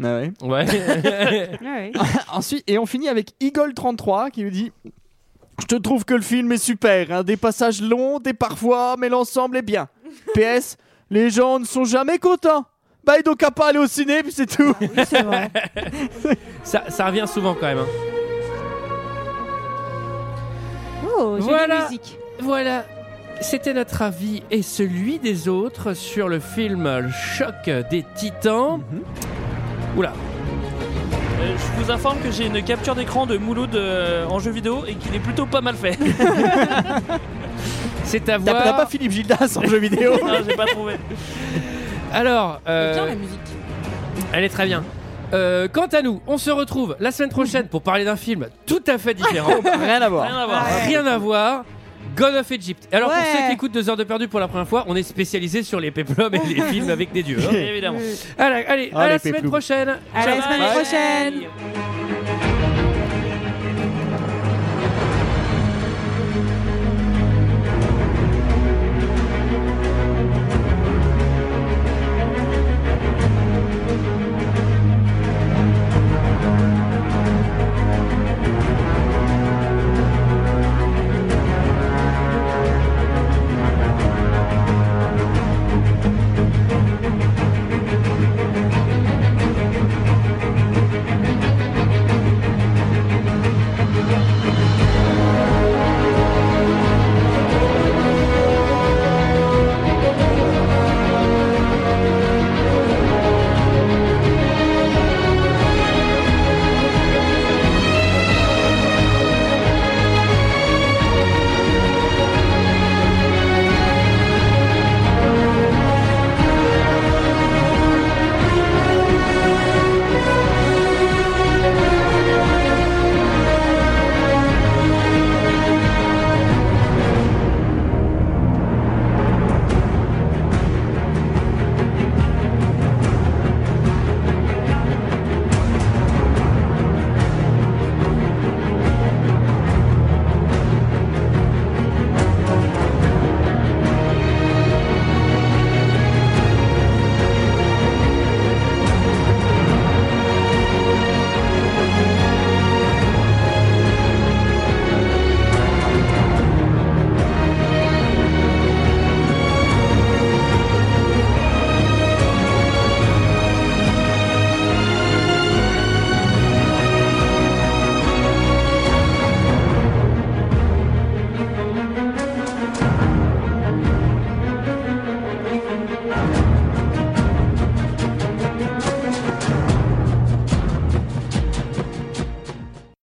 [SPEAKER 10] Ah ouais. Ah Ensuite, et on finit avec Eagle33 qui lui dit Je te trouve que le film est super, hein, des passages longs, des parfois, mais l'ensemble est bien. PS, les gens ne sont jamais contents. Bah, et donc qu'à pas aller au ciné, puis c'est tout.
[SPEAKER 1] Ça, ça revient souvent quand même. hein.
[SPEAKER 7] Oh, jolie
[SPEAKER 1] Voilà.
[SPEAKER 7] musique.
[SPEAKER 1] Voilà. C'était notre avis et celui des autres sur le film Le choc des titans.
[SPEAKER 6] Mhm.
[SPEAKER 1] Oula.
[SPEAKER 6] Euh, je vous informe que j'ai une capture d'écran de Mouloud euh, en jeu vidéo et qu'il est plutôt pas mal fait.
[SPEAKER 1] C'est à
[SPEAKER 10] T'as
[SPEAKER 1] voir.
[SPEAKER 10] t'as pas Philippe Gildas en jeu vidéo
[SPEAKER 6] non, j'ai pas trouvé.
[SPEAKER 1] Alors, euh,
[SPEAKER 6] bien, la musique.
[SPEAKER 1] elle est très bien. Euh, quant à nous, on se retrouve la semaine prochaine pour parler d'un film tout à fait différent.
[SPEAKER 10] Rien à voir.
[SPEAKER 1] Rien à
[SPEAKER 6] Ah,
[SPEAKER 1] voir. Rien à voir. God of Egypt. Alors
[SPEAKER 6] Ouais.
[SPEAKER 1] pour ceux qui écoutent 2 heures de perdu pour la première fois, on est spécialisé sur les péplums et les films avec des dieux. hein.
[SPEAKER 7] Euh,
[SPEAKER 6] Évidemment.
[SPEAKER 1] Allez, allez,
[SPEAKER 6] Ah,
[SPEAKER 1] à
[SPEAKER 6] les
[SPEAKER 1] la semaine
[SPEAKER 6] péplums.
[SPEAKER 1] prochaine.
[SPEAKER 6] À la
[SPEAKER 1] Ciao.
[SPEAKER 6] semaine
[SPEAKER 1] Bye.
[SPEAKER 6] prochaine.